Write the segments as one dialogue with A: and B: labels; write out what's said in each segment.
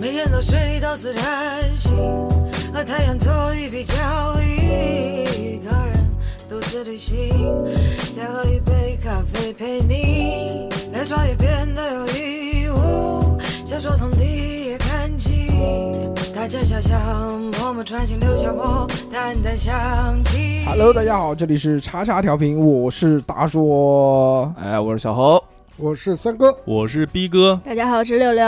A: 每天都睡到自然醒，和太阳做一笔交易，一个人独自旅行，再喝一杯咖啡陪你，泪水也变得有义务，小说从第一页看起，大街小巷默默穿行留下我淡淡香气。
B: Hello，大家好，这里是叉叉调频，我是大硕，
C: 哎，我是小侯，
B: 我是三哥，
D: 我是逼哥，
E: 大家好，我是六六。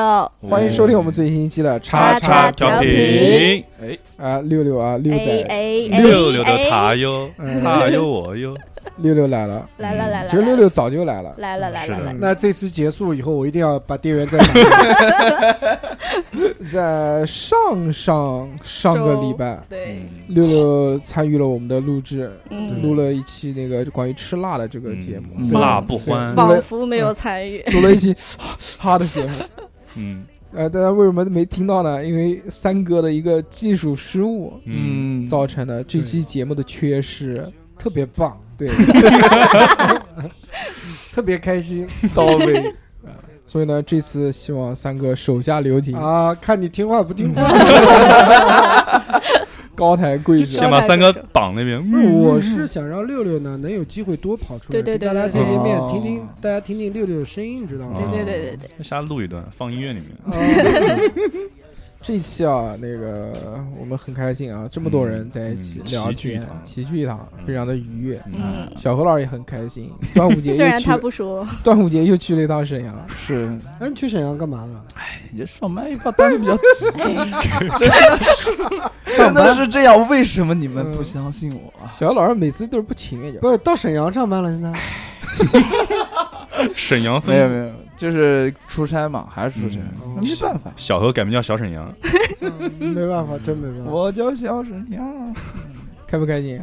B: 欢迎收听我们最新一期的叉
E: 叉叉
D: 调
E: 嗯调
D: 频
E: 频，
C: 哎，
B: 啊六六啊六
E: 哎
B: 仔
E: 哎哎，
D: 六六
E: 哎
D: 的塔哟
B: 嗯，
D: 塔哟我哟，
B: 六六来了，
E: 来了来了，
B: 其实六六早就来了，
E: 来了来了
D: 是的
E: 来了，
F: 那这次结束以后，我一定要把店员再 打。
B: 在上上上个礼拜，
E: 对，
B: 六六参与了我们的录制，
E: 嗯，
B: 录了一期那个关于吃辣的这个节目，
D: 嗯
B: 对
D: 辣不欢，
E: 仿佛没有参与。
B: 录了一期 哈哈的节目。
D: 嗯
B: 呃，大家为什么没听到呢？因为三哥的一个技术失误
D: 嗯，
B: 造成的这期节目的缺失。
F: 特别棒，
B: 嗯对，
F: 特别开心
B: 到位。所以呢，这次希望三哥手下留
E: 嗯
B: 情，
F: 啊！看你听话不听话，
B: 高抬贵手
D: 先。把三哥绑那边，嗯
F: 我是想让六六呢能有机会多跑出来，
E: 对对对哦
F: 给大家见见面，
B: 对
F: 听听大家听听六六的声音，知道吗？
B: 嗯
E: 对对对对对，
D: 那瞎录一段，放音乐里面，
B: 这一期啊，那个我们很开心啊，这么多人在一起
D: 嗯
B: 聊
D: 齐聚一
B: 天，
D: 堂
B: 齐聚一堂，非常的愉悦。
E: 嗯，
B: 小何老师也很开 心，端午节
E: 虽
B: 又
E: 然
B: 去
E: 他
B: 了，
E: 不说，
B: 端午节又去了一趟沈阳。
C: 是，
F: 嗯，去沈阳干嘛了？
C: 你这上班一般单位比较急， 真的是这样，为什么你们不相信我啊？
B: 小何老师每次 都是不情愿，
F: 不是到沈阳上班了，现在
D: 沈阳
C: 没有
D: 分，
C: 没有，就是出差嘛，还是出差，
F: 嗯
C: 没办法，
D: 小何改名叫小沈阳，
F: 嗯 没办法，真没办法。
C: 我叫小沈阳，
B: 开不开心？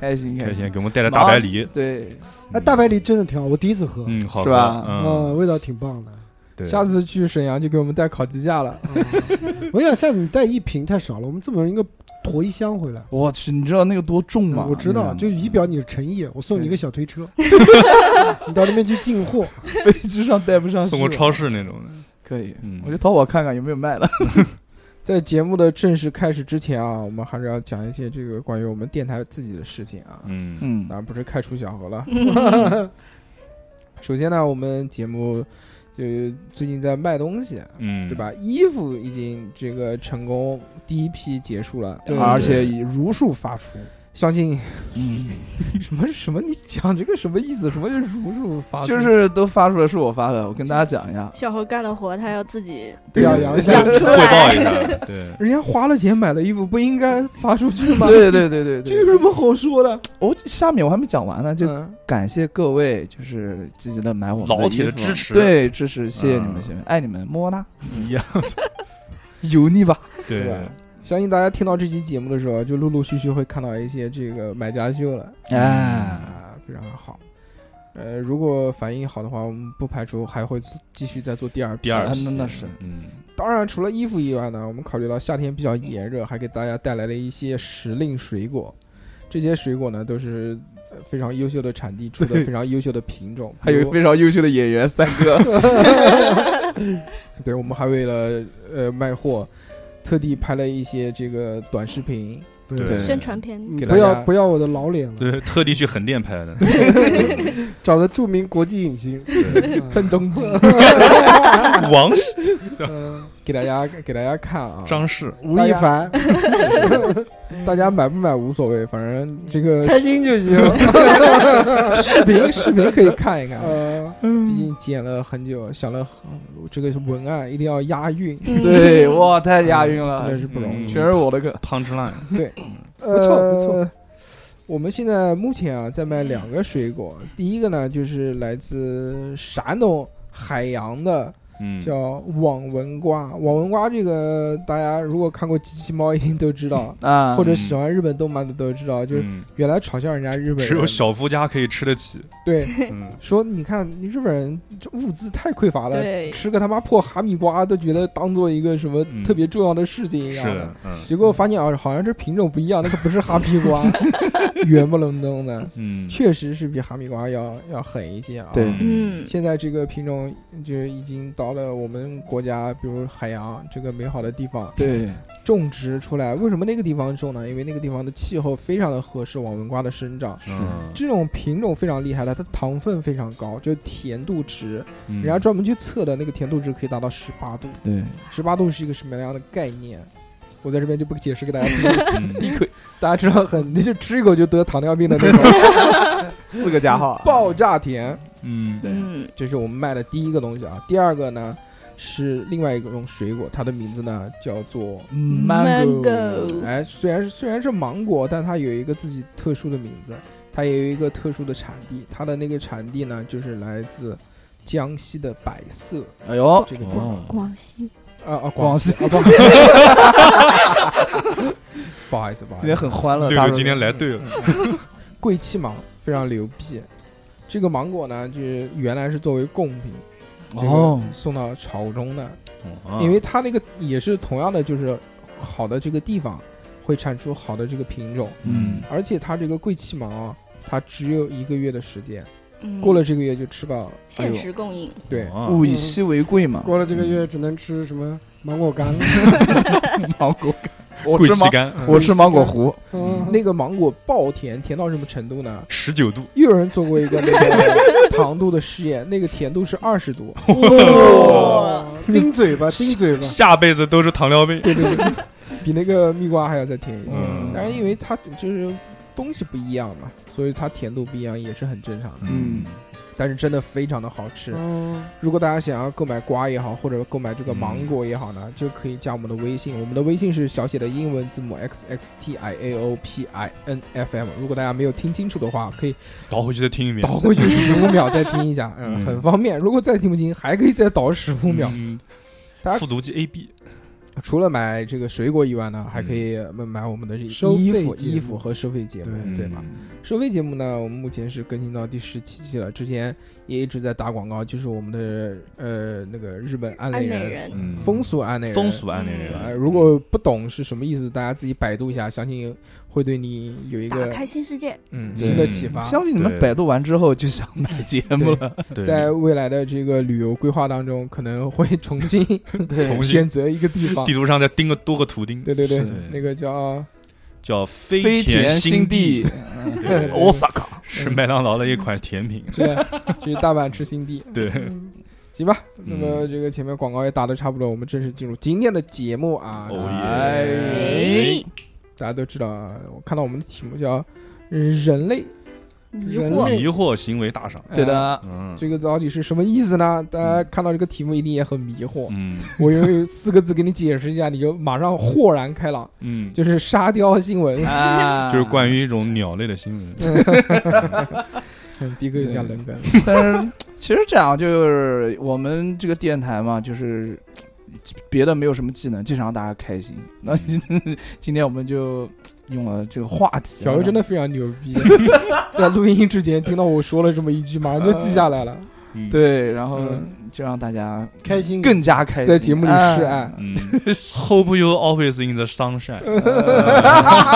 C: 开心
D: 开心
C: 心，
D: 给我们带来大白梨，
C: 对，
F: 哎，大白梨真的挺好，我第一次喝，
D: 嗯，好
C: 是
D: 喝
C: 吧
D: 嗯，
F: 嗯，味道挺棒的。
D: 对，
B: 下次去沈阳就给我们带烤鸡架 了。
F: 嗯我想下次你带一瓶太少了，我们这么人应该驮一箱回来。
C: 我去，你知道那个多重吗？哎
F: 我知道，就以表你的诚意，我送你一个小推车，你到那边去进货。
C: 飞机上带不上，
D: 送过超，市那种的，
C: 可以，
D: 嗯
C: 我去淘宝看看有没有卖的。
B: 在节目的正式开始之前啊，我们还是要讲一些这个关于我们电台自己的事情啊。
D: 嗯
C: 嗯
B: 当然不是开除小何了。 首先呢，我们节目就最近在卖东西，
D: 嗯，
B: 对？吧？衣服已经这个成功第一批结束了，
F: 对
C: 而且以如数发出。
B: 相信
C: 嗯，
B: 什么什么？你讲这个什么意思？什么叫如数发？
C: 就是都发出来是我发的，我跟大家讲一下。
E: 小猴干的活他要自己
F: 表扬一
E: 讲
F: 下，
E: 出
D: 汇报
E: 来。
D: 一下，对，
B: 人家花了钱买的衣服，不应该发出去吗？
C: 对对对对
B: 这
C: 对，
B: 有什么好说的？
C: 我哦下面我还没讲完呢，就
B: 嗯
C: 感谢各位，就是积极的买我们
D: 老铁的
C: 衣服
D: 支持
C: 对支持，谢谢你们，谢
D: 嗯
C: 谢你们，哎爱你们，么么哒，
D: 一样，
C: 油腻吧？
D: 对
B: 是吧，相信大家听到这期节目的时候，就陆陆续续会看到一些这个买家秀了。
C: 哎，
B: 啊，非常好。呃，如果反应好的话，我们不排除还会继续再做第二批。呃
D: 第二
C: 啊
D: 期
C: 那那是
D: 嗯，
B: 当然，除了衣服以外呢，我们考虑到夏天比较炎热，还给大家带来了一些时令水果。这些水果呢，都是呃非常优秀的产地出的
C: 对
B: 非常优秀的品种。
C: 还有
B: 比如
C: 非常优秀的演员三哥，
B: 对，我们还为了呃卖货，特地拍了一些这个短视频。
D: 对，
E: 宣传片，
F: 嗯
B: 给大
F: 不
B: 家
F: 要不要我的老脸了，
D: 对，特地去横店拍的，
F: 找的著名国际影星，嗯
B: 郑中 基
D: 王
B: 给大家给大家看啊，
D: 张氏，
F: 吴亦凡，
B: 大家买不买无所谓，反正这个
F: 开心就行。
B: 视频视频可以看一看，
F: 呃，
B: 毕竟剪了很久，想了很这个是文案一定要押韵，
E: 嗯
C: 对，哇，太押韵
B: 嗯
C: 了嗯
B: 真，的是不容易。
C: 全是我的歌。
D: punch line，
B: 不
F: 错不错。
B: 我们现在目前啊，在卖两个水果，第一个呢就是来自山东海洋的
D: 嗯，
B: 叫网纹瓜。网纹瓜这个大家如果看过《机器猫》一定都知道，
C: 啊，
B: 或者喜欢日本动漫的都知道，就是
D: 嗯
B: 原来嘲笑人家日本人，
D: 只有小夫家可以吃得 起。
B: 对
D: 嗯，
B: 说你看你日本人这物资太匮乏了，
E: 对，
B: 吃个他妈破哈密瓜都觉得当做一个什么
D: 嗯
B: 特别重要的事情一
D: 是
B: 样的
D: 的。，嗯
B: 结果发现啊，好像这品种不一样，那个不是哈密 瓜，圆不隆咚的，
D: 嗯，
B: 确实是比哈密瓜要要狠一些啊。
C: 对
E: 嗯，
B: 现在这个品种就已经到了我们国家，比如海洋这个美好的地方
C: 对，
B: 种植出来。为什么那个地方种呢？因为那个地方的气候非常的合适网纹瓜的生长。
D: 嗯
B: 这种品种非常厉害的，它糖分非常高，就是甜度值，
D: 嗯
B: 人家专门去测的那个甜度值可以达到十八度。
C: 对，
B: 十八度是一个什么样的概念？我在这边就不解释给大家听了，
D: 嗯
B: 大家知道很，你就吃一口就得糖尿病的那种
C: 四个加号啊，
B: 爆炸甜。
D: 嗯
C: 对
E: 嗯，
B: 这是我们卖的第一个东西啊。第二个呢是另外一种水果，它的名字呢叫做，
E: 嗯 Mango
B: 哎，虽然是虽然是芒果，但它有一个自己特殊的名字，它也有一个特殊的产地，它的那个产地呢就是来自江西的百色
C: 哎呦，
B: 这个地方
D: 哦
E: 广西，
B: 啊啊
C: 哦广西
B: 西啊，不好意思 不好意思，不好
C: 今
B: 意
C: 天
B: 思，
C: 很欢乐，
D: 六
C: 大
D: 六
C: 叔
D: 今天
B: 嗯
D: 来对了，
B: 贵气芒非常牛逼。这个芒果呢，就是原来是作为贡品，这
C: 哦
B: 个送到朝中的，
D: 哦
B: 嗯因为它那个也是同样的，就是好的这个地方会产出好的这个品种，
D: 嗯
B: 而且它这个贵气芒啊，它只有一个月的时间，
E: 嗯
B: 过了这个月就吃不了。哎呦
E: 限时供应，
B: 对，
D: 哦
C: 嗯物以稀为贵嘛，
F: 过了这个月只能吃什么芒果干，
C: 芒果干，我
D: 贵
C: 吃
D: 气
C: 芒，
D: 干
B: 嗯
C: 我吃芒果糊，
F: 嗯
B: 那个芒果爆甜，甜到什么程度呢？
D: 十九度，
B: 又有人做过一个那个 糖度的试验，那个甜度是二十度，哎
E: 哇，
F: 钉嘴巴，钉嘴巴，
D: 下辈子都是糖尿病。
B: 对对对，比那个蜜瓜还要再甜一些。
D: 嗯
B: 但是因为它就是东西不一样嘛，所以它甜度不一样也是很正常的。
C: 嗯
B: 但是真的非常的好吃，
F: 嗯，
B: 如果大家想要购买瓜也好，或者购买这个
D: 嗯
B: 芒果也好呢，就可以加我们的微信，我们的微信是小写的英文字母 x x t i a o p i n f m。如果大家没有听清楚的话，可以
D: 倒回去再听一遍，
B: 倒回去十五秒再听一下，嗯，
D: 嗯
B: 很方便。如果再听不清，还可以再倒十五秒。
D: 嗯
B: 大家
D: 复读机 A B，
B: 除了买这个水果以外呢，还可以买买我们的这
F: 收费
B: 衣服、
F: 节目
B: 衣服和收费节目，
F: 对
B: 嗯对
D: 嗯
B: 吧？？收费节目呢，我们目前是更新到第十七期了，之前也一直在打广告，就是我们的呃那个日本安
E: 安
B: 内
E: 内
B: 人。
E: 人，
D: 嗯，
B: 风俗安内人，
D: 风俗啊安利
E: 嗯
B: 呃，
D: 人，
B: 如果不懂是什么意思，大家自己百度一下，相信会对你有一
E: 打
B: 个
E: 开新世界，
B: 嗯
D: 对
B: 新的启发。
C: 相信你们
D: 对
C: 百度完之后就想买节目了，
D: 嗯对
B: 在未来的这个旅游规划当中，可能 会重新
D: 重新
B: 选择一个地方
D: 地。图上再钉个多个图钉，
B: 对对对
C: 是的，
B: 那个叫
D: 叫
C: 飞
D: 飞
C: 田
D: 新
C: 新地，
D: 对 哦
C: Osaka，
D: 是
B: 嗯
D: 麦当劳的一款甜品。
B: 是去大阪吃新地，
D: 对，
B: 行吧？那么
D: 嗯
B: 这个前面广告也打的差不多，我们正式进入今天的节目啊。
D: 哦耶
C: 哎
E: 哎，
B: 大家都知道啊，我看到我们的题目叫“人类
E: 迷
B: 人
E: 惑，
D: 迷惑行为大赏，”，
C: 对
B: 呃
C: 的，
D: 嗯
B: 这个到底是什么意思呢？大家看到这个题目一定也很迷惑。
D: 嗯
B: 我用四个字给你解释一下，你就马上豁然开朗，
D: 嗯，
B: 就是沙雕新闻。
C: 啊，
D: 就是关于一种鸟类的新闻。
B: 嗯逼哥就讲冷梗，
C: 但是其实讲就是我们这个电台嘛，就是别的没有什么技能，就想让大家开心。那 今天我们就用了这个话题啊，
B: 小欧真的非常牛 逼，在录音之前听到我说了这么一句，马上就记下来了。
D: 嗯，
C: 对，然后
B: 嗯
C: 就让大家
F: 开心
C: 更加开心，
B: 在节目里示爱
C: 啊。
D: 嗯，Hope you always in the sunshine。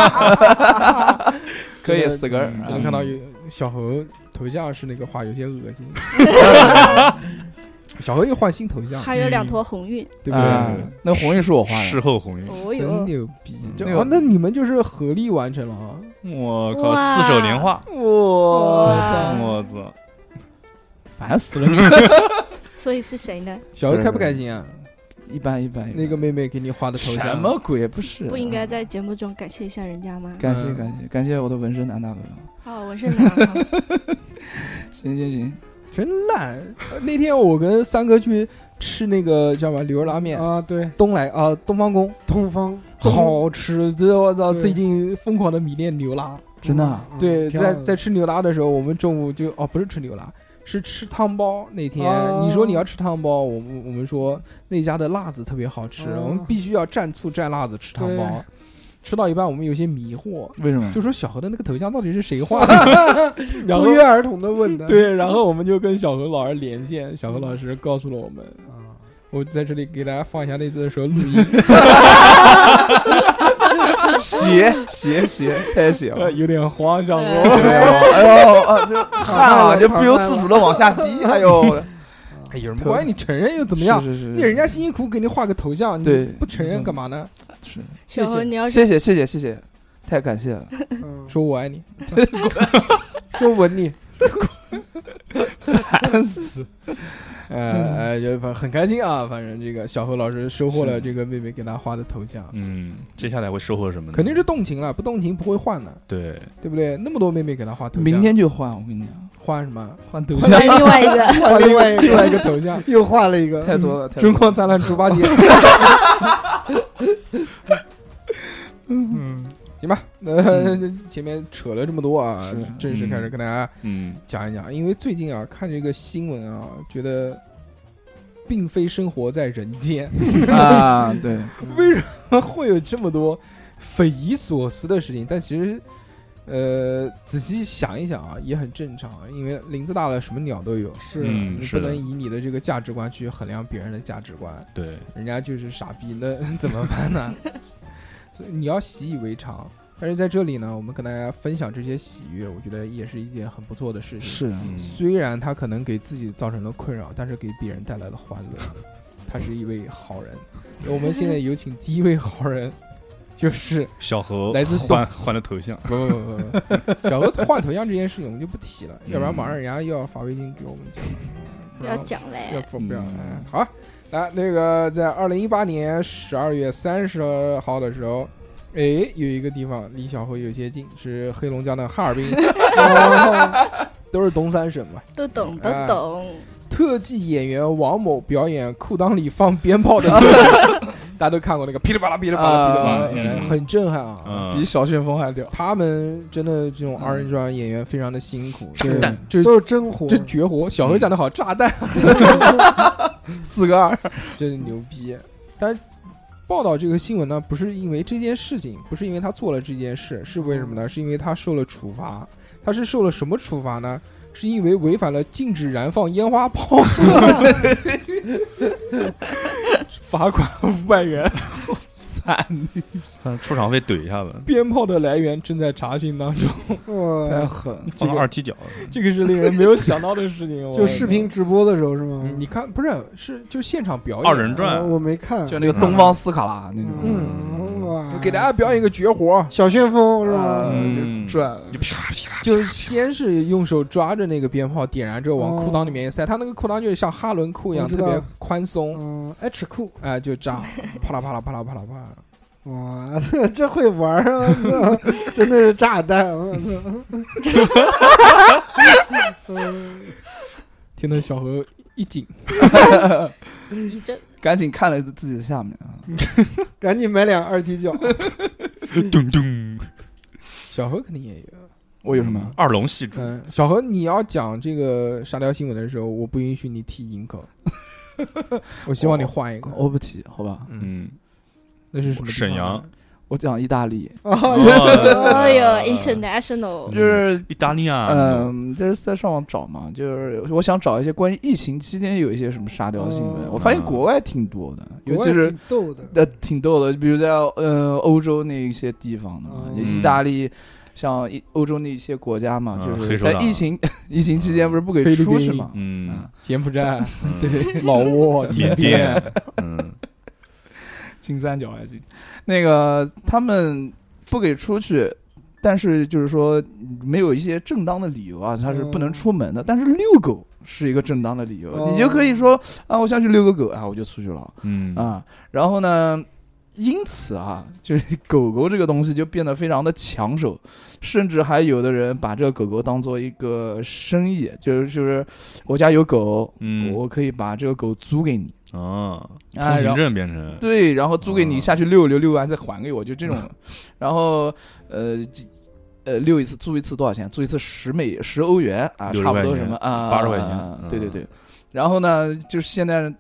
C: 呃可以死根儿啊
B: 只能看到有
C: 嗯
B: 小何头像是那个画，有些恶心。
C: 嗯
B: 小何又换新头像，
E: 还有两坨鸿运，
B: 对不
C: 啊
B: 对？！
C: 那红玉是我画
D: 事
C: 的，
D: 后红运，
E: 哦
B: 嗯真
E: 哟，
B: 牛逼！就
C: 嗯那个
B: 哦，那你们就是合力完成了啊！
D: 我靠，
E: 哇
D: 四手莲花，
E: 哇
D: 我操！
C: 烦死了！
E: 所以是谁呢？
B: 小何开不开心啊？
C: 一般一般，一般
B: 那个妹妹给你画的头像，
C: 什么鬼？不是，啊
E: 不应该在节目中感谢一下人家吗？
C: 感谢
B: 嗯
C: 感谢感谢我的纹身男大哥。
E: 哦，我是男的，
C: 啊行行行，
B: 真烂！呃那天我跟三哥去吃那个叫什么牛肉拉面，
C: 嗯
F: 啊，对，
B: 东来啊、东方宫
F: 东方
B: 好吃，这我操！
F: 对
B: 最近疯狂的迷恋牛拉。
C: 真的啊。
F: 嗯
B: 对，
F: 挺
B: 在
F: 好的
B: 在吃牛拉的时候，我们中午就哦不是吃牛拉，是吃汤包那天，
F: 哦
B: 你说你要吃汤包，我们我们说那家的辣子特别好吃，
F: 哦
B: 我们必须要蘸醋蘸辣子吃汤包。 吃到一半，我们有些迷惑，
C: 为什么？
B: 就说小何的那个头像到底是谁画 的？然后
F: 不约而同的问的，
B: 对，然后我们就跟小何老师连线，小何
F: 嗯
B: 老师告诉了我们，
F: 啊，
B: 我在这里给大家放一下那段时候 录音，
F: 嗯
C: 邪 邪邪，太邪
B: 呃
C: 了！
B: 有点慌，小何。
C: 哎呦，哎呦，啊，这汗啊，就不由自主的往下滴，哎呦，
B: 哎，有人不管你承认又怎么样？
C: 是是是，
B: 那人家辛辛苦苦给你画个头像，你
C: 对
B: 不承认干嘛呢？
C: 是
B: 谢
E: 小何，
B: 谢，
E: 你要是
C: 谢谢谢谢谢谢，太感谢了，
F: 嗯
B: 说我爱你。
F: 说吻你，
B: 呃呃，就反很开心啊，反正这个小何老师收获了这个妹妹给他画的头像，
D: 嗯，接下来会收获什么呢？
B: 肯定是动情了，不动情不会换的，
D: 对，
B: 对不对？那么多妹妹给他画头像，
C: 明天就换，我跟你讲，
B: 换什么？
C: 换头
E: 换
C: 像
E: 另外一个，
F: 换另外一
B: 另外一
F: 个，，
B: 个头 像
F: 又画了一个，
C: 太多了，太多
B: 春
C: 了
B: 光灿烂猪八戒。
D: 嗯
B: 行吧，那 前面扯了这么多啊
C: 是，
B: 正式开始跟大家
D: 嗯，
B: 讲一讲，因为最近啊看这个新闻啊，觉得并非生活在人间，
C: 啊，对，
B: 为什么会有这么多匪夷所思的事情？但其实，呃，仔细想一想啊，也很正常，因为林子大了，什么鸟都有，是
D: 嗯
B: 你不
D: 是的
B: 能以你的这个价值观去衡量别人的价值观，
D: 对，
B: 人家就是傻逼，那怎么办呢？ 所以你要习以为常。但是在这里呢，我们跟大家分享这些喜悦，我觉得也是一件很不错的事情。
C: 是啊
D: 嗯
B: 虽然他可能给自己造成了困扰，但是给别人带来了欢 乐。他是一位好人。我们现在有请第一位好人，就是
D: 小何
B: 来自，
D: 换换了头像
B: 不不不不不，小何换头像这件事情我们就不提了，
D: 嗯
B: 要不然马上人家又要发微信给我们讲了，
E: 不要讲了
B: 嗯要
E: 哎，
B: 不不要？
D: 嗯
B: 哎好啊，来那个在二零一八年十二月三十号的时候。哎，有一个地方离小何有些近，是黑龙江的哈尔滨， 哦都是东三省嘛。
E: 都懂都
B: 啊
E: 懂，
B: 特技演员王某表演裤裆里放鞭炮 的特技，大家都看过那个噼里啪啦噼里啪啦噼里啪啦
C: 啊
B: 演的，
D: 嗯
B: 很震撼啊！
D: 嗯
C: 比，小旋风还屌，
B: 他们真的这种二人转演员非常的辛苦，
D: 炸
B: 这
D: 弹
B: 这
F: 都是真火，
B: 这绝活，小何讲的好，炸弹
C: 四个二，
B: 真牛逼。但报道这个新闻呢，不是因为这件事情，不是因为他做了这件事，是为什么呢？是因为他受了处罚。他是受了什么处罚呢？是因为违反了禁止燃放烟花炮，罚款五百元。
C: 惨，
D: 看出场费怼一下子，
B: 鞭炮的来源正在查询当中，
C: 太
F: 哇，
C: 狠，
D: 放
B: 这
D: 个
B: 个
D: 二踢脚，
B: 这个是令人没有想到的事情。我
F: 就视频直播的时候是吗
B: 嗯，？哦你看不是是就现场表演
D: 二人转
F: 啊，我没看，
C: 就那个东方斯卡拉那种，
F: 嗯，哇，
B: 给大家表演一个绝活，
F: 小旋风是
C: 啊
F: 吧？
D: 嗯
C: 就转，
D: 就啪噼啦，
B: 就是先是用手抓着那个鞭炮点燃之后往裤裆里面一塞，它那个裤裆就是像哈伦裤一样
F: 我
B: 特
F: 知道
B: 别宽松，
F: 嗯，H 酷，
B: 哎就炸，啪啦啪啦啪啦啪啦啪啦。
F: 哇， 这会玩儿啊！ 我操，真的是炸弹！啊我操， 嗯
B: 听得小何一紧，
E: 一阵
C: 赶紧看了自己的下面啊，
F: 赶紧买两个二踢脚，
D: 咚咚，
B: 小何肯定也有。
C: 我有什么？
D: 二龙戏珠，
B: 嗯，小何，你要讲这个沙雕新闻的时候，我不允许你提营口，我希望你换一个。
C: 我不提，好吧，
B: 嗯，
D: 嗯，
B: 那是什么地方呢？
D: 沈阳
C: 我讲意大利，
B: 啊
E: 哦哟
D: 哦
E: ，international，
C: 就是
D: 意大利啊，
C: 嗯，就是在上网找嘛，就是我想找一些关于疫情期间有一些什么沙雕新闻，
F: 哦
C: 我发现国外挺多的，尤
F: 国
C: 其
F: 外
C: 是
F: 挺逗的。
C: 呃挺逗的，比如在呃欧洲那一些地方的嘛，
F: 哦
C: 就意大利。像一欧洲那一些国家嘛，
D: 嗯
C: 就是
D: 黑手
C: 在
D: 党
C: 疫情 疫情期间不是不给
B: 菲律
C: 出去
B: 宾
C: 嘛，
D: 嗯
C: 啊，
B: 柬埔寨、
D: 嗯
B: 对老挝、
D: 缅
B: 缅甸，
D: 甸，嗯
C: 金三角还行。那个他们不给出去，但是就是说没有一些正当的理由啊，他是不能出门
D: 嗯
C: 的。但是遛狗是一个正当的理由，
F: 哦
C: 你就可以说啊，我想去遛个狗啊，我就出去了
D: 嗯，
C: 啊。然后呢，因此啊，就是狗狗这个东西就变得非常的抢手，甚至还有的人把这个狗狗当做一个生意，就是就是我家有狗。
D: 嗯，
C: 我可以把这个狗租给你，
D: 哦，
C: 啊
D: 通
C: 然
D: 行
C: 后
D: 证变成，
C: 对，然后租给你
D: 啊
C: 下去遛遛，遛完再还给我，就这种。然后呃，这呃遛一次租一次多少钱？租一次十美十欧元啊，差
D: 60
C: 不
D: 块
C: 多
D: 钱
C: 什么啊，
D: 80块钱
C: 啊
D: 嗯
C: 对对对。然后呢，就是现在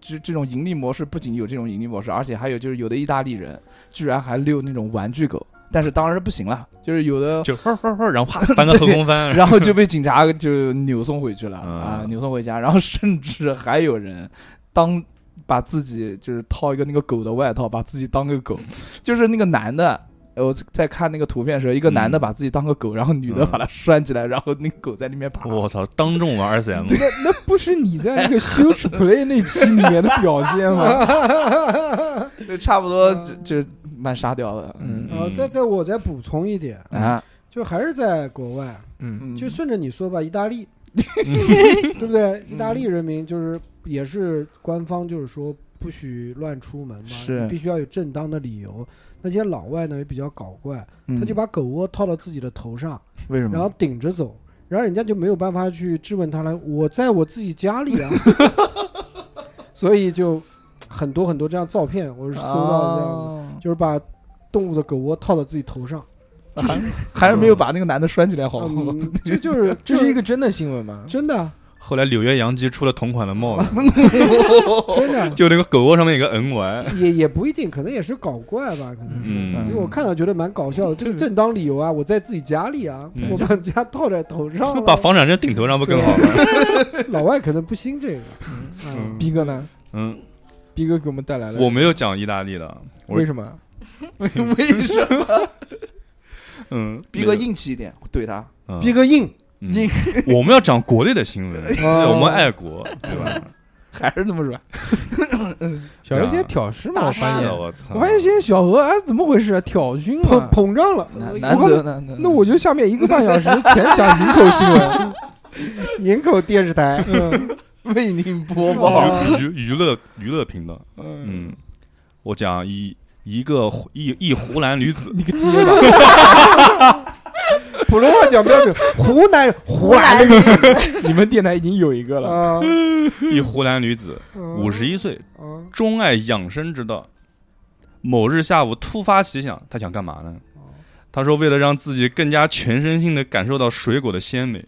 C: 这这种盈利模式，不仅有这种盈利模式，而且还有就是有的意大利人居然还遛那种玩具狗，但是当然是不行了，就是有的
D: 就嗖嗖嗖，然后啪翻个后空翻，
C: 然后就被警察就扭送回去了、
D: 嗯
C: 啊，扭送回家，然后甚至还有人当把自己就是套一个那个狗的外套，把自己当个狗，就是那个男的。呃我在看那个图片的时候，一个男的
D: 嗯
C: 把自己当个狗，然后女的
D: 嗯
C: 把他拴起来，然后那个狗在那边爬。
D: 我操，当众玩 SM，
B: 那那不是你在那个羞耻 play 那期里面的表现吗？
C: 就差不多
F: 嗯
C: 就就蛮沙雕的，嗯
F: 啊，再再我再补充一点，
D: 嗯
C: 啊，
F: 就还是在国外，
B: 嗯，
F: 就顺着你说吧，意大利， 对不对？意大利人民就是也是官方就是说不许乱出门嘛，
C: 是
F: 你必须要有正当的理由。那些老外呢也比较搞怪，
C: 嗯
F: 他就把狗窝套到自己的头上，
B: 嗯
C: 为什么？
F: 然后顶着走，然后人家就没有办法去质问他了。我在我自己家里 啊，所以就很多很多这样照片，我是搜到这样
B: 哦
F: 子，
C: 样
F: 就是把动物的狗窝套到自己头上，
C: 子，还还是没有把那个男的拴起来 好。
F: 嗯，这就是
B: 哦这是一
F: 个
B: 个真的新闻吗？
F: 真的啊
D: 后来柳叶洋基出了同款的 帽子，
F: 真的啊
D: 就那个狗窝上面有个 N 纹，
F: 也也不一定，可能也是搞怪吧，可能是。因
D: 嗯
F: 为我看到觉得蛮搞笑的，这个正当理由啊，我在自己家里啊，
D: 嗯
F: 我把人 家套在头上
D: 把
F: 了，
D: 房产证顶头上不更好吗？
F: 老外可能不兴这个，嗯
D: 嗯
B: 逼哥呢？
D: 嗯，
B: 逼哥给我们带来了，
D: 我没有讲意大利的，我
B: 为什么？
C: 为 什么？
D: 嗯，
C: 逼哥硬气一点，怼他。
D: 嗯，
F: 逼个硬，
D: 嗯
C: 硬哦
D: 我们要讲国内的新闻，我们爱国，对吧？
C: 还是那么软。
B: 小何现在挑事嘛？
E: 对啊
B: 我发
E: 打
D: 是
B: 现
D: 的，，哎我操！
B: 哎我发现现在小何哎怎么回事？挑衅
F: 膨
D: 啊
B: 了。
F: 膨胀了，
C: 难
E: 我
C: 难
B: 我
C: 得难得。
B: 那我就下面一个半小时全讲营口新闻，
F: 营口电视台，
B: 嗯，
C: 为您播报。
D: 娱娱娱乐娱乐频道，嗯，我讲一一个湖一一湖南女子，
B: 你个鸡巴！
F: 普通话讲标准，湖南人湖南人
B: 你们电台已经有一个了，
F: 啊，
D: 一湖南女子嗯
B: 嗯
D: 五十
F: 一
D: 一岁，
F: 啊，
D: 钟爱养生之道。某日下午突发奇想，她想干嘛呢？
B: 嗯
D: 她说为了让自己更加全身性的感受到水果的鲜美，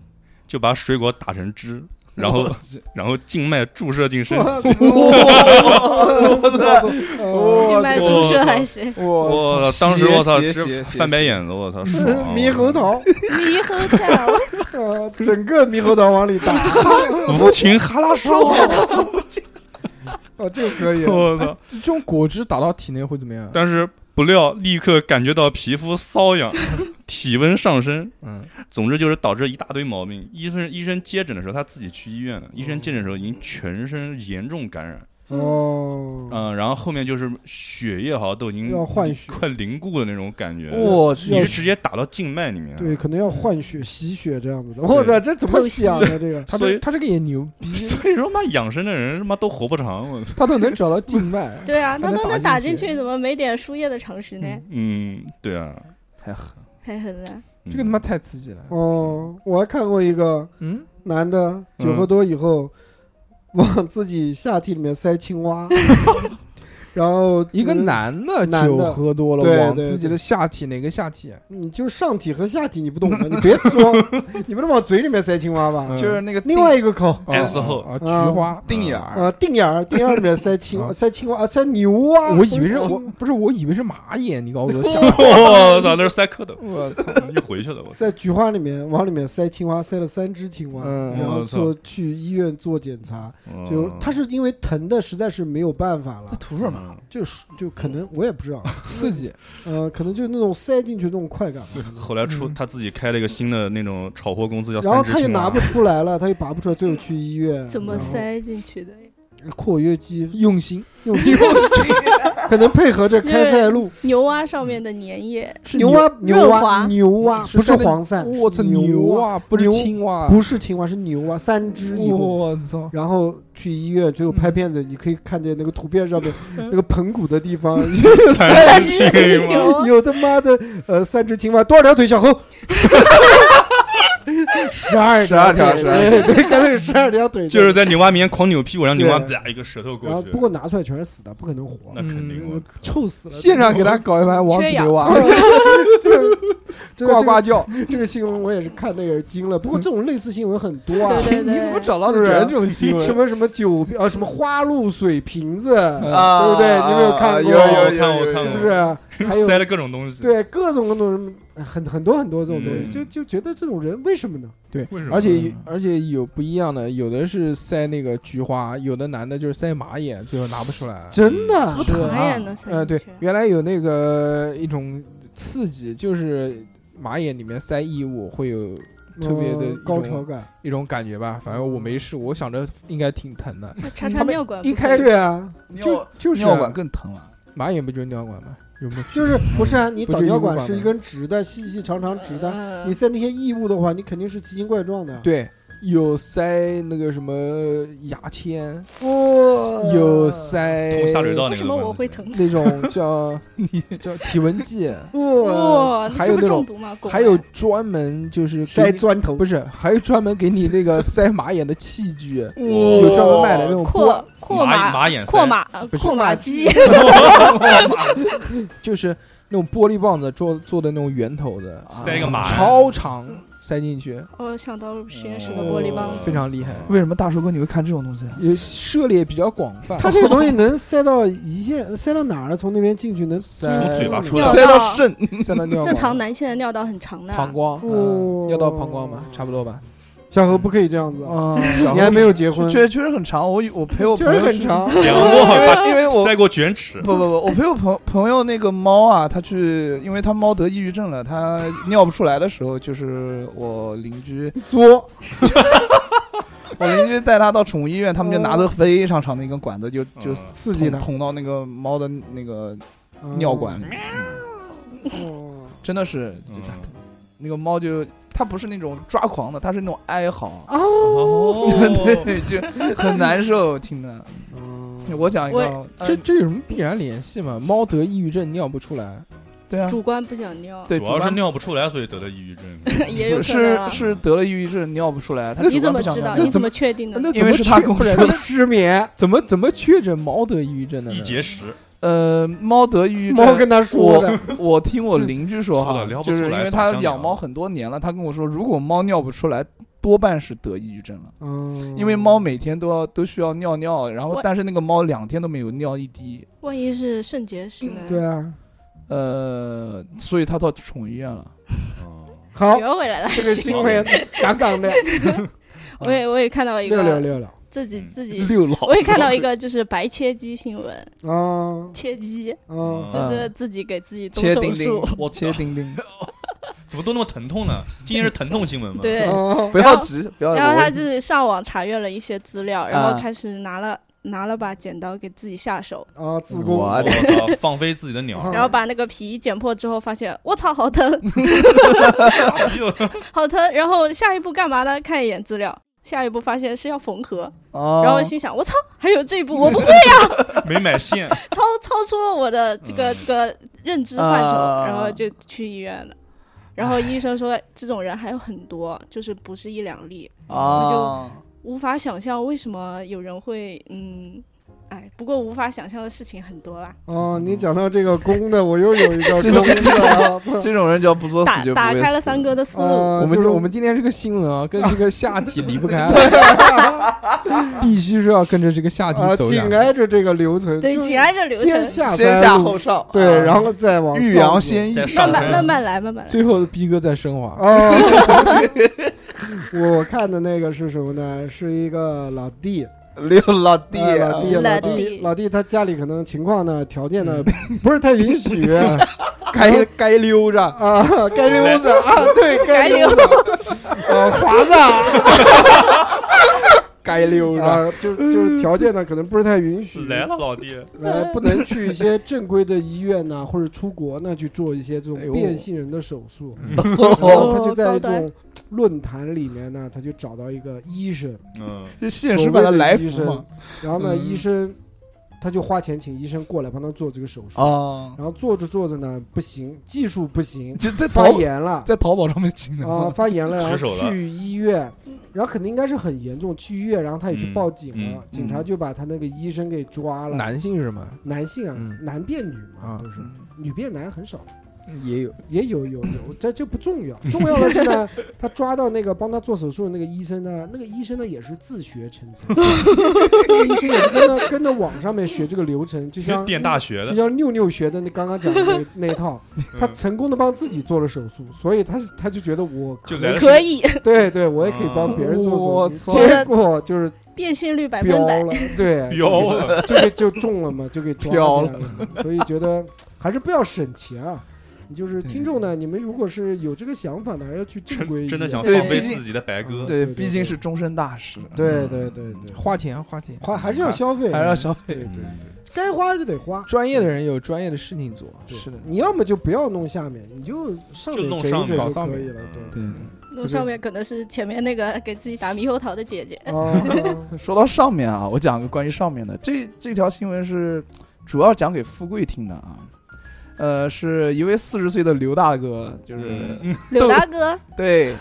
D: 就把水果打成 汁，然后然后静脉注射进身体。
F: 我操！
D: 哦
E: 静脉注射还行，
D: 我
C: 操
D: 当时我操，
C: 邪邪
D: 直
C: 邪
D: 翻白眼子，我操，爽 啊
F: 猕猴桃，
E: 猕猴桃，
F: 啊整个猕猴桃往里打，
D: 无情哈拉少，
F: 哦，这个可以，
D: 我操！
B: 这种果汁打到体内会怎么样？
D: 但是不料立刻感觉到皮肤瘙 痒，体温上升，
B: 嗯，
D: 总之就是导致一大堆毛病。医生医生接诊的时候，他自己去医院了。医生接诊的时候已经全身严重感染，
F: 哦，
D: 嗯，然后后面就是血液好像都已经
F: 要换血哦
D: 快凝固的那种感觉。
C: 我
D: 你
C: 去
F: 要
D: 是直接打到静脉里面，啊
F: 对，，可能要换血、洗血这样子的。我操，这怎么
E: 透析
F: 想的这个？
B: 他
D: 所
B: 这
D: 以
B: 他这个也牛逼，
D: 所以说妈养生的人他妈都活不长，我
B: 他都能找到静脉。
E: 对 啊，他都能
B: 打
E: 打
B: 进
E: 进
B: 去
E: 去，怎么没点输液的常识呢？
D: 嗯，对啊，
C: 太狠！
E: 太狠了，
D: 嗯
B: 这个他妈太刺激了。
F: 哦，我还看过一个
B: 嗯，
F: 男的酒喝多以后， 往自己下体里面塞 青蛙，然后
B: 一个
F: 嗯
B: 男的
F: 男
B: 酒
F: 的
B: 喝多
F: 对
B: 了，往
F: 对
B: 自己
F: 对
B: 的下体哪个下体？
F: 你就上体和下体你不懂吗？你别装， 你不能往嘴里面塞青蛙吧？
B: 嗯
C: 就是那个
F: 另外一个口
B: 哦
D: S 后
B: 啊，
F: 啊
B: 菊花。
C: 定眼儿，
F: 啊，定眼儿，定眼儿里面塞青
B: 啊
F: 蛙，塞青蛙，啊塞牛蛙。
B: 我以为是
F: 不
B: 我不是我以为是马眼，你 告诉我下。
D: 我操，那是塞蝌蚪，
B: 我操！
D: 又回去了，我操。
F: 在菊花里面往里面塞青蛙，塞了三只青蛙，
B: 嗯
F: 然后
D: 我操
F: 做去医院做检查，就
D: 嗯
F: 他是因为疼的实在是没有办法了，
C: 图什么？
F: 就是就可能我也不知道，
B: 刺激，
F: 呃，可能就是那种塞进去那种快感吧。
D: 后来出他自己开了一个新的那种炒货公司，叫
F: 嗯然
D: 三
F: 后
D: 只
F: 他又
D: 青
F: 拿
D: 蛙
F: 不。出来了，他又拔不出来，最后去医院，
E: 怎么塞进去的？
F: 然后括约 肌
B: 用心
F: 用力， 可能配合着开塞露、
E: 牛蛙上面的粘液，
B: 是嗯
F: 牛蛙、牛
E: 润
F: 蛙、
E: 滑
F: 牛蛙，
B: 啊是
F: 不是
B: 那个
F: 黄鳝，
B: 我操
F: 是牛
B: 牛啊，不是
F: 牛
B: 青蛙，
F: 不是青蛙，是牛蛙，三只一共。
B: 我操！
F: 然后去医院，最后
B: 嗯
F: 拍片子，你可以看见那个图片上面那个盆骨的地 方，
D: 三只青蛙，
E: 牛
F: 有他妈的呃三只青蛙，多少条腿？小猴，十二
C: 12条
F: 腿
C: 12
F: 哎对对，干脆十二条 腿，
D: 就是在牛蛙面前狂扭屁股，让牛蛙
F: 对
D: 啪一个舌头
F: 然后
D: 过去
F: 不，过嗯拿出来全是死的，不可能活
D: 那，肯定啊我靠
F: 臭死了。
B: 现场给他搞一盘王子牛啊 蛙，
F: 这个
B: 呱呱叫。
F: 这个这个新闻我也是看那个惊了。不过这种类似新闻很多啊，
E: 对对 对
B: 你怎么找到的全这种新
F: 什
B: 闻？
F: 么什么酒瓶呃什么花露水瓶子，
B: 嗯
C: 啊
F: 对不对你有没有看过
C: 有
D: 我看
C: 有
D: 我看
F: 是不
D: 过
F: 是？还有
D: 塞了各种东西。，
F: 对各种各种什么很很多很多这种东西，
C: 嗯
F: 就就觉得这种人为什么呢？
B: 对
D: 为什，么
B: 而且而且有不一样的，有的是塞那个菊花，有的男的就是塞马眼，最后拿不出来。
F: 真的
E: 我
B: 是
E: 讨
B: 啊
E: 厌的三
B: 呃，
E: 明
B: 对
E: 治，
B: 原来有那个一种刺激，就是马眼里面塞异物会有特别的
F: 呃
B: 一种
F: 高潮感，
B: 一种感觉吧，反正我没试，我想着应该挺疼的。
E: 那查查
B: 他们
E: 尿管
B: 一
E: 不
B: 开
E: 可以
F: 对啊，
B: 就就是
C: 尿管更疼了，
B: 马眼不就是尿管吗？有没有？
F: 就是不是啊？你
B: 不
F: 导
B: 就
F: 尿
B: 一个
F: 管
B: 管
F: 是
B: 吗
F: 一根直的，细细长长
B: 啊
F: 直的，
E: 嗯
F: 你塞那些异物的话，你肯定是奇形怪状的。
B: 对，有塞那个什么牙签，
F: 哇，
B: 有塞
D: 通呃下水道那
E: 为
D: 个东
E: 什
D: 西。
E: 么我会疼？
B: 那种 叫叫体温计，
F: 哇，
E: 哇，
B: 嗯还
E: 那
B: 有
E: 这不
B: 那种
E: 中毒吗？
B: 还有专门就是给
F: 塞
B: 你
F: 砖头
B: 不，是，还有专门给你那 个塞马眼的器具，
D: 哦
B: 有
D: 有
B: 专门卖的那种
E: 扩
B: 锅，
E: 扩
D: 马
E: 马
D: 马眼
E: 扩
D: 塞嗯
E: 马
B: 不是
E: 扩马机，
B: 就是那种玻璃棒子做做的那种圆头的，啊
D: 塞一个马
B: 超长，塞进去
E: 我哦想到了实验室的玻璃棒
D: 哦
E: 子，
B: 非常厉害，
C: 为什么大叔哥你会看这种东西？啊
B: 也涉猎比较广泛。
F: 它这个东西能塞到胰腺，塞到哪儿？从那边进去能塞
B: 从
D: 嘴巴出
E: 来
C: 塞到肾，
B: 塞到尿
E: 正
B: 管
E: 常男性的尿道很长的，
B: 膀胱，
F: 哦
B: 嗯尿道膀胱嘛，差不多吧。
F: 小何不可以这样子啊！
B: 啊，
F: 你还没有结
C: 嗯
F: 婚，
C: 确实确实很长。我我陪我
F: 确
C: 朋
F: 实
C: 友
F: 很
C: 去，
F: 长。
D: 两
C: 因
D: 握
C: 为因 为我
D: 塞过卷尺，
C: 不不不，我陪我朋朋友那个猫啊，它去，因为它猫得抑郁症了，它尿不出来的时候，就是我邻居，
F: 作，
C: 我邻居带它到宠物医院，他们就拿着非常长的一根管子，就就
D: 嗯
F: 刺激
C: 捅
F: 它
C: 捅到那个猫的那个尿管。里，
E: 嗯
F: 哦
C: 真的是
D: 嗯
C: 那个猫就它不是那种抓狂的，它是那种哀嚎，
D: 哦，
C: 对，就很难受，听的。
F: 嗯
C: 我讲一个
E: 我，
B: 啊这
C: 呃
B: 这有什么必然联系吗？猫得抑郁症尿不出来，
C: 对啊，
E: 主观不想 尿，
C: 对，
D: 主要
C: 主
D: 是
C: 观
D: 尿不出来，所以得的抑郁症。
E: 也有可能
C: 是
E: 啊。
C: 是得了抑郁症尿不出来，它
E: 你
C: 主观
E: 怎么
C: 不想
E: 知道？
C: 尿
E: 你 怎么确定的？
B: 那
C: 因
B: 怎
C: 为
B: 么
C: 是他
B: 确
C: 跟我
B: 不然
C: 说的
F: 失眠，
B: 怎么怎么确诊猫得抑郁症的呢
D: 一？节食，
C: 呃，猫得抑郁症，
F: 猫跟他说的，
C: 我听我邻居说
D: 说
C: 哈
D: 的聊，不
C: 就是
D: 出
C: 因
D: 来
C: 为
D: 咋
C: 他
D: 想
C: 养
D: 聊
C: 猫很多年了，他跟我说，如果猫尿不出来，多半是得抑郁症了，
F: 嗯
C: 因为猫每天都要都需要尿尿，然后
E: 我
C: 但是那个猫两天都没有尿一滴，
E: 万一是肾结石呢？
F: 对，啊，
C: 呃，所以他到宠物医院了。
E: 嗯
F: 好，
E: 折回来了。
F: 这个新闻杠 杠的，
E: 我也我也看到一
F: 六六
E: 个
F: 六六
E: 自己自己，
C: 六老
E: 我也看到一个就是白切鸡新闻，
F: 啊
E: 切鸡
D: 嗯
F: 啊，
E: 就是自己给自己动
C: 切
E: 手
C: 丁
E: 术
C: 丁，
D: 我
C: 切丁丁，
D: 怎么都那么疼痛呢？今天是疼痛新闻吗？
E: 对
F: 啊
C: 不要急，不要急。
E: 哦然后他
C: 我
E: 自己上网查阅了一些资料，然
C: 啊
E: 后开始拿了拿了把剪刀给自己下手，
F: 啊，子
C: 我
F: 宫
D: 我操，放飞自己的 鸟
F: 嗯
E: 然后把那个皮剪破之后，发现我操，好疼，
D: 儿，
E: 好疼。然后下一步干嘛呢？看一眼资料，下一步发现是要缝合，
C: 哦
E: 然后心想我操，还有这一步，我不会
D: 没买 线，
E: 超超出了我的这个
D: 嗯
E: 这个认知范畴，
C: 啊
E: 然后就去医院了。然后医生说，这种人还有很多，就是不是一两例，
C: 啊，
E: 无法想象为什么有人会嗯，哎，不过无法想象的事情很多啦。
F: 哦，你讲到这个公的，我又有一个
C: 这
F: 公
C: 种
F: 的，
C: 这种人只要不作死
E: 打
C: 就不
E: 打
C: 会
E: 开了
C: 死嗯
E: 三哥的思路。
F: 啊，
B: 我们
F: 就是
B: 这嗯我们今天这个新闻啊，跟这个下体离不开，啊 必须是要跟着这个下
F: 啊，
B: 体走
F: 紧
B: 的。
F: 挨着这个流程，
E: 对
F: 就，是
E: 紧挨着流程
F: 先，下
C: 先
F: 三
C: 下
F: 路
C: 后上，
F: 对，
C: 啊
F: 然后再往
C: 欲
F: 上
C: 扬
F: 走
C: 先抑
D: 在，上
E: 慢慢
D: 身
E: 慢慢来，慢慢来。
B: 最后逼哥在升华，
F: 哦， 我看的那个是什么呢？是一个老弟，
C: 六老弟
F: 哎老弟，
E: 啊
F: 老
E: 老
F: 弟，
E: 弟
F: 老弟，他家里可能情况呢，条件呢不是太允许
B: 该该溜着，
F: 啊，该溜子啊，对，
E: 该
F: 该
E: 溜
F: 溜子，呃，华子 啊
B: 该溜着。
F: 啊，就就是条件呢，可能不是太允许，
C: 嗯
D: 来了老弟，
F: 呃，不能去一些正规的医院呐， 或者出国呢去做一些这
C: 哎呦
F: 种变性人的手术。然后
C: 哦，
F: 他就在
E: 高
F: 这
E: 端
F: 种论坛里面呢，他就找到一个医生，
D: 嗯，
C: 就现实把他来福嘛。
F: 然后呢，
C: 嗯
F: 医生他就花钱请医生过来帮他做这个手
B: 哦
F: 术。
C: 啊，
F: 然后做着做着呢，不行，技术不行，
C: 就在
F: 发
C: 淘
F: 炎了
C: 在淘宝上面进的
F: 啊，发炎了，然
D: 取手
F: 后
D: 了
F: 去医院，然后肯定应该是很严重，去医院，然后他也去
D: 嗯
F: 报警了，
D: 嗯
F: 警察就把他那个医生给抓了。
B: 男性是吗？
F: 男性啊，
B: 嗯
F: 男变女嘛，
B: 啊
F: 都是
C: 嗯
F: 女变男很少，
B: 也有
F: 也有有有，这这不重要，重要的是呢，他抓到那个帮他做手术的那个医生呢，那个医生呢也是自学成才， 那个医生也是跟着跟着网上面学这个流程，就像
D: 电大学
F: 就
D: 的，
F: 像六六学的那刚刚讲的那那一套，他
D: 嗯
F: 成功的帮自己做了手术，所以他是他就觉得我
D: 就
F: 以
D: 来
E: 可以
F: 对对，我也可以帮别人做
B: 我
F: 手术，
B: 操
F: 结果就是
E: 变现率百分
F: 飙
E: 百。
F: 了， 对，
D: 标了，
F: 就被就中了嘛，就给抓起
C: 飘
F: 来了。所以觉得还是不要省钱啊。你就是
C: 对
F: 听众呢，你们如果是有这个想法呢，还是要去正规医
D: 真真
F: 院。
D: 的想放
C: 对
D: 飞
C: 毕竟
D: 自己的白鸽，
C: 对，
F: 对对
C: 毕竟是终身大事，
F: 对对对对，
B: 花钱花钱，啊
F: 花还是要消费，
C: 嗯还是要消费
F: 对对，
D: 嗯
F: 该花就得花。
B: 专业的人有专业的事情做。
F: 对
C: 是的
F: 你要么就不要弄下面，你就上
D: 就
F: 面
D: 弄
F: 整
D: 上面嗯
F: 一整就
B: 搞上
F: 可以
B: 面
F: 了。对，
C: 对。
E: 那上面可能是前面那个给自己打猕猴桃的姐姐，
F: 哦，
C: 说到上面啊，我讲个关于上面的，这这条新闻是主要讲给富贵听的啊。呃，是一位四十岁的刘大哥，
E: 嗯
C: 就是、
E: 柳大哥，
C: 对，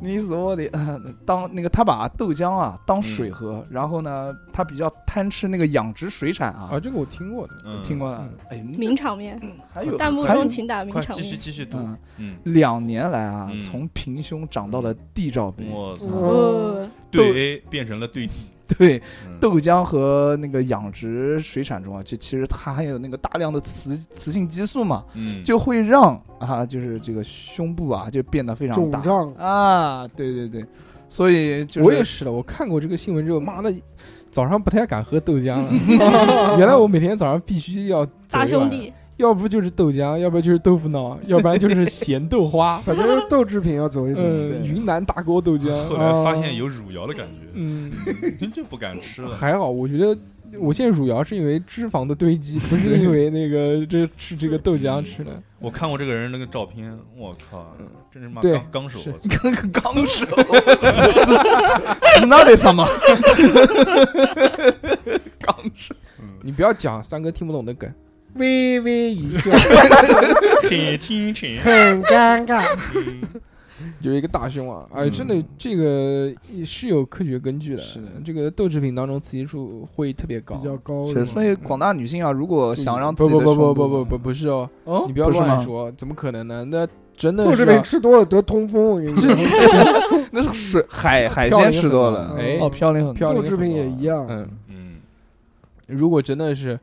C: 你所的、呃当那个他把豆浆啊当水喝，然后呢，他比较贪吃那个养殖水产啊，
B: 啊，这个我听过的，
D: 嗯
C: 听过的
B: 嗯，
C: 哎，那
E: 名场面，
C: 还有
E: 弹幕
C: 还有
E: 中请打名
D: 快
E: 场
D: 继续
E: 面。
D: 继续读，
C: 嗯，
D: 嗯，
C: 两年来啊，
D: 嗯
C: 从平胸长到了地罩杯，
D: 我操
F: 嗯
E: 哦，
D: 对 A 变成了对 D，
C: 对，
D: 嗯
C: 豆浆和那个养殖水产中啊，就其实它还有那个大量的雌雌性激素嘛，
D: 嗯
C: 就会让啊，就是这个胸部啊就变得非常
F: 肿
C: 大
F: 胀，。
C: 啊，对对对，所以就是
B: 我也是的。我看过这个新闻之后，妈的，早上不太敢喝豆浆 了。原来我每天早上必须要走
E: 大
B: 一
E: 兄
B: 碗，
E: 弟，
B: 要不就是豆浆，要不然就是豆腐脑，要不然就是咸豆花
F: 反正豆制品要走一走。
C: 对
B: 嗯，云南大锅豆浆。
D: 后来
F: 哦
D: 发现
B: 啊，
D: 有汝窑的感觉，
B: 嗯，
D: 就不敢吃了。
B: 还好，我觉得我现在乳窑是因为脂肪的堆积，不是因为那个这吃这个豆浆吃的。
D: 我看过这个人那个照片，我靠，
F: 嗯
D: 真是妈
B: 对
D: 刚刚手，啊
B: 是
D: 我操
C: 跟个钢手，是那得什么？钢手，
B: 你不要讲三哥听不懂的梗，
F: 微微一笑，
D: 挺清纯。
F: 很尴尬。
B: 有一个大胸啊，哎，
D: 嗯
B: 真的这个是有科学根据的。
C: 是的
B: 这个豆制品当中雌激素会特别高
F: 比。较高是
C: 是
F: 吧，
C: 所以广大女性啊，如果想让自
B: 不不
C: 己的
B: 不不
C: 胸部
B: 不不不不是哦，
C: 哦，
B: 你不要
C: 是吗
B: 乱，说，怎么可能呢？那真的
F: 豆制
B: 是啊
F: 品
B: 要
F: 吃多了得通风，我跟你讲，
C: 那是水海海鲜吃多了，
F: 哎
B: 嗯
C: 哦，嘌呤很
B: 嘌
C: 多
B: 呤
F: 豆制品也一样。
B: 啊嗯，
D: 嗯，
B: 如果真的是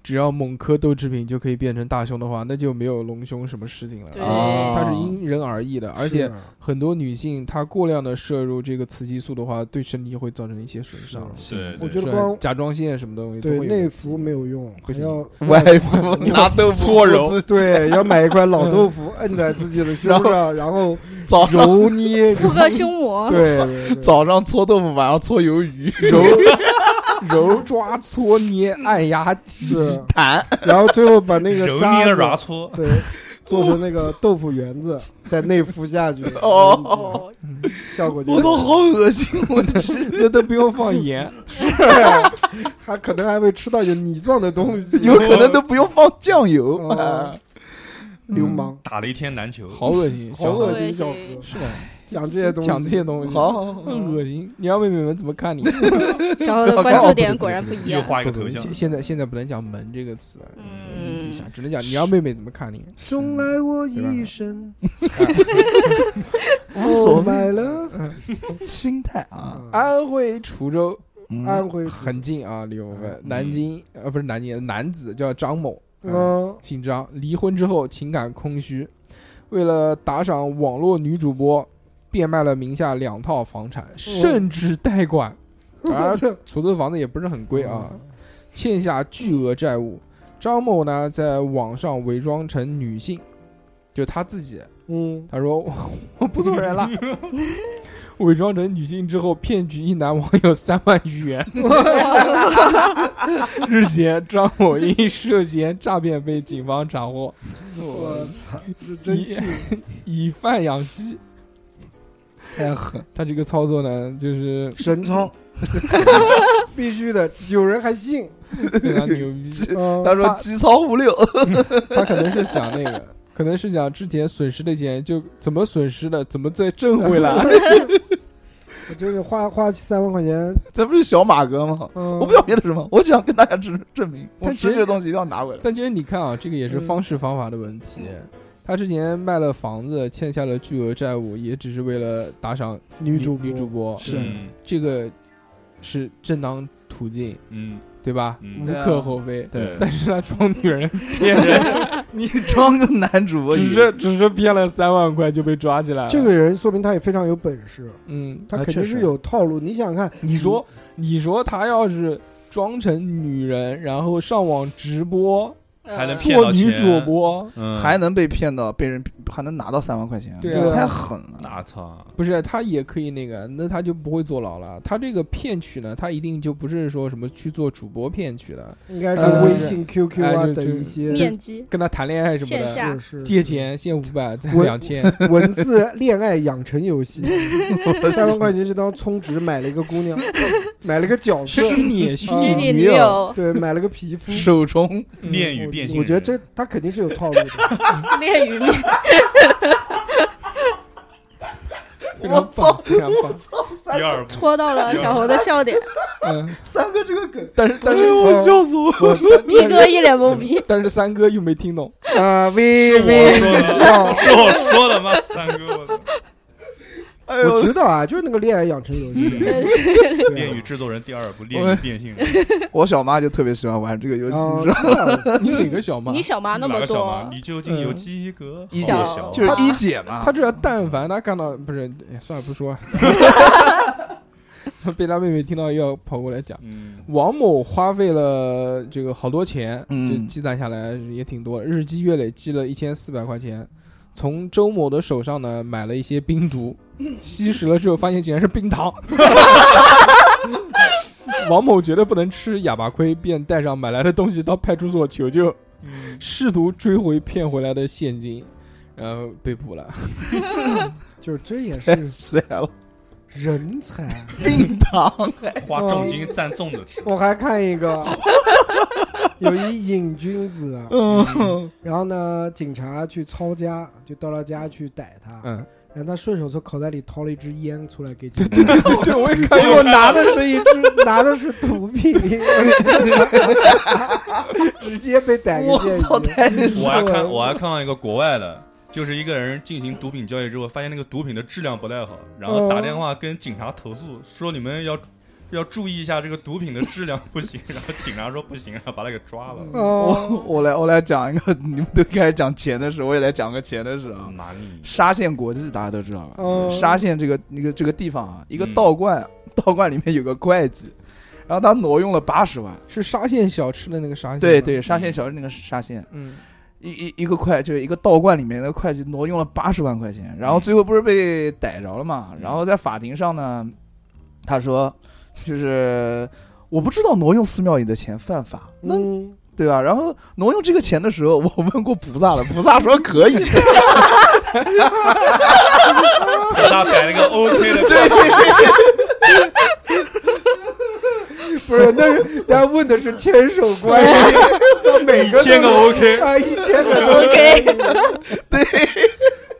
B: 只要猛磕豆制品就可以变成大胸的话，那就没有隆胸什么事情了。
E: 对
C: 哦
B: 它是因人而异的，而
F: 是
B: 且
F: 啊
B: 很多女性她过量的摄入这个雌激素的话，对身体会造成一些损伤，
F: 是
D: 对，
F: 我
D: 对
F: 觉得
B: 是
F: 光
B: 甲状腺什么东西都
F: 对
B: 会有
F: 内服没有用，
B: 不
F: 还
B: 行
F: 要
C: 外敷拿豆腐
D: 搓揉
C: 自己
F: 对，要买一块老豆腐摁在自己的胸上，然后
C: 早上
F: 揉捏，
E: 复刻胸膜，
F: 对对对
C: 早上搓豆腐，晚上搓鱿鱼，
B: 揉揉抓搓捏按压挤
F: 是，
C: 弹
F: 然后最后把那个
D: 揉
F: 渣
D: 捏
F: 子
D: 揉搓，
F: 对做成那个豆腐圆子，再内服下去，
C: 哦，
E: 哦，
F: 效果就
C: 我都好恶心，我的天！
B: 那都不用放盐，
F: 还可能还会吃到有泥状的东西，
C: 有可能都嗯不用放酱油。
F: 哦流氓，
D: 打了一天难求。
B: 好恶心，
F: 好恶心，
E: 恶心
F: 小哥
B: 是吧？
F: 讲这些东西，
B: 讲这些东西，
C: 好，好好
B: 很恶心。你让妹妹们怎么看 你？
E: 小何的关注点果然不一
D: 又
E: 样。
D: 画一个头像
B: 现，现在现在不能讲“门”这个词，
E: 嗯
B: 记下，只能讲你让妹妹怎么看你。
F: 深爱我一生，
C: 无所谓，
F: 买了
C: 心态啊，
B: 安徽滁州
C: 嗯，
F: 安徽
B: 很近啊，离我们南京呃不是南京，男子叫张某，嗯
F: 嗯
B: 姓张，离婚之后情感空虚，为了打赏网络女主播，变卖了名下两套房产，甚至贷款。而滁州房子也不是很贵啊，欠下巨额债务。张某呢，在网上伪装成女性，就他自己，
F: 嗯，
B: 他说 我我不做人了， 伪装成女性之后骗取一男网友三万余元。 日前，张某因涉嫌诈骗被警方查获，
F: 我操，这真
B: 你
F: 幸福。
B: 以 贩养吸。
C: 太狠，
B: 他这个操作呢，就是
F: 神操，必须的，有人还信。
B: 非常牛逼。
F: 嗯
C: 呃他说机操五 六，
B: 他可能是想那个，可能是想之前损失的钱就怎么损失的，怎么再挣回来。
F: 我就是花花三万块钱，
C: 这不是小马哥吗？
F: 嗯，
C: 我不要别的什么，我只想跟大家证证明，我
B: 但其
C: 吃
B: 实
C: 这个东西一定要拿回来。
B: 但其实你看啊，这个也
F: 嗯
B: 是方式方法的问题。他之前卖了房子，欠下了巨额债务，也只是为了打赏
F: 女主
B: 女主播，
F: 是
D: 嗯
B: 这个是正当途径，
D: 嗯
B: 对吧？
D: 嗯
B: 无
C: 对啊
B: 可厚非。
D: 对
B: 但是他装女人骗人，
C: 你装个男主播也，
B: 只是只是骗了三万块就被抓起来了。
F: 这个人说明他也非常有本事，
B: 嗯，
F: 他
C: 啊
F: 肯
C: 确
F: 定
C: 实
F: 是有套路。你想想看，
B: 你说，你说他要是装成女人，然后上网直播
D: 还能骗
B: 做
D: 到
B: 女
D: 钱
B: 主播，
D: 嗯，
C: 还能被骗到，被人还能拿到三万块钱，
B: 对
F: 啊
C: 这太狠了。
D: 那操，
B: 不是他也可以那个，那他就不会坐牢了。他这个骗取呢，他一定就不是说什么去做主播骗取的，
F: 应该是
B: 呃
F: 微信、QQ
B: 哎
F: 啊
B: 就
F: 等一些
E: 嗯面基，
B: 跟他谈恋爱什么
E: 线
B: 的，
E: 下
F: 是是
B: 借钱先五百再
F: 我
B: 两千，
F: 文字恋爱养成 游戏，三万块钱就当充值买了一个姑娘，买了个角色，
B: 虚拟虚
F: 嗯
B: 拟
E: 虚
B: 女
E: 拟女
B: 友，嗯
E: 友，
F: 对，买了个皮肤。
C: 手 冲
D: 恋与变性人，
F: 我觉得这他肯定是有套路 的，
E: 恋与 面，
B: 非常棒，非常棒。
C: 哦
D: 第二部
E: 戳到了小猴的笑 点。
B: 嗯，
C: 三哥这个梗，哦
B: 但是但是
F: 我笑
C: 死哎我！
B: 我
E: 咪哥一脸 懵逼，
B: 但是三哥又没听懂，
F: 啊，
D: 是
F: 微
D: 我
F: 微
D: 说
F: 笑
D: 的，。是我说的吗？三哥，我操
C: 哎
F: 我
C: 呦，
F: 知道啊，就是那个恋爱养成游戏，
E: 对
F: 对啊
D: 恋与制作人第二部恋与变性人，
C: 我小妈就特别喜欢玩这个游戏，
F: 啊
C: 你知道吗，
B: 你哪个小嘛？
E: 你小妈那
D: 哪
E: 么
D: 个小
E: 多
D: 马？，你究竟有几个
C: 一姐
E: 小
D: 小啊
C: 就是一姐嘛。
B: 他这但凡他看到不是，哎算了 不 说，被他妹妹听到要跑过来讲。
D: 嗯，
B: 王某花费了这个好多钱，
C: 嗯
B: 就积攒下来也挺多，日积月累积了一千四百块钱。从周某的手上呢买了一些冰 毒，吸食了之后发现竟然是冰糖。王某觉得不能吃哑巴亏，便带上买来的东西到派出所求救，
C: 嗯
B: 试图追回骗回来的现金，然后被捕了。
F: 就是这也
C: 太
F: 是
C: 帅了，
F: 人才。
C: 啊冰糖
D: 花重金赞粽子吃，
F: 我还看一个，有一瘾君子，然后呢，警察去抄家，就到他家去逮他，
B: 嗯，
F: 然后他顺手从口袋里掏了一支烟出来给警察，结
B: 对，我也看
F: 果拿的是一支，拿的是毒品，直接被逮个
C: 我
F: 见
C: 操，
F: 血。
C: 太帅
D: 我还看我还看到一个国外的，就是一个人进行毒品交易之后，发现那个毒品的质量不太好，然后打电话跟警察投诉，说你们要要注意一下这个毒品的质量 不行，然后警察说不行，然后把他给抓了。
C: 我
F: 哦，
C: 我来我来讲一个，你们都开始讲钱的事，我也来讲个钱的事啊。
D: 妈咪，
C: 沙县国际大家都知道吧？
F: 嗯
C: 沙县这个那个这个地方啊，一个
D: 嗯
C: 道观，道观里面有个会计，然后他挪用了八十万。
B: 是沙县小吃的那个沙县，
C: 对，对，沙县小镇那个沙县，
B: 嗯，
C: 一一一个会就是一个道观里面的会计挪用了八十万块钱，然后最后不是被逮着了嘛？然后在法庭上呢，他说就是我不知道挪用寺庙里的钱犯法，那
F: 嗯，
C: 对吧？然后挪用这个钱的时候，我问过菩萨了，菩萨说可 以。
D: 和他摆了个 OK 的关系，
F: 不是， 那是人家问的是牵手关系，这每个
D: 一千个 OK，
F: 啊，一千个都
E: OK
F: 对，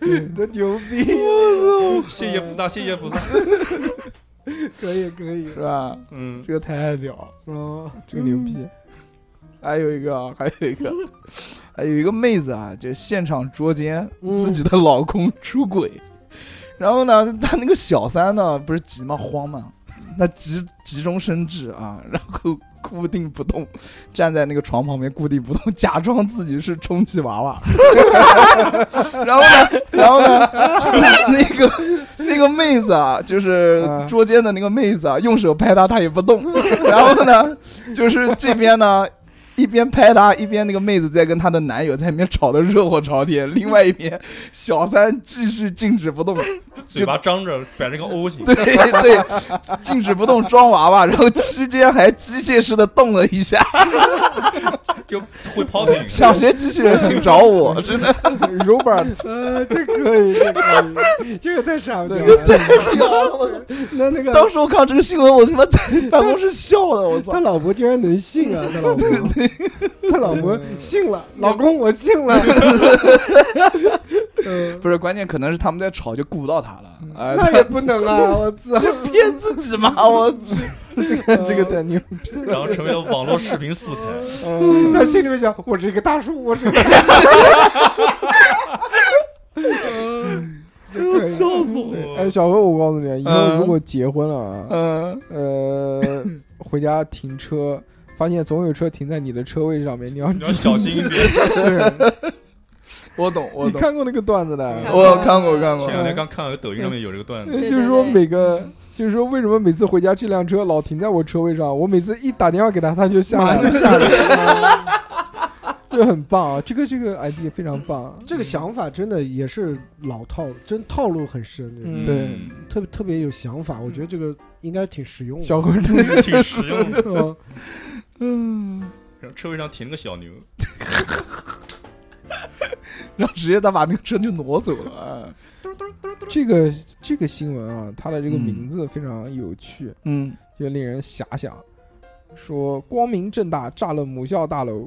F: 你的牛逼，
D: 谢谢菩萨，谢谢菩萨，
F: 可以可以，
C: 是吧？
D: 嗯，
C: 这个太屌了，
F: 嗯，
C: 这个牛逼！还有一个啊，还有一个，还有一个妹子啊，就现场捉奸
F: 嗯
C: 自己的老公出轨，然后呢，她那个小三呢，不是急嘛慌嘛，那急急中生智啊，然后 固定不动，站在那个床旁边固定不动，假装自己是充气娃娃， 然后呢，然后呢， 那个那个妹子啊，就是
B: 啊
C: 捉奸 的那个妹子啊，用手拍她，她也不动，然后呢，就是这边呢。一边拍他，一边那个妹子在跟她的男友在里面吵得热火朝天，另外一边小三继续静止不动，
D: 嘴巴张着，摆成个 O 型，
C: 对对，静止不动装娃娃，然后期间还机械式的动了一下，
D: 就会 popping。
C: 想学机器人请找我，真的 Robert，
F: 呃，这可以，这可以，这个太傻逼
C: 这
F: 了
C: 个。太屌了！
F: 那那 个
C: 当时我看这个新闻，我他妈在办公室笑的，我
F: 他
C: 操！
F: 老婆竟然能信 啊！他老婆，他老婆信了，老公我信了。嗯，
C: 不是，关键可能是他们在吵，就顾不到他了，哎，
F: 那也不能啊！我操，
C: 骗自己嘛，我
F: 这个
B: 这个太牛，
D: 然后成为了网络视频素 材。
F: 他心里面想，我是一个大叔，我是一个
D: 笑死我
B: 哎，小何，我告诉你，以后
C: 嗯
B: 如果结婚了啊，
C: 嗯，
B: 呃，回家停车，发现总有车停在你的车位上面，你要
D: 你要小心一点。
B: 对
C: 我懂，我
B: 你
C: 懂，
B: 看过那个段子的？
E: 看
C: 我有看过，我看
D: 前
C: 过
D: 两天刚看到抖音上面有这个段子，
E: 对
B: 就是说每个，就是说为什么每次回家这辆车老停在我车位上？我每次一打电话给他，他就下
F: 马
B: 来
F: 上就
B: 了，
F: 下来了。
B: 这很棒啊！这个这个 idea 非常棒，啊
F: 这个想法真的也是老套，真套路很深，这个
B: 嗯
C: 对
D: 嗯
F: 特别特别有想法。我觉得这个应该挺实用的。
B: 小何真
D: 这
B: 的
D: 个挺实用的。
F: 嗯
D: 然后车位上停了个小牛，
C: 然后直接他把那个车就挪走了，
B: 这个这个新闻啊，它的这个
C: 嗯
B: 名字非常有趣，
C: 嗯，
B: 就令人遐想。说光明正大炸了母校大楼，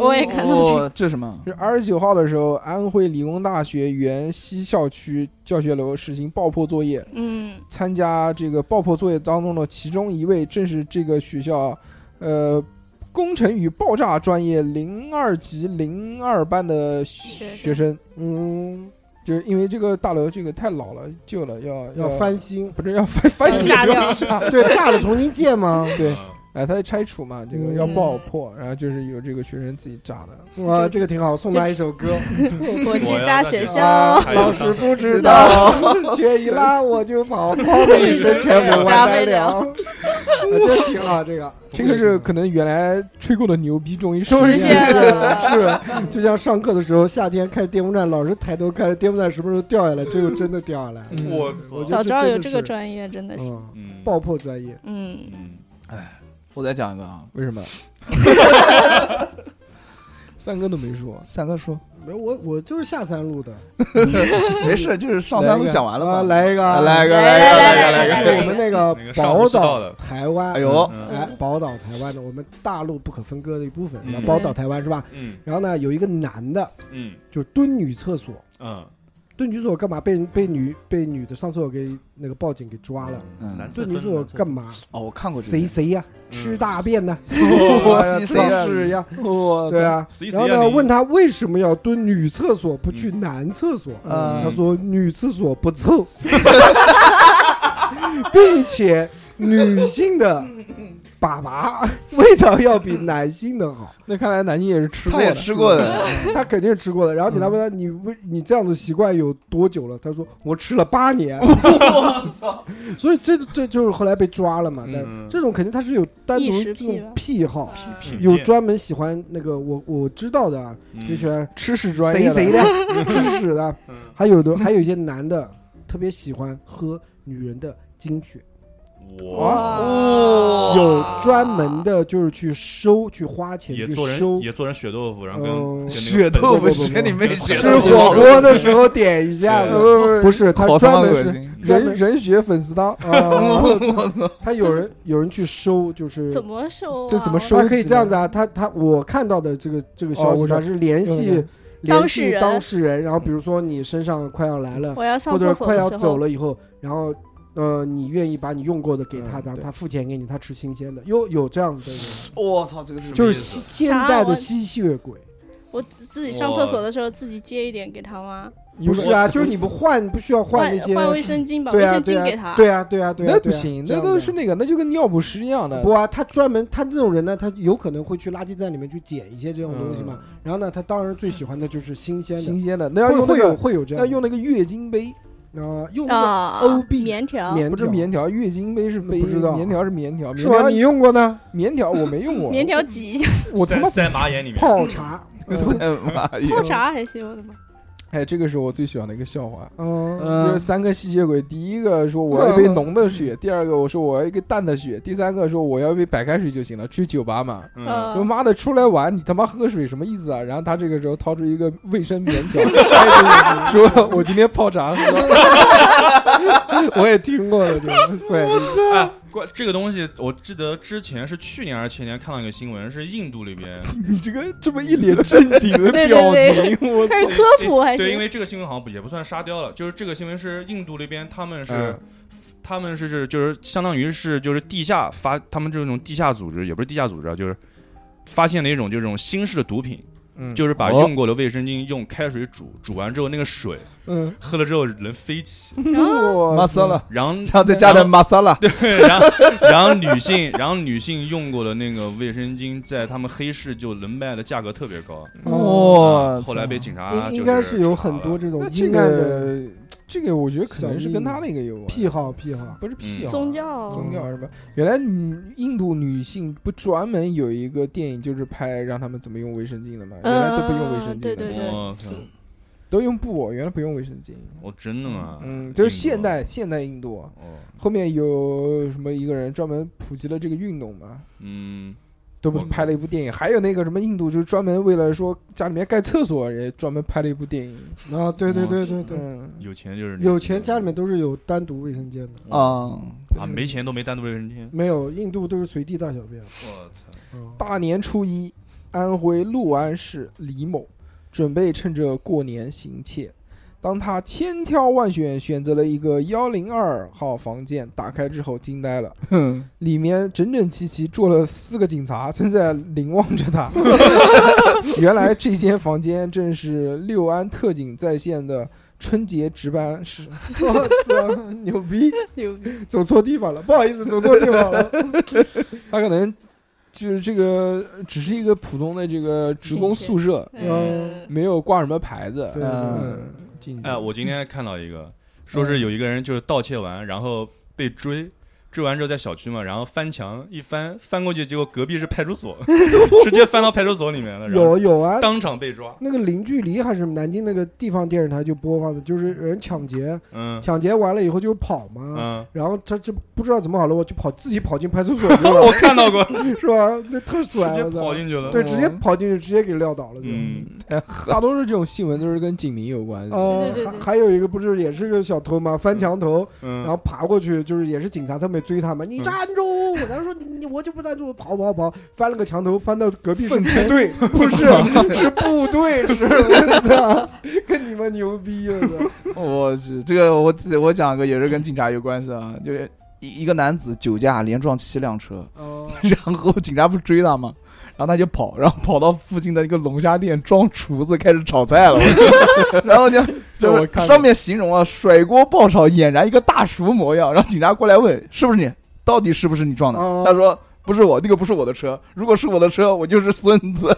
E: 我也看到这个，
C: 哦，这什么？
B: 是二十九号的时候，安徽理工大学原西校区教学楼实行爆破作业，
E: 嗯，
B: 参加这个爆破作业当中的其中一位，正是这个学校，呃，工程与爆炸专业零二级零二班的学
E: 学
B: 生。
F: 嗯，
B: 就是因为这个大楼这个太老了，旧了，要
F: 要翻，新，
B: 不是要翻翻新，
E: 炸掉，
F: 对，炸了重新建 吗？
B: 对，
D: 啊
B: 哎，他拆除嘛，这个
F: 嗯
B: 要爆破，然后就是有这个学生自己炸的，
F: 哇，这个挺好，送他一首歌。
E: 我去炸学
F: 啊
E: 校，
D: 还有
F: 老
D: 上
F: 师不 知道，雪一 拉啊我就跑，跑的一身全部万白凉。啊这挺好，这个
B: 这个是可能原来吹过的牛逼，终于实
E: 终于
B: 现 了
E: 现了
F: 是，就像上课的时候，夏天开电风扇，老是抬头看电风扇什么时候掉下来，最后真的掉下来 了。
B: 嗯
D: 我
F: 我觉
D: 操，
E: 早
F: 得
E: 知道有这
F: 这
E: 个专业，真的是，
F: 嗯，
D: 嗯，
F: 爆破专业，
E: 嗯，
D: 嗯，
C: 我再讲一个啊，
B: 为什么？ 三哥都没说，
C: 三哥说
F: 没有我我就是下三路的
C: 没事，就是上三路讲完了嘛，
F: 啊，来一个啊，
C: 啊来一个，
E: 来
C: 一个，来
E: 来
C: 一
E: 来
C: 个，
E: 来
C: 一
E: 来
C: 个
F: 我们那个
D: 那个上
F: 宝
D: 不知道
F: 岛
D: 的
F: 台湾，
C: 哎呦，
D: 嗯
F: 哎，宝岛台湾的，我们大陆不可分割的一部分，
D: 嗯
F: 宝岛台湾是吧？
D: 嗯
F: 然后呢，有一个男的，
D: 嗯
F: 就蹲女厕所，
D: 嗯，
F: 蹲女厕所干嘛？被被女被女的上厕所给那个报警给抓了。
C: 嗯
D: 男
F: 蹲
D: 厕
F: 女厕所干嘛？
C: 哦，我看过这个
F: 谁谁呀？吃大便呢？
C: 哇
F: 是
C: 谁呀
F: 是呀？
B: 我
F: 对啊。
D: 谁谁
F: 然后
D: 让
F: 呢，
D: 你
F: 问他为什么要蹲女厕所不去男厕所？
C: 嗯
F: 他说女厕所不臭， 并且女性的粑粑 味道要比男性的 好。
B: 那看来南京也是吃过
C: 他
B: 的，
C: 也吃过的，
F: 他肯定是吃过的。然后警察问他：“你为你这样的习惯有多久了？”他说：“我吃了八年。” 我操！所以这这就是后来被抓了嘛。但
D: 嗯
F: 这种肯定他是有单独
E: 一时
F: 这
E: 癖
F: 种
E: 吧
F: 癖好，
D: 品鉴
F: 有专门喜欢那个我我知道的啊，
D: 嗯
F: 就喜欢
B: 吃屎专业
F: 谁
B: 的
F: 谁 的吃屎的，啊
D: 嗯
F: 还有的还有一些男的特别喜欢喝女人的精血，
D: 哇，
E: 哦
F: 有专门的就是去收去花钱
D: 也
F: 去
D: 做
F: 收
D: 人。也做成血豆腐，然后跟
F: 嗯
D: 跟那个
C: 血豆
D: 粉
C: 腐，血里面血
F: 吃火锅的时候点一下
D: 对
F: 子，不是他
C: 好他妈
F: 专门
C: 恶
F: 是
C: 心，
F: 专
B: 人
F: 门
B: 人血粉丝汤，
F: 啊，他有人有人去收，就是
E: 怎么收啊？
B: 这怎么收
F: 他可以这样子啊，他他我看到的这个这个消
B: 哦
F: 息，
B: 我知道
F: 他是联
B: 嗯
F: 系
B: 嗯
F: 联
E: 当事
F: 系
E: 人
F: 当事人，然后比
D: 嗯
F: 如说你身上快要来了，
E: 我要上
F: 或者
E: 厕所
F: 快要
E: 的时
F: 走
E: 候，
F: 了以后，然后呃，你愿意把你用过的给他，
B: 嗯
F: 然后
B: 对
F: 他付钱给你，他吃新鲜的，有有这样子的人，
C: 我操，这个是
F: 就是
D: 什
F: 吸现代的吸血鬼，
E: 我自自己上厕所的时候自己接一点给他吗？
F: 不是啊，就是你不换不需要
E: 换
F: 那些，
E: 换卫生巾，把
F: 对
E: 卫
F: 啊
E: 生巾给
F: 对啊
E: 他。
F: 对啊对啊对啊，
B: 那不
F: 对啊
B: 行，
F: 这
B: 那
F: 样
B: 都
F: 的
B: 是那个，那就跟尿不湿一样的
F: 不。啊，他专门他这种人呢，他有可能会去垃圾站里面去捡一些这种东西嘛。然后呢，他当然最喜欢的就是新鲜的，
B: 嗯新鲜的，那要用
F: 会
B: 那
F: 会有
B: 个
F: 会有这
B: 要
F: 样的
B: 用那个月经杯，
F: 呃，用过
E: 啊
F: OB
E: 棉条，
F: 棉
B: 不是
F: 条
B: 棉条，月经杯是杯，
F: 不知道啊
B: 棉条是棉条，
F: 是吧？你
B: 棉条
F: 用过呢？
B: 棉条我没用过，
E: 棉条挤一下，
B: 我他妈
D: 塞马眼里面，
F: 泡茶，呃
C: 哎妈呀！
E: 泡茶还行，我的妈！
B: 哎，这个是我最喜欢的一个笑话。
F: 嗯，
B: 就是
C: 嗯，
B: 三个吸血鬼，第一个说我要一杯浓的血，第二个我说我要一个淡的血，第三个说我要一杯白开水就行了。去酒吧嘛，
D: 嗯，
E: 嗯
B: 说妈的出来玩，你他妈喝水什么意思啊？然后他这个时候掏出一个卫生棉 条，塞进去说我今天泡 茶喝。我也听过的，就是 对，啊
D: 哎，关这个东西，我记得之前是去年还是前年看到一个新闻，是印度那边
B: 你这个这么一脸正经的
E: 对对
B: 表
E: 对
B: 情，我操
E: 开 始科普还
D: 对，因
E: 行，
D: 为这个新闻好像不也不算沙雕了，就是这个新闻是印度那边他们是。
B: 嗯
D: 他们是是就是相当于是就是地下发，他们这种地下组织也不是地下组织啊，就是发现了一种这种新式的毒品，
B: 嗯
D: 就是把
C: 哦
D: 用过的卫生巾用开水煮，煮完之后那个水
B: 嗯，
D: 喝了之后能飞起，
C: 马
B: 我
C: 萨拉，
D: 然后
C: 然后再加点马萨拉，
D: 对，然后然后女性然后女性用过的那个卫生巾在他们黑市就能卖的价格特别高，
C: 哇！
D: 啊后来被警察
F: 应
D: 就
F: 应该
D: 是啊
F: 是有很多
D: 查了
F: 这种
B: 哦那这
F: 阴暗的
B: 个这个，我觉得可能是跟他那个有关
F: 癖好癖好。
B: 不是癖
D: 嗯
B: 好，啊
E: 宗教
B: 宗教什么？原来女印度女性不专门有一个电影，就是拍让他们怎么用卫生巾的嘛？原来都不用卫生巾的，
E: 嗯对对对
D: 我靠，
B: 都用布，原来不用卫生巾。
D: 我真的吗？
B: 嗯，就是
D: 啊印
B: 现
D: 度
B: 代现代印度，啊
D: 哦，
B: 后面有什么一个人专门普及了这个运动嘛？
D: 嗯，
B: 都不
D: 我
B: 拍了一部电影，还有那个什么印度，就是专门为了说家里面盖厕所，也专门拍了一部电影。
F: 啊，对对对对对，
B: 嗯，
D: 有钱就是
F: 有钱家里面都是有单独卫生间的，
C: 啊，
D: 啊，没钱都没单独卫生间。
F: 没有印度都是随地大小便。
D: 我操！
F: 嗯
B: 大年初一，安徽六安市李某准备趁着过年行窃。当他千挑万选选择了一个幺零二号房间，打开之后惊呆了，
C: 哼，
B: 里面整整齐齐坐了四个警察，正在凝望着他。原来这间房间正是六安特警在线的春节值班室。
F: 我操，牛逼！
E: 牛逼
F: 走错地方了，不好意思，走错地 方了。
B: 他可能就是这个，只是一个普通的这个职工宿舍，
F: 嗯
E: 嗯，
B: 没有挂什么牌子。
F: 对，
B: 嗯，进去
D: 哎，我今天看到一个，说是有一个人就是盗窃完，然后被追。追完之后在小区嘛，然后翻墙一翻，翻过去，结果隔壁是派出所， 直接翻到派出所里面了，然后
F: 有有啊，
D: 当场被抓。
F: 那个零距离还是南京那个地方电视台就播放的，就是人抢劫，
D: 嗯
F: 抢劫完了以后就跑嘛，
D: 嗯，
F: 然后他这不知道怎么好了，我就跑自己跑进派出所去 了
D: 我，看到过，
F: 是吧？那特
D: 直
F: 帅，
D: 接
F: 我操
D: 跑！进去嗯了。
F: 对，直接跑进去，直接给撂倒了就。
D: 嗯，
B: 大多数这种新闻都是跟警民有关
D: 哦
B: 的。
F: 呃，
E: 对对对
F: 还
E: 对
F: 还有一个不是也是个小偷吗？翻墙头，
D: 嗯，
F: 然后爬过去，就是也是警察，他们也追他嘛，你站住！然后说你我就不站住，跑跑跑，翻了个墙头，翻到隔壁是部队， 不是是部队，是我操，跟你们牛逼了！
C: 我去，这个我自己我讲个也是跟警察有关系啊，就是一一个男子酒驾连撞七辆车，
F: 哦，
C: 然后警察不是追他吗？然后他就跑，然后跑到附近的一个龙虾店装厨子，开始炒菜了。 然后就
B: 这我
C: 就
B: 看过
C: 上面形容啊，甩锅爆炒，俨然一个大厨模样。然后警察过来问：“是不是你？到底是不是你撞的？”
F: 哦
C: 他说：“不是我，那个不是我的车。如果是我的车，我就是孙子。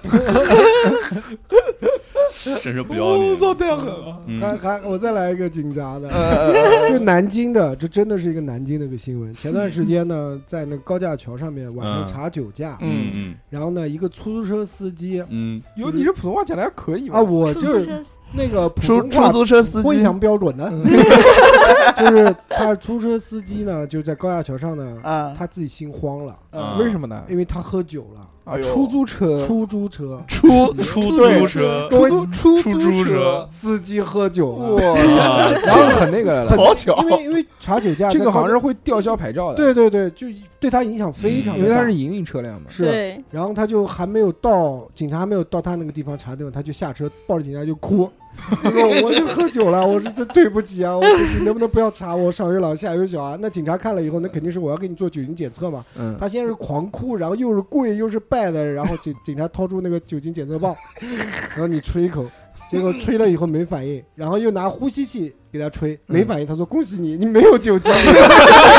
D: 真是不要脸。
C: 太狠了！
F: 还
D: 嗯，
F: 还我再来一个警察的，
C: 呃，
F: 就南京的，这真的是一个南京的一个新闻。前段时间呢，在那高架桥上面晚上
D: 嗯
F: 查酒驾，
D: 嗯嗯
F: 然后呢，一个出租车司机
D: 嗯
B: 有你这普通话讲的还可以吧
F: 啊，？我
E: 出
F: 就
E: 租
F: 是
E: 车
F: 那个普
C: 出
F: 通
C: 出
F: 话
C: 租车司
F: 非
C: 机
F: 常标准的， 就是他出租车司机呢，就在高架桥上呢，
C: 啊，
F: 他自己心慌了，
D: 啊
B: 为什么呢？啊
F: 因为他喝酒了。
C: 哎呦
B: 出租车，
F: 出租车
C: 出
D: 出
F: 对
D: 租车啊
F: 各位
B: 出租
D: 出
B: 出
D: 租
B: 租
D: 车，
F: 司机喝酒了，
D: 啊
C: 哇，
B: 然后很那个了，
F: 很
C: 好巧
F: 因为因为查酒驾
B: 这个好像
F: 是
B: 是会吊销牌照的，，嗯
F: 对对对，就对他影响非常
B: 因为
F: 大
B: 它是营运车辆嘛。
F: 是啊的。
E: 对，
F: 然后他就还没有到，警察还没有到他那个地方查的地方，他就下车抱着警察就 哭，他说：“我这喝酒了，我是真对不起啊，我你能不能不要查我上有老下有小啊？”那警察看了以后，那肯定是我要给你做酒精检测嘛，
B: 嗯，
F: 他先是狂哭，然后又是跪又是拜的，然后警警察掏出那个酒精 检测棒，然后你吹一口，结果吹了以后没反应，然后又拿呼吸器给他吹，
D: 嗯
F: 没反应，他说恭喜你，你没有酒精。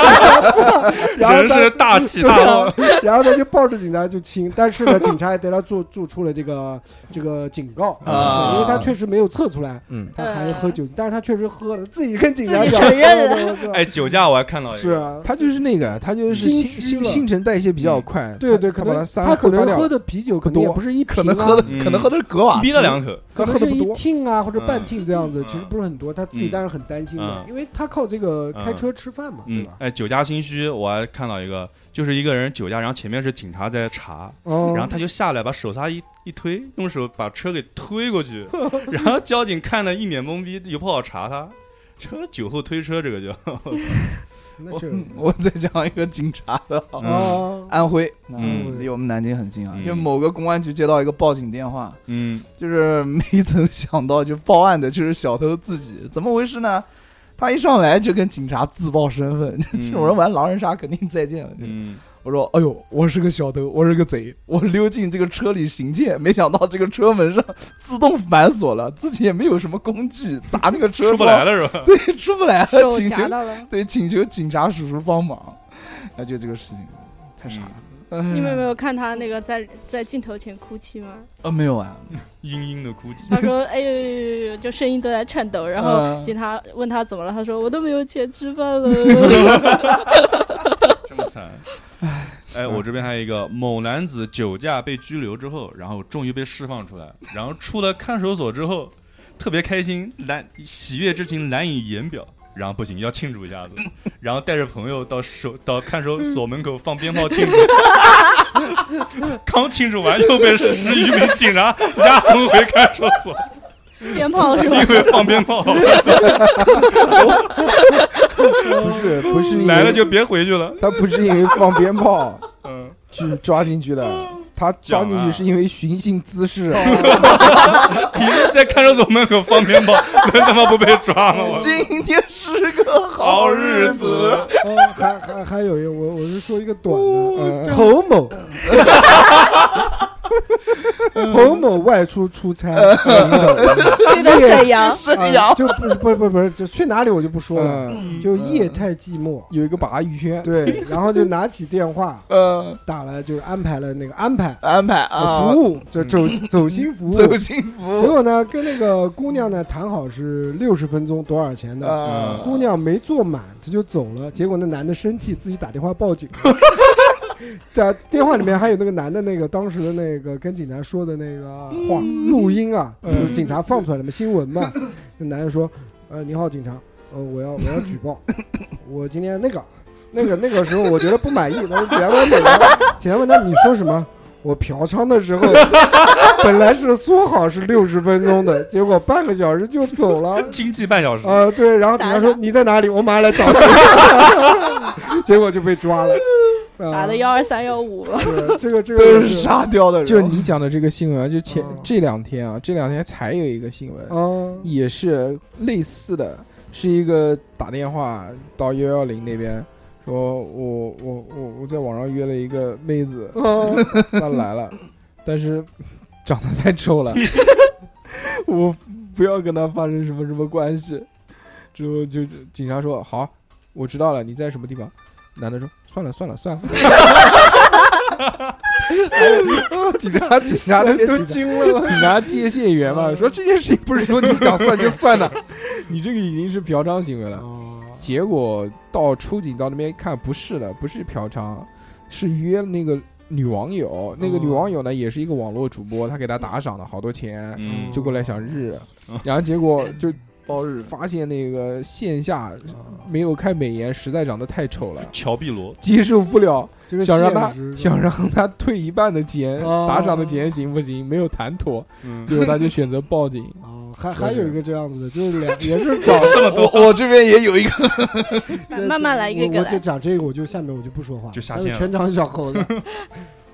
F: 然后
D: 人
F: 他
D: 是大喜
F: 对
D: 大
F: 啊
D: 落，，
F: 然后他就抱着警察就亲，但是呢，警察也对他做做出了这个这个警告
C: 啊
F: 因为他确实没有测出来
B: 嗯，
F: 他含着喝酒，但是他确实喝了，自己跟警察
E: 自己
F: 讲，
E: 承认 了
F: 对对对
D: 哎，酒驾我还看到一
F: 是
D: 个，
F: 啊，
B: 他就是那个，他就是新
F: 心虚
B: 新
F: 了嗯
B: 新陈代谢比较快，
F: 对对，
B: 他
F: 可
B: 他把
F: 能
B: 它三
F: 他可
B: 挥发
F: 能
B: 掉
F: 喝的啤酒可能也不是一瓶、啊，
C: 可能喝的
D: 嗯
C: 可能喝的是格瓦斯
D: 逼了两口，
B: 他
F: 可
B: 喝的
F: 能是
B: 不
F: 一
B: 多，
F: 听啊或者半
D: 嗯
F: 听这样子，
D: 嗯
F: 其实不是很多，他自己
D: 嗯
F: 当然很担心的，
D: 嗯
F: 因为他靠这个开
D: 嗯
F: 车吃饭嘛，对
D: 嗯
F: 吧，？
D: 哎，酒驾心虚，我还看到一个，就是一个人酒驾，然后前面是警察在查，
F: 哦
D: 然后他就下来把手刹一一推，用手把车给推过 去，然后交警看了一脸懵逼，又不好查他，这酒后推车这个叫，
F: 那
C: 我
F: 这
C: 我再讲一个警察的啊，
D: 嗯
F: 啊，
C: 安徽，
D: 嗯
C: 离我们南京很近啊。
D: 嗯
C: 就某个公安局接到一个报警电话，
D: 嗯
C: 就是没曾想到，就报案的就是小偷自己，怎么回事呢？他一上来就跟警察自报身份，
D: 嗯
C: 这种人玩狼人杀肯定再见了。就是
D: 嗯，
C: 我说，哎呦，我是个小偷，我是个贼， 我溜进这个车里行窃，没想到这个车门上自动反锁了，自己也没有什么工具砸那个车
D: 出不来
C: 窗，
D: 了是吧？
C: 对，出不来了，
E: 手
C: 请
E: 夹
C: 求
E: 到
F: 嗯
E: 了。
C: 对，请求警察叔叔帮忙。啊，就这个事情太傻了。
E: 你们有
C: 哎
E: 没有看他那个在在镜头前哭泣吗？
C: 啊，没有啊，
D: 嘤嘤的哭 泣，
E: 他说：“哎呦呦呦呦呦，就声音都在颤抖。”然后
C: 嗯
E: 警察问他怎么了，他说：“我都没有钱吃饭了。
D: 这么惨。哎，我这边还有一个某男子酒驾被拘留之后，然后终于被释放出来，然后出了看守所之后，特别开心，难喜悦之情难以言表。然后不行，要庆祝一下子，然后带着朋友到守到看守所门口放鞭炮庆祝。刚庆祝完，又被十余名警察押送回看守所，”
E: 鞭炮是
D: 因
E: 吧？
D: 为放鞭炮，
B: 不是不是因
D: 来了
B: 为
D: 就别回去了。
B: 他不是因为放鞭炮
D: 嗯，
B: 去抓进去的， 他抓
D: 讲
B: 进
D: 啊
B: 去是因为寻衅滋事，
D: 你在看守所门口放鞭 炮，能他妈不被抓吗？我
C: 今天是个好日子。，
F: 哦，还还还有一个，我我是说一个短
B: 哦
F: 的，呃侯某，侯某外出出差，
E: 去的沈阳，
F: 啊就不是不是不是不是，就去哪里我就不说了，
B: 嗯，
F: 就夜太寂寞，
B: 有一个鲅鱼圈，
F: 对，然后就拿起电话
C: 呃，
F: 打了，就是安排了那个安排
C: 安排
F: 呃
C: 啊，
F: 服务，就走走心服务。
C: 走幸
F: 结
C: 福
F: 果呢，跟那个姑娘呢谈好是六十分钟多少钱的，
C: 啊，
F: 姑娘没坐满，她就走
B: 嗯
F: 了。结果那男的生气，自己打电 话报警。在电话里面还有那个男的，那个当时的那个跟警察说的那个话录音啊，
B: 嗯
F: 就是警察放出来的嘛，新 闻嘛。那男的说：“呃，你好，警察，呃，我要我要举 报，我今天那个那个那个时候我觉得不满意，然后警察问他，警察问他你说什么？我嫖娼 的时候，本来是说好是六十分钟的，结果半个小时就走了。”
D: 经济半小时，
F: 呃，对，然后警察说
E: 打
F: 你在哪里？我马上来找你， 结果就被抓了，啊
E: 打的幺二三幺五。
F: 对这个这
C: 都
F: 个
C: 是沙雕的人，哦
B: 就是你讲的这个新闻，啊就前
F: 嗯
B: 这两天啊，这两天才有一个新闻，
F: 啊，
B: 也是类似的，是一个打电话到幺幺零那边，说我我我我在网上约了一个妹 子，
F: 嗯
B: 她来了，但是 长得太丑 了，我不要跟她发生什么什么关系。之后就警察说好，我知道了，你在什么地方？男的说算了算了 算了。警察，警察那边
F: 都
B: 警察
F: 惊了，
B: 警察接线员嘛，说这件事情不是说你想算就算的，你这个已经是嫖娼行为了。
F: 哦
B: 结果到出警到那边一看，不是的，不是嫖娼，是约了那个女网友。那个女网友呢，也是一个网络主播，她给她打赏了好多钱，
D: 嗯
B: 就过来想日
D: 嗯，
B: 然后结果就
C: 包日
B: 发现那个线下没有开美颜，实在长得太丑了，
D: 乔碧萝，
B: 接受不了，
F: 这个
B: 想让
F: 现
B: 他
F: 实
B: 想让他退一半的钱，
F: 哦
B: 打赏的钱行不行？没有谈妥，
D: 嗯，
B: 最后他就选择报警。
F: 哦，还还有一个这样子的，就是两也是找
D: 这么多，
C: 我我这边也有一个，
E: 慢慢来一个一
F: 我
E: 个
F: 我就
E: 来
F: 讲这个，我就下面我就不说话，
D: 就下
F: 但
D: 线
F: 是
D: 了
F: 全场小猴子。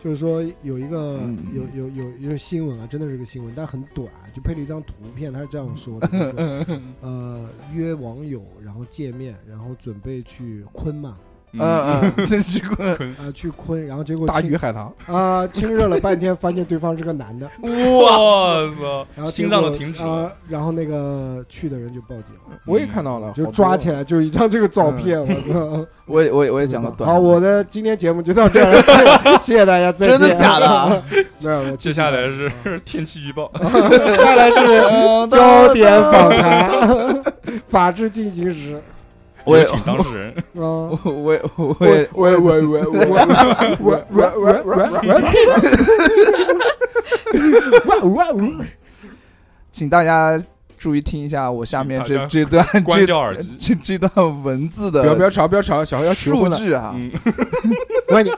F: 就是说有一个
C: 嗯
F: 有有有一个新闻啊，真的是个新闻，但很短，啊就配了一张图片，他是这样说的，就是说呃，约网友然后见面，然后准备去昆嘛，
C: 嗯嗯，这这个
F: 啊去昆，然后结果
B: 大
F: 亲
B: 鱼海棠，
F: 啊亲热了半天，发现对方是个男的，
D: 我操，
F: 然后结
D: 心脏都
F: 果
D: 停止
C: 呃
D: 了。
F: 啊，然后那个去的人就报警了，
B: 我也看到了，
F: 嗯就抓起
B: 来。
F: 来就一张这个照片，我操！
C: 我也我嗯也我也讲个短
F: 好，我的今天节目就到这儿了，谢谢大家，再见。
C: 真的啊假 的？
F: 没有，没有
D: 接下来
C: 嗯
D: 是天气预报，
F: 下来是焦点访谈，法治进行时。
C: 我也
D: 有请当事人。
F: 啊，
C: 我我也我也
F: 我 我我我我我我我我我
C: 请大家注意听一下我下面
D: 请
C: 这
D: 大家
C: 这段
D: 关
C: 这
D: 掉耳机。
C: 这这段文字
B: 不要不
C: 的
B: 要吵，不要吵！小何要求
C: 数
B: 婚了，
C: 据啊，
D: 嗯，
B: 我 让你，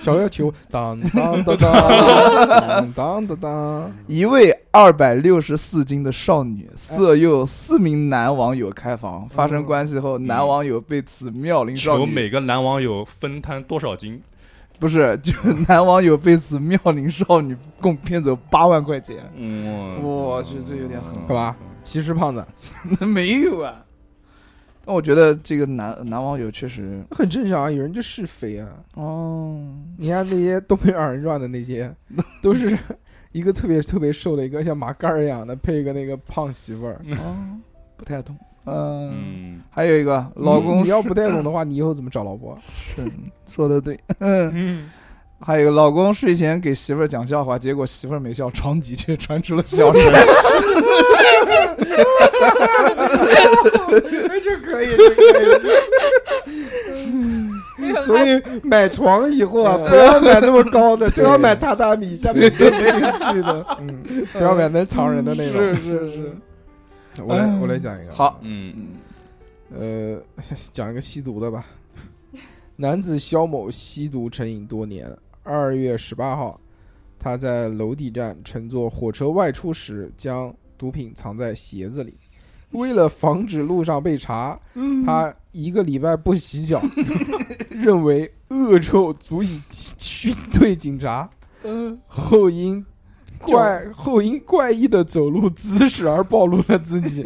B: 小何要求，当当当 当当当当，
C: 一位二百六十四斤的少女色诱四名男网友开房，发生关系后，男网友被此妙龄少
D: 求
C: 女
D: 每个男网友分摊多少斤？
C: 不是，就是男网友被此妙龄少女共骗走八万块钱。
D: 我
C: 我去，这有点狠，
B: 干嘛？歧视胖子，
C: 没有啊。但我觉得这个男男网友确实，
B: 很正常啊，有人就是肥 啊。
C: 哦，
B: 你看那些东北二人转的那 些，都是一个特别特别瘦的，一个像马杆儿一样的，配一个那个胖媳妇儿。
C: 哦，不太懂。嗯，
D: 嗯，
C: 还有一个老
B: 你
C: 公
B: 你要不带懂的话，你以后怎么找老婆？
C: 是说的对， 嗯，还有一个老公睡前给媳妇儿讲笑话，结果媳妇儿没笑，床底却传出了笑声。
F: 哎这可以，这可以。所以买床以后
B: 嗯
F: 啊，不要买那么 高的，就要买榻榻米，下面蹲不进去的。
B: 嗯，不要买能藏人的那种。
C: 是是，
B: 我来我来讲一个。
C: 好，
D: 嗯，
B: 呃， 讲一个吸毒的吧。 男子肖某吸毒成瘾多年，二月十八号，他在娄底站乘坐火车外出时，将毒品藏在鞋子里。为了防止路上被查，他一个礼拜不洗脚， 认为恶臭足以熏退警察。后因怪 后因怪异的走路姿势而暴露了自己，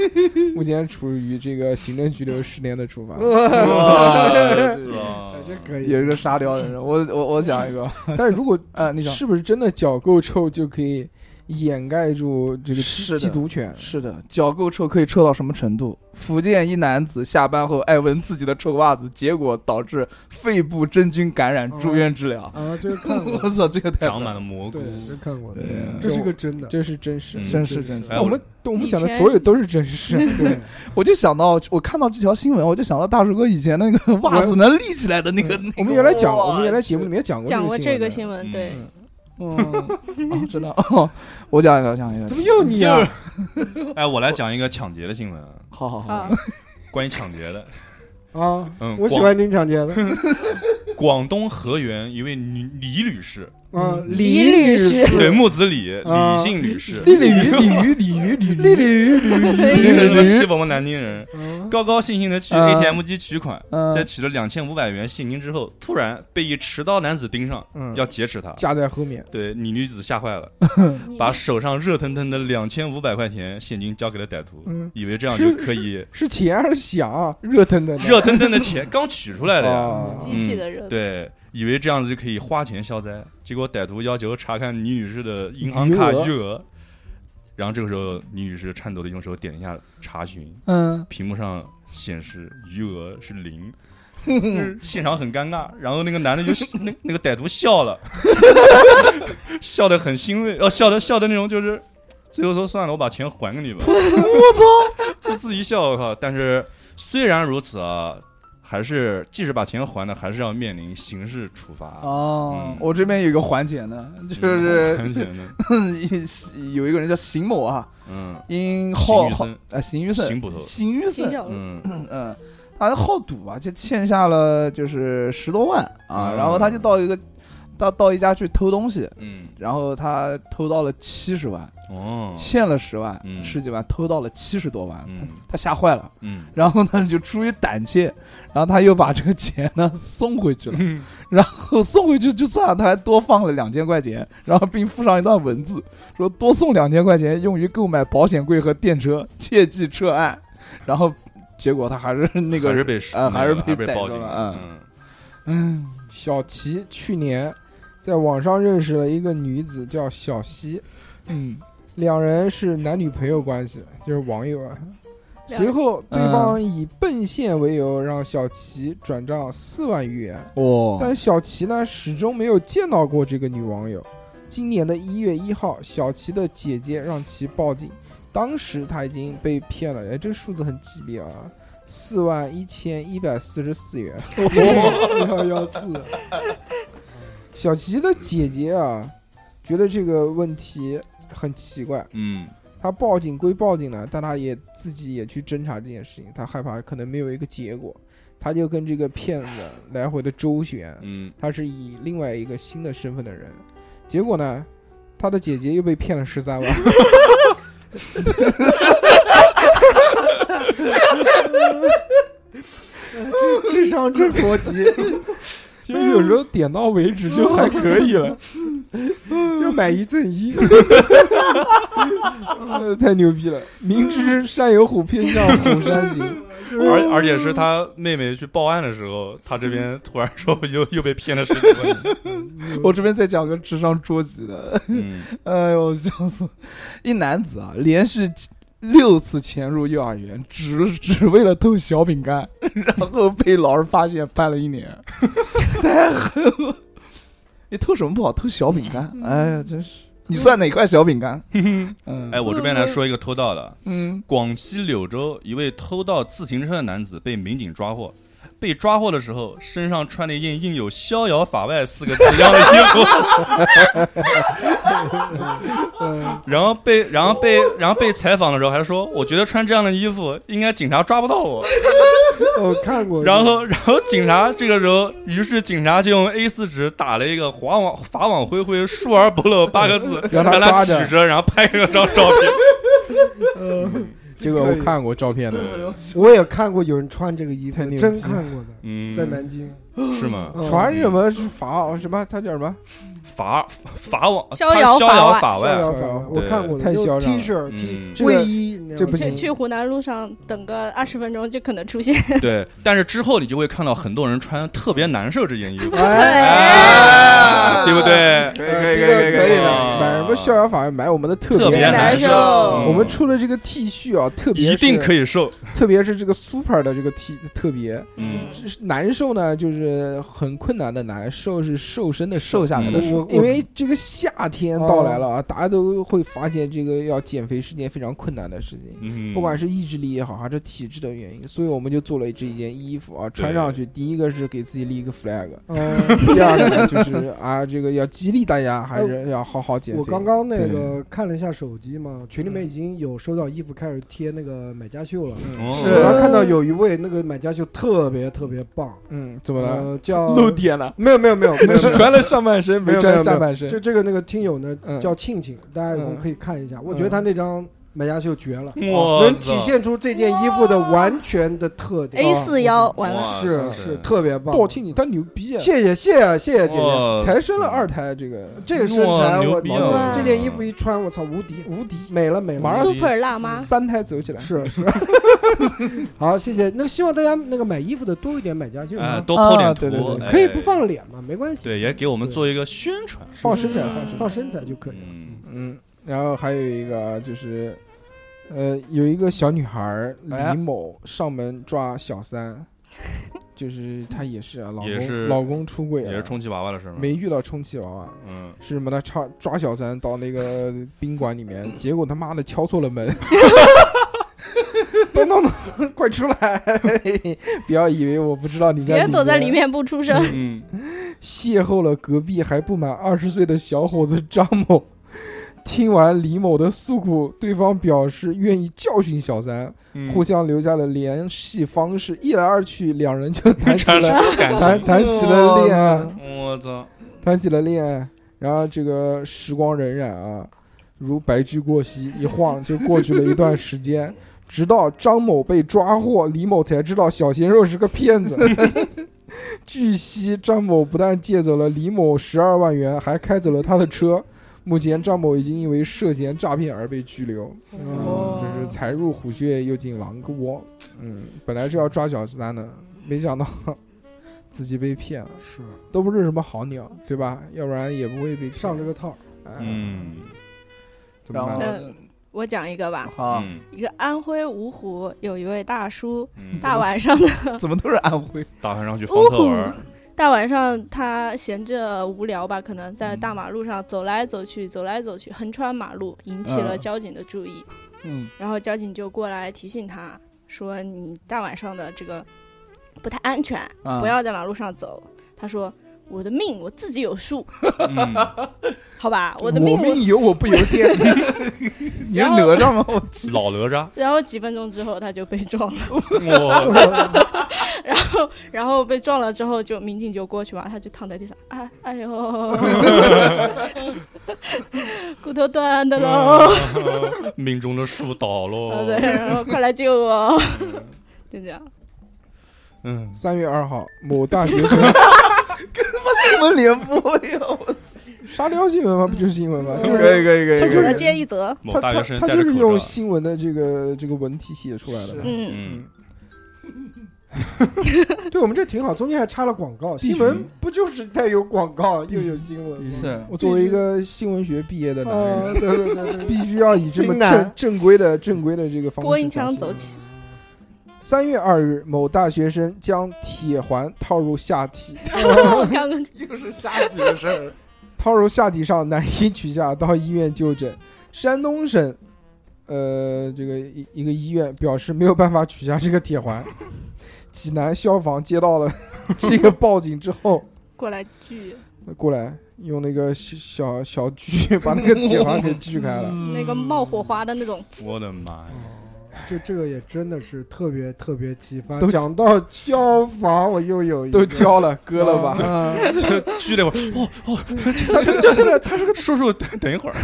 B: 目前处于这个行政拘留十年的处罚。
C: 呃
D: 哇
F: 哎这可以，
C: 有一个沙雕人，我我我想一个，
B: 但是如果
C: 啊，你想
B: 是不是真的脚够臭就可以掩盖住这个
C: 是
B: 缉
C: 的
B: 缉毒犬？
C: 是的，脚够臭可以臭到什么程度？福建一男子下班后爱闻自己的臭袜子，结果导致肺部真菌感染，住院治疗。
F: 啊，这个看过，
C: 我 操，这个太
D: 长满了蘑菇
F: 对。，这看过的，
C: 对啊
F: 这是个真的。
B: 这是真实。
D: 嗯
C: 真是真是
D: 哎，
B: 那我们我们讲的所有都是真实。
F: 对，
C: 我就想到，我看到这条新闻，我就想到大树哥以前 那个袜子能立起来的那个。那个
B: 我们原来讲，
C: 哇
B: 我们原来节目里面讲过
E: 讲过这
B: 这
E: 个
B: 新闻
D: 嗯
E: 新闻，对，
C: 嗯， 哦知道。哦，我讲一个，我讲一个
F: 怎。么又你 啊？
D: 哎，我来讲一个抢劫的新闻啊，
C: 好好
E: 啊
C: 好，，
D: 关于抢劫的。
F: 啊，
D: 嗯，
F: 我喜
D: 广
F: 欢听抢劫的。
D: 广东河源一位女李女士，
F: 啊，
B: 嗯
E: 李
F: 女
E: 女士
D: 对，木子李，
F: 啊
D: 李姓女士，
B: 鲤鱼，鲤鱼，鲤鱼，鲤鱼，
F: 丽丽与吕
D: 李女士他妈
C: 李
D: 欺负我们南京人，高高兴兴的去
C: 啊
D: ATM 机取款，
C: 嗯
D: 在取了两千五百元现金之后，突然被一持刀男子盯上，
B: 嗯，
D: 要劫持他。
B: 架在后面。
D: 对李女子吓坏了，
E: 你
D: 把手上热腾腾的两千五百块钱现金交给了歹徒，
B: 嗯，
D: 以为这样
B: 是
D: 就可以
B: 是钱还是想啊？热腾腾的。
D: 热腾腾的钱刚取出来的呀，
B: 啊
E: 机器的人，
D: 对，以为这样子就可以花钱消灾。结果歹徒要求查看李女士的银行卡
B: 余额
D: 余额，然后这个时候李女士颤抖的用手点一下查询，
C: 嗯，
D: 屏幕上显示余额 是零。现场很尴尬，然后那个男的就那那个歹徒笑了， 笑得很欣慰，哦，笑的笑的那种就是，最后说算了，我把钱还给你吧。我 操，噗嗤一笑，我靠！但是虽然如此啊，还是即使把钱还了，还是要面临刑事处罚。
C: 哦
D: 嗯，
C: 我这边有一个缓解呢，就是
D: 安全的，
C: 有一个人叫邢某啊，
D: 嗯，
C: 因好
D: 邢玉
C: 好
D: 生
C: 呃邢玉
D: 刑
C: 胜，
D: 捕头，
C: 邢玉
E: 挺
C: 胜，
E: 小的，
D: 嗯，
C: 嗯，他好赌啊，就欠下了就是十多万啊，
D: 嗯
C: 然后他就到一个到到一家去偷东西，
D: 嗯，
C: 然后他偷到了七十万，
D: 哦，
C: 欠了十万
D: 嗯
C: 十几万，偷到了七十多万，
D: 嗯
C: 他他吓坏了。
D: 嗯，
C: 然后呢，就出于胆怯，然后他又把这个钱呢送回去了，然后送回去就算了，他还多放了两千块钱，然后并附上一段文字，说多送两千块钱用于购买保险柜和电车，切记撤案。然后结果他还是那
D: 还
C: 个
D: 是被
C: 呃还是
D: 那个
C: 被
D: 被
C: 逮
D: 报
C: 着
D: 警
C: 了
D: 嗯，
C: 嗯，
B: 小齐去年在网上认识了一个女子，叫小西，
C: 嗯，
B: 两人是男女朋友关系，就是网友啊。
E: 两
B: 随
E: 人
B: 后，对方以奔现为由让小齐转账四万余元，
C: 哇，
B: 但小齐呢始终没有见到过这个女网友。今年的一月一号，小齐的姐姐让其报警，当时他已经被骗了。哎，这个数字很吉利啊，四万一千一百四十四元，四幺幺四。 小齐的姐姐啊，觉得这个问题很奇怪。
D: 嗯，
B: 她报警归报警了，但她也自己也去侦查这件事情，她害怕可能没有一个结果，她就跟这个骗子来回的周旋。
D: 嗯，
B: 他是以另外一个新的身份的人，结果呢，他的姐姐又被骗了十三万。
F: 智商真高 级，
B: 其实有时候点到为止就还可以 了，
F: 就买一赠 一。
B: 呃太牛逼了！明知山有虎，偏向虎山行。
D: 而而且是他妹妹去报案的时候，他这边突然说又又被骗了十几万，
C: 我这边再讲个智商捉急的，
D: 嗯，
C: 哎呦，笑死！一男子啊，连续六次潜入幼儿园，只只为了偷小饼干，然后被老师发现，判了一年，太狠了！你偷什么不好，偷小饼干，哎呀，真是！你算哪块小饼干？ 嗯，
D: 哎，我这边来说一个偷盗的，
C: 嗯，
D: 广西柳州一位偷盗自行车的男子被民警抓获。被抓获的时候，身上穿了一件印有“逍遥法外”四个字样的衣服， 然后被然后被然后被采访的时候还说：“我觉得穿这样的衣服，应该警察抓不到我。
F: 我看”过。
D: 然后然后警察这个时候，于是警察就用 A 4纸打了一个“法网法网恢恢，疏而不漏”八个字，
B: 让
D: 让
B: 他抓
D: 他
B: 着
D: 取着，然后拍了张照片。
B: 这个我看过照片的，
F: 我也看过有人穿这个衣
B: 太牛，
F: 服
B: 逼
F: 真看过的，
D: 嗯，
F: 在南京
D: 是吗？
F: 嗯
B: 传什么是法什么？他叫什么？
D: 法法网，
E: 逍
D: 他
E: 遥
D: 逍
E: 法
D: 遥
E: 外
D: 法
F: 逍
D: 外，
F: 遥法外，我
D: 对
F: 看过的，
B: 太
F: 就
B: 嚣
F: T
B: 张了
F: 恤、T
D: 嗯
B: 这个
F: 卫衣那样的，
B: 这不行
E: 去去湖南路上等个二十分钟就可能出现。
D: 对。但是之后你就会看到很多人穿特别难受这件衣服，
F: 哎
D: 哎，对不对？
C: 可以
F: 呃
C: 可以
F: 这
C: 哎可
F: 个
C: 以
F: 可以的
D: 啊
B: 买什么逍遥法外？买我们的
D: 特
B: 特
D: 别
E: 难
D: 受
E: 受
D: 嗯
B: 我们出了这个 T 恤啊，特别
D: 一定
B: 以，
D: 可以瘦，
B: 特别是这个 Super 的这个 T 特别
D: 嗯
B: 难受呢，就是很困难的难受是瘦身的
C: 瘦下来的
D: 嗯
C: 时候
F: 我
B: 因
F: 我
B: 为这个夏天到来了啊，大家都会发现这个要减肥是件非常困难的事情，
D: 嗯，
B: 不管是意志力也好，还是体质的原因，所以我们就做了这一件衣服啊，穿上去，第一个是给自己立一个 flag，
F: 嗯
B: 第二个呢就是啊，这个要激励大家还是要好好减肥。
F: 我刚刚那个看了一下手机嘛，群里
B: 嗯
F: 面已经有收到衣服开始贴那个买家秀了。
D: 哦
F: 我
C: 是
F: 刚看到有一位那个买家秀特别特别棒，
B: 嗯，怎么了？
F: 呃，叫
B: 露点了，
F: 没有没有没有没有没有
B: 穿了上半身
F: 没有没
B: 穿
F: 有
B: 下半身
C: 哦
F: 就，这个那个听友呢
B: 嗯
F: 叫庆庆，大家有空可以看一下。我觉得他那张买家秀绝 了，
D: 哇
F: 能体现出这件衣服的完全的特点。
E: A 四腰完
B: 哎
E: 了，
D: 哇
F: 是
D: 塞
F: 是特别棒，
B: 道歉你，他牛逼啊，
F: 谢谢谢谢谢谢姐姐，
D: 哇
B: 才生了二胎，这个
F: 这个身材
D: 哇
F: 我
D: 牛逼啊
E: 哇
F: 这件衣服一穿，我操无敌无敌，美了美了，
B: 马上
E: super 辣妈，
B: 三胎走起来。
F: 是是。 好，谢谢。那希望大家那个买衣服的多一点买家秀啊，
D: 哎，多抛点
C: 啊对对
D: 图，
C: 对
D: 哎
F: 可以不，放脸嘛，没关系，
D: 对，也给我们做一个宣传，
B: 放身上放身上
F: 放身材就可以了。
D: 嗯，
B: 嗯，然后还有一个啊，就是，呃，有一个小女孩儿
C: 哎
B: 李某上门抓小 三，就是她也是啊，老
D: 也
B: 公
D: 是
B: 老公出轨
D: 也是
B: 了，
D: 充气娃娃的事吗？
B: 啊没，遇到充气娃娃，
D: 嗯，
B: 是什么呢？抓抓小三到那个宾馆里 面，结果他妈的敲错了门。咚咚咚！ 快出来！不要以为我不知道你在
E: 别躲在里。面不啊出声。
D: 嗯，
B: 邂逅了隔壁还不满二十岁的小伙子张某。听完李某的诉苦，对方表示愿意教训小三，
D: 嗯
B: 互相留下了联系方式。一来二去，两人就 谈起
D: 产生
B: 了
D: 感
B: 谈
D: 情
B: 谈起了恋
C: 哦
B: 爱，
D: 我操，
B: 谈起了恋爱。然后这个时光荏苒啊，如白驹过隙，一晃就过去了一段时间。 直到张某被抓获，李某才知道小鲜肉是个骗子。 据悉，张某不但借走了李某十二万元，还开走了他的车。目前，张某已经因为涉嫌诈骗而被拘留，嗯
E: 哦
B: 就是财入虎穴，又进狼窝。嗯，本来是要抓小三的，没想到 自己被骗了，
F: 是
B: 都不是什么好鸟，对吧？要不然也不会被骗
F: 上这个套，
B: 哎
D: 嗯，
B: 怎
C: 然
B: 么
C: 后
B: 办？
E: 嗯我讲一个吧，
C: 好，
D: 嗯
E: 一个安徽芜湖有一位大叔，
D: 嗯，
E: 大晚上的
C: 怎么都是安徽？
D: 打算上去方特玩，
E: 大晚上他闲着无聊吧，可能在
B: 嗯
E: 大马路上走来走去，走来走去，横穿马路，引起了
C: 嗯
E: 交警的注意。
C: 嗯，
E: 然后交警就过来提醒他说：“你大晚上的这个不太安全，
C: 啊
B: 嗯
E: 不要在马路上走。他说：“我的命我自己有数，
D: 嗯，
E: 好吧，我
B: 我
E: 的命我。
B: 由我不由天，
C: 你是哪吒吗？我
D: 老哪吒，
E: 然后几分钟之后他就被撞了，
D: 我
E: 然后然后被撞了之后就民警就过去嘛，他就躺在地上，哎哎呦，骨头断的喽。
D: 命中的树倒
E: 啊，
B: 嗯
D: 喽，
E: 对，然后快来救我， 就这样。
D: 嗯，
B: 三月二号，某大学 生
C: 什么联播呀？我
B: 沙雕新闻吗？不就是新闻吗？就
C: 可以
B: 是
C: 可以可以
B: 他就
C: 可以
E: 一
B: 是
E: 则接一则，
D: 某
B: 他
D: 大学
B: 他
D: 生
B: 他
D: 戴
B: 就
D: 着
B: 是
D: 口
B: 用
D: 罩，
B: 新闻的这个这个文体写出来的嘛。
E: 嗯，
D: 嗯，
F: 对我们这挺好，中间还插了广告。
B: 必须
F: 新闻不就是带有广告又有新闻
B: 必
F: 吗？
B: 须
C: 是
B: 我作为一个新闻学毕业的男
F: 啊，
B: 人，
F: 对对对对，
B: 必须要以这么
F: 新男
B: 正正规的正规的这个方式。
E: 播音腔走。起。
B: 三月二日，某大学生将铁环套入下体，
E: 我刚刚
C: 又是下体的事儿。
B: 套入下体上难以取下，到医院就诊。山东省，呃，这个一一个医院表示没有办法取下这个铁环。济南消防接到了这个报警之后，
E: 过来锯
B: 过来用那个小小小锯把那个铁环给锯开了。
E: 那个冒火花的那种，
B: 嗯
D: 我的妈呀，
F: 这这个也真的是特别特别启发。
B: 都
F: 讲到消防，我又有一
B: 都
F: 个
B: 交了，割了吧。
C: 啊，
D: 锯了一会儿，哦
B: 他这个他这个他这个
D: 叔叔等等一会儿，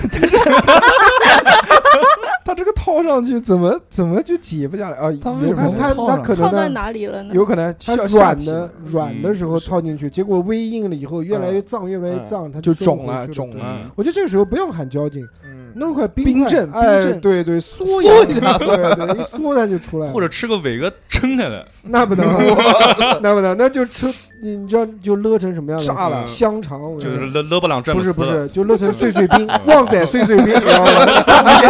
B: 他这个套上去怎么怎么就解不下来啊？
C: 他为
B: 有
C: 什
B: 可
F: 他
B: 能
C: 么
F: 他
C: 套
F: 他
C: 上
F: 可
E: 套在
F: 能呢，
E: 哪里了呢？
B: 有可能
F: 他
B: 下下
F: 软
B: 体嗯
F: 的软的时候套进去，结果微硬了以后越来越胀，越来越胀，它
B: 就
F: 缩不
B: 肿
F: 回
B: 了
F: 去
B: 肿了。
F: 我觉得这个时候不用喊交警，
B: 嗯
F: 弄块
B: 冰
F: 块
B: 镇
F: 哎
B: 冰镇
F: 对对，缩
C: 缩
F: 一下，
C: 一下
F: 对对，一缩它 就出来了。
D: 或者吃个伟哥撑开来，
F: 那不能，那不能，那就吃，你你知道就勒成什么样的？
B: 炸了
F: 香肠，我
D: 就
F: 跟你
D: 是
F: 说
D: 勒勒布朗詹姆
F: 不
D: 斯，
F: 是不是，就勒成碎碎 冰，旺仔碎碎冰，你知道吗？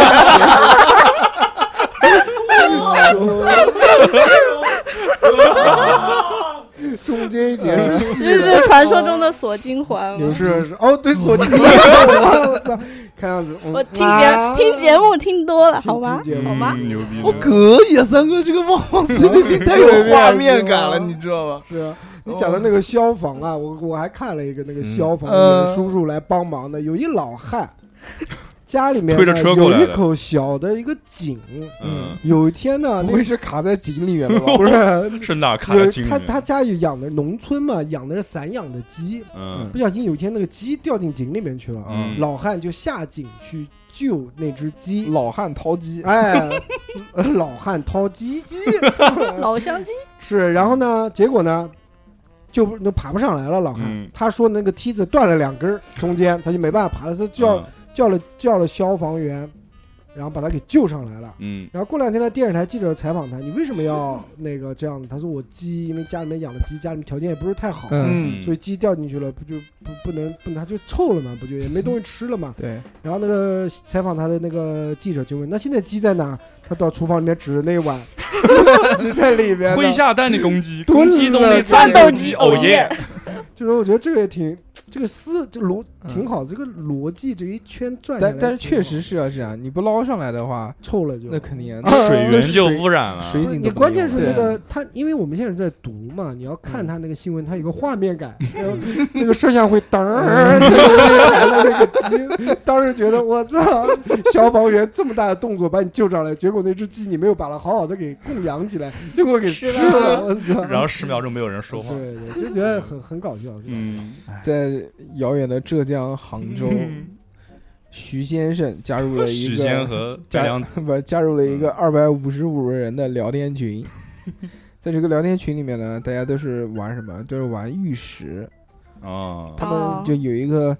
F: 中间一节是细
E: 这
F: 的
E: 是传说中的锁金环
F: 有
E: 吗？
F: 是是哦，对，索尼， 我操看样子嗯
E: 我听节听节目听多了，好吗？
F: 听
E: 好吗？
D: 嗯牛逼的，
C: 我可以，三哥这个旺旺 C D B 太有画面感了，你知道哦吗？
F: 是啊，你讲的那个消防啊，我我还看了一个那个消防
C: 嗯
F: 的叔叔来帮忙的，有一老汉，嗯家里面
D: 推着
F: 呢
D: 车过
F: 有
D: 来
F: 一
D: 的
F: 口小的一个井，
D: 嗯，
F: 有一天呢，
B: 不
F: 那
B: 会是卡在井里面了 吧？
F: 不是
D: 是哪卡
F: 有
D: 的精
F: 他他家有养的农村嘛，养的是散养的鸡，
D: 嗯
F: 不小心有一天那个鸡掉进井里面去了，啊
D: 嗯，
F: 老汉就下井去救那只鸡。
B: 老汉掏鸡，
F: 哎， 老汉掏鸡鸡
E: 老乡鸡，
F: 是，然后呢，结果呢，就不那爬不上来了。老汉、
D: 嗯
F: 他说那个梯子断了两根儿，中间他就没办法爬了，他
D: 嗯
F: 叫、叫了叫了消防员，然后把他给救上来了。
D: 嗯
F: 然后过两天，在电视台记者采访他，你为什么要那个这样子？他说我鸡，因为家里面养了鸡，家里面条件也不是太好，
B: 嗯，
D: 嗯，
F: 所以鸡掉进去了，不就不不能不能，它就臭了嘛，不就也没东西吃了嘛。
B: 对，
F: 然后那个采访他的那个记者就问：“那现在鸡在哪？”他到厨房里面指着那碗，鸡在里面
D: 麾
F: 呢。
D: 下蛋的公鸡，
F: 蹲
D: 公鸡中的
F: 了
D: 战
E: 战
D: 斗
E: 斗机
D: 机，
E: 哦
D: 哦耶
E: 耶！
F: 就是我觉得这个也挺，这个思这逻
B: 嗯
F: 挺好，这个逻辑这一圈转下来
B: 但
F: 挺好，
B: 但是确实是要这样，你不捞上来的话，
F: 臭了就
B: 那肯定
F: 啊
D: 水源就
B: 水
D: 污染了，
B: 水
F: 不是
B: 井
F: 你
B: 都不能
F: 关键是
B: 用
F: 那
B: 了
F: 个他，因为我们现在是在读嘛，你要看他那个新闻，他有个画面感，然后那个摄像会噔儿就来了那个鸡，当时觉得我操，消防员这么大的动作把你救上来，结果那只鸡你没有把它好好的给供养起来，结果给吃了，我操！
D: 然后十秒钟没有人说话，
F: 对对，就觉得很很搞笑。
D: 嗯，
B: 哎在遥远的浙江杭
C: 嗯
B: 州，徐先生加入 了一
D: 许
B: 个
D: 仙和白
B: 加
D: 娘子，
B: 不加入了一个
D: 嗯
B: 二百五十五人的聊天群， 在这个聊天群里面呢，大家都是玩什么？都是玩玉石，
D: 哦，
B: 他
E: 哦
B: 们就有一个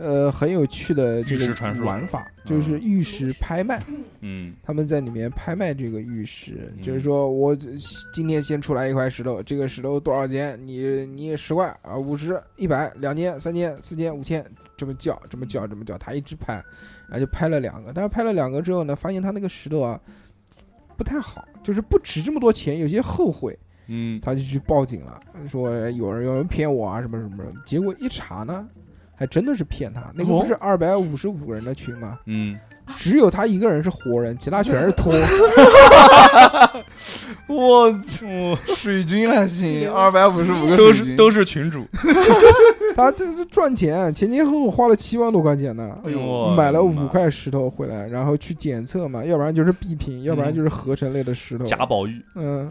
B: 呃很有趣的这
D: 玉石传
B: 个
D: 说
B: 玩法，就是玉石拍卖，
D: 嗯
B: 他们在里面拍卖这个玉石，
D: 嗯
B: 就是说我今天先出来一块石头，这个石头多少钱？你你十块啊，五十、一百、两千、三千、四千、五千，这么叫，这么叫，这么叫，他一直拍，然后就拍了两个，但是拍了两个之后呢，发现他那个石头啊不太好，就是不值这么多钱，有些后悔。
D: 嗯，
B: 他就去报警了，说有人有人骗我啊，什么什么什么。结果一查呢，还真的是骗他。那个
C: 哦
B: 不是二百五十五人的群吗？
D: 嗯，
B: 只有他一个人是活人，其他全是托。
C: 我
D: 我
C: 水军还行，
E: 流
C: 二百五十五个
D: 都
C: 水
D: 是
C: 军
D: 都是群主，
B: 他这这赚钱，啊前前后后花了七万多块钱呢，
C: 哎呦
D: 我
B: 买了
D: 的妈
B: 五块石头回来，然后去检测嘛，要不然就是 B 品，要不然就是合成类的石头。
D: 贾宝玉，
B: 嗯，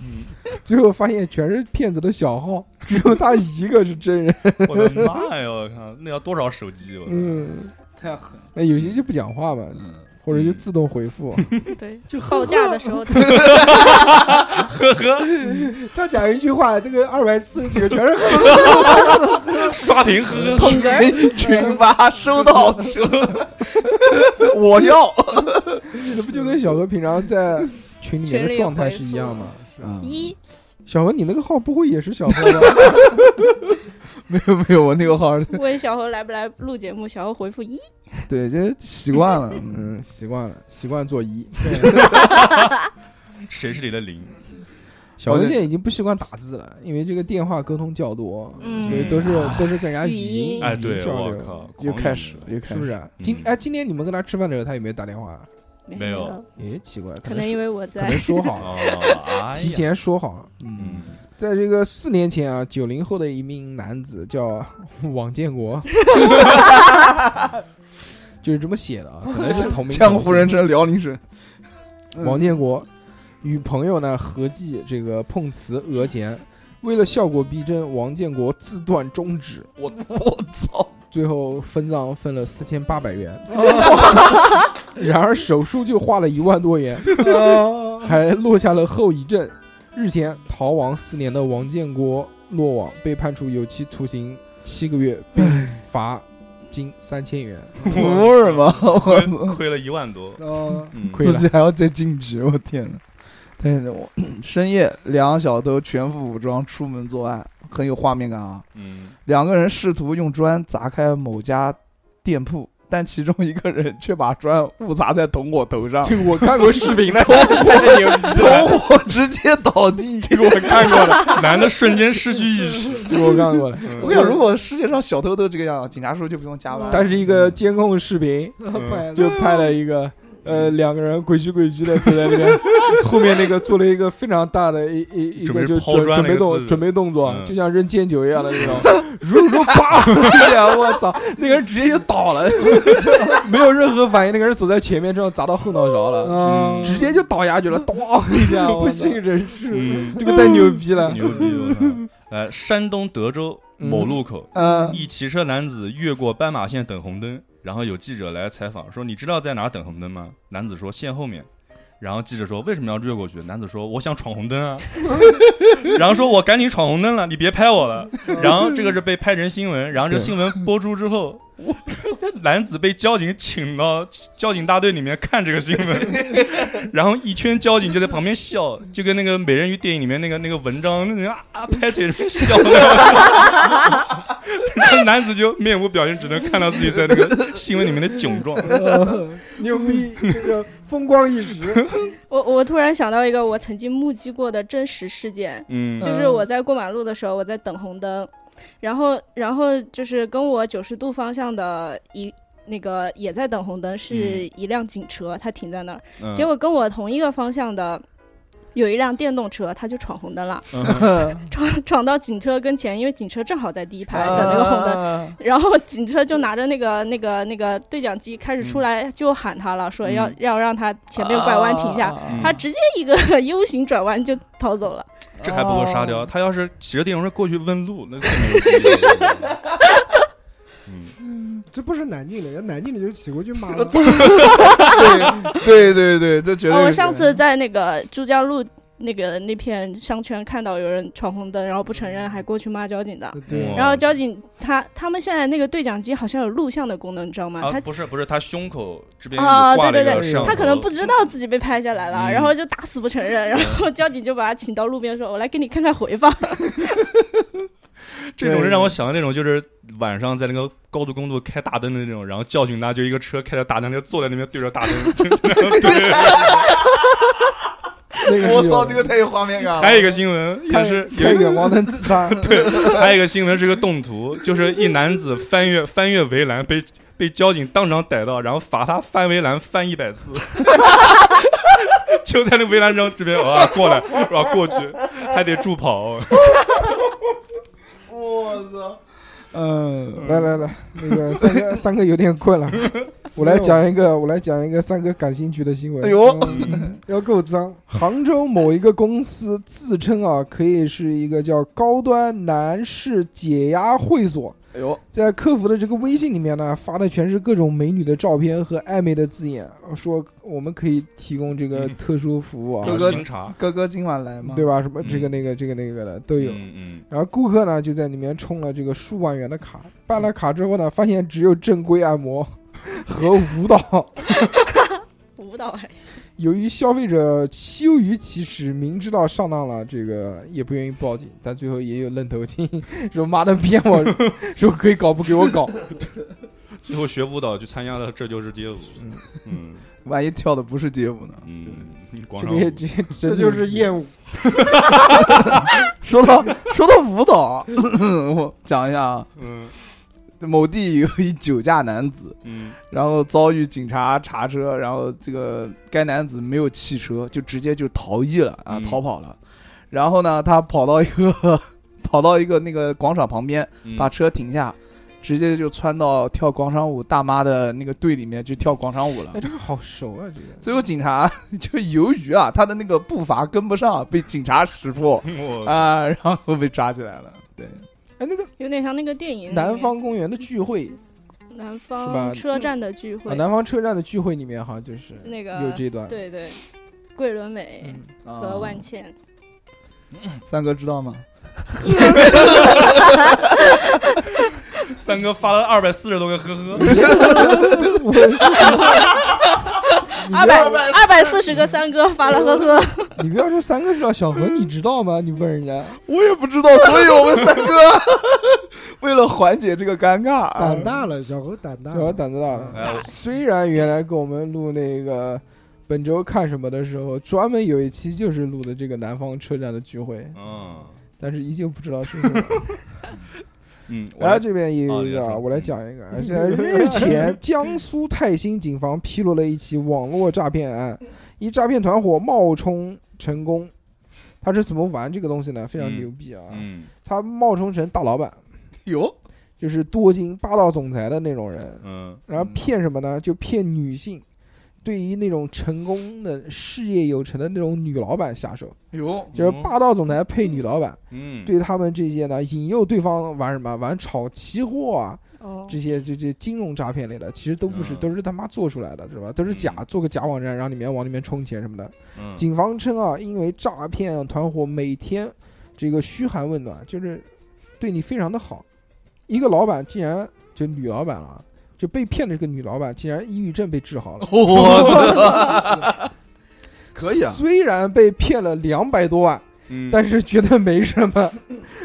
B: 最后发现全是骗子的小号，只有他一个是真人。
D: 我的妈呀！我靠，那要多少手机？我靠
B: 嗯，
C: 太狠了。
B: 那有些就不讲话嘛，
C: 嗯
B: 或者就自动回 复。
E: 对，就报价的时候，
F: 他讲一句话，这个二百四十几个全是黑
D: 刷屏，呵呵呵，
E: 捧哏儿
C: 群群 发收到，收到我要。
B: 这不就跟小何平常在群里面
E: 群
B: 的
E: 里
B: 状态
E: 回
B: 是一样
E: 复
B: 吗？
E: 一
B: 小何，你那个号不会也是小 何吧？
C: 没有没有，我那个号
E: 问小何来不来录节目，小何回复一，
C: 对，就是习惯了。嗯，
B: 嗯，习惯了，习惯做一。
D: 谁是你的零？
B: 小何现在已经不习惯打字了，因为这个电话沟通较多，
E: 嗯
B: 所以都是都是跟人家语
E: 语音
B: 音
D: 哎，
B: 语音
D: 对，
B: 交
D: 我
B: 流，
D: 靠，
C: 又
D: 狂
C: 开
D: 语
C: 始了，又开
B: 是
C: 始
B: 不
C: 了。
B: 是啊？今
D: 嗯
B: 哎，今天你们跟他吃饭的时候，他有没有打电话？啊
D: 没有，
B: 诶，奇怪，
E: 可能因
B: 为
E: 为我
B: 可
E: 在
B: 能，说好了，
D: 哦，哎呀
B: 提，前说好了。
C: 嗯
D: 嗯，
B: 在这个四年前啊，九零后的一名男子叫 王建国， 就是这么写的啊，可能是同名
C: 江湖人
B: 同
C: 称辽宁省。
B: 姓王建国与朋友呢合计这个碰瓷讹钱，为了效果逼真，王建国自断中指，
C: 我我 操！
B: 最后分赃分了四千八百元，然而手术就花了一万多元，
F: 哦
B: 还落下了后遗症。日前逃亡四年的王建国落网，被判处有期徒刑七个月，并罚金三千元。
C: 图什么？
D: 亏
C: 我
D: 亏了一万多，
F: 啊！
D: 嗯
B: 亏
C: 自己还要再进去，我天哪！对，我 深夜两小偷全副武装出门作案，很有画面感啊。
D: 嗯，
C: 两个人试图用砖砸开某家店铺，但其中一个人却把砖误砸在同伙头上，
B: 这个我看过视频的，
C: 同伙直接倒地。
D: 这个我看过了，男的瞬间失去意识，
B: 这个我看过了。
C: 我跟你讲，如果世界上小偷都这个样，警察叔叔就不用加班。
B: 它是一个监控视频，
F: 摆
B: 嗯就拍了一个。呃，两个人鬼虚鬼虚的坐在那边， 后面那个做了一个非常大的一一一
D: 准备
B: 个就
D: 抛
B: 准准
D: 砖那
B: 备
D: 个
B: 动
D: 姿势
B: 准备动作，
D: 嗯
B: 就像扔铅球一样的那种，如如啪一下，我操，那个人直接就倒了， 没有任何反应，那个人走在前面，正好砸到后脑勺了，
D: 嗯
F: 啊，
B: 嗯直接就倒下去了，咚一下，我操
F: 不省，人 事。
D: 嗯，
B: 这个太牛逼了，
D: 牛逼！我 操！来，山东德州某路口，
C: 嗯，
D: 一骑车男子越过斑马线等红灯，然后有记者来采访说：“你知道在哪等红灯吗？”男子说：“线后面。”然后记者说：“为什么要越过去？”男子说：“我想闯红灯啊。” 然后说：“我赶紧闯红灯了，你别拍我了。”然后这个是被拍成新闻，然后这
B: 对
D: 新闻播出之后， 我男子被交警请到交警大队里面看这个新闻， 然后一圈交警就在旁边笑，就跟那个美人鱼电影里面那个那个文章那个啊啊拍腿笑， 然后 男子就面无表情，只能看到自己在那 个新闻里面的窘状。
F: 牛逼，这个风光 一时。
E: 我我突然想到一个我曾经目击过的真实事件，
D: 嗯
E: 就是我在过马路的时候，我在等红灯，然后然后就是跟我九十度方向的一那个也在等红灯，是一辆警车，它停在那儿，
D: 嗯，
E: 结果跟我同一个方向的。有一辆电动车，它就闯红灯了，
D: 嗯
E: 闯闯到警车跟前，因为警车正好在第一排
C: 啊
E: 等那个红灯，
C: 灯。
E: 然后警车就拿着那个 那个那个对讲机开始出来就喊他了，说要
D: 嗯
E: 要让他前面拐弯停
C: 啊
E: 下，
D: 嗯
E: 他直接一个 U 型转弯就逃走了。
D: 这还不够沙
E: 哦
D: 雕，他要是骑着电动车过去问路，那更牛 逼了。嗯，
F: 这不是南京的，人南京的就骑过去骂了。
C: 对对对对，这绝对是。
E: 哦哦，我上次在那个珠江路那个那片商圈看到有人闯红灯，然后不承认，还过去骂交警的。
F: 对
D: 哇
E: 然后交警他他们现在那个对讲机好像有录像的功能，你知道吗？
D: 啊
E: 他，
D: 不是不是，他胸口这边
E: 啊
D: 挂了
E: 对
D: 一
E: 对
D: 个
F: 对
D: 摄像头，
E: 他可能不知道自己被拍下来了，
D: 嗯
E: 然后就打死不承认，然后交警就把他请到路边说：“我来给你看看回放。
D: 这种
C: 对
D: 是让我想到那种，就是晚上在那个高速公路开大灯的那种，然后教训他，就一个车开着大灯，就坐在那边对着大灯。对，
F: 那
C: 我
F: 个是有
C: 操，
F: 的
C: 这个太有画面
E: 哦
C: 感了。
D: 还有一个新闻也是有
B: 开
D: 一个，
B: 远光灯刺他，
D: 还有一个新闻是个动图，就是一男子翻越翻越围栏被被交警当场逮到，然后罚他翻围栏翻一百次。 就在那围栏上这边啊过来， 啊过去，还得助跑。
C: 我操，嗯，
B: 来来来，那个三哥三哥有点困了， 我来讲一个，我来讲一个三哥感兴趣的新闻。
C: 哎呦
B: 嗯 要够脏！杭州某一个公司自称啊，可以是一个叫高端男士解压会所，
C: 哎呦，
B: 在客服的这个微信里面呢，发的全是各种美女的照片和暧昧的字眼，说我们可以提供这个
D: 嗯
B: 特殊服务啊，
C: 哥哥
D: 新茶
C: 哥哥今晚来吗？
B: 对吧？什么这个
D: 嗯
B: 那个这个那个的都有。
D: 嗯嗯，
B: 然后顾客呢就在里面充了这个数万元的卡，办
D: 嗯
B: 了卡之后呢，发现只有正规按摩和舞蹈。”
E: 舞蹈还行，
B: 由于消费者羞于启齿，明知道上当了，这个也不愿意报警，但最后也有愣头青，说妈的骗我，说可以搞不给我 搞，
D: 最后学舞蹈去参加了《这就是街舞》。嗯
C: 万一跳的不是街舞呢？
D: 嗯，广
B: 这
D: 场
B: 个也
D: 舞。
B: 这也真
F: 这
B: 的
F: 就是厌恶。
C: 说到说到舞蹈， 我讲一下啊，
D: 嗯
C: 某地有一酒驾男子，
D: 嗯
C: 然后遭遇警察查车，然后这个该男子没有汽车，就直接就逃逸了啊，
D: 嗯
C: 逃跑了。然后呢，他跑到一个 跑到一个那个广场旁边，
D: 嗯
C: 把车停下，直接就窜到跳广场舞大妈的那个队里面去跳广场舞了
B: 哎，。这个好熟啊，这个
C: 最后警察就由于啊他的那个步伐跟不上，被警察识破
D: 我
C: 啊，然后被抓起来了。对，
B: 哎那个
E: 有点像那个电影里面
B: 南方公园的聚会
E: 南
B: 是吧
E: 方车站的聚会
B: 啊，，南方车站的聚会里面好像就是
E: 那个
B: 有这段，
E: 对对，桂纶镁
B: 嗯，
C: 啊
E: 和万茜。
C: 三哥知道吗？
D: 三哥发了二百四十多个 呵呵，
B: 你
E: 二
B: 不
E: 百
B: 要
E: 二百四十个三哥发了，呵呵。
B: 你不要说三哥知道，小何你知道吗？你问人 家，
C: 我也不知道，所以我们三哥 为了缓解这个尴尬，
F: 啊胆大了，小何胆大
B: 小
F: 了，
B: 何胆子大了。
D: 哎
B: 虽然原来跟我们录那个本周看什么的时候，专门有一期就是录的这个南方车站的聚会，
D: 嗯
B: 但是依旧不知道 是什么。
D: 嗯，我
B: 然后这边也有
D: 哦
B: 一
D: 也
B: 个，
D: 是
B: 啊，我来讲一个。啊在日前，江苏泰兴警方披露了一起网络诈骗案，一诈骗团伙冒充成功。他是怎么玩这个东西呢？非常
D: 嗯
B: 牛逼啊！
D: 嗯
B: 他冒充成大老板，
C: 哟，
B: 就是多金霸道总裁的那种人。
D: 嗯
B: 然后骗什么呢？就骗女性，对于那种成功的、事业有成的那种女老板下手，
C: 哟，，
B: 就是
D: 哦
B: 霸道总裁配女老板，
D: 嗯，
B: 对他们这些呢，引诱对方玩什么？玩炒期货啊，
E: 哦
B: 这些这这金融诈骗类的，其实都不是，
D: 嗯
B: 都是他妈做出来的，是吧？都是假，
D: 嗯
B: 做个假网站，然后里面往里面充钱什么的。
D: 嗯
B: 警方称啊，因为诈骗团伙每天这个嘘寒问暖，就是对你非常的好。一个老板竟然就女老板了啊，就被骗的这个女老板竟然抑郁症被治好了
C: 我操，可以啊，
B: 虽然被骗了两百多万，
D: 嗯
B: 但是觉得没什么。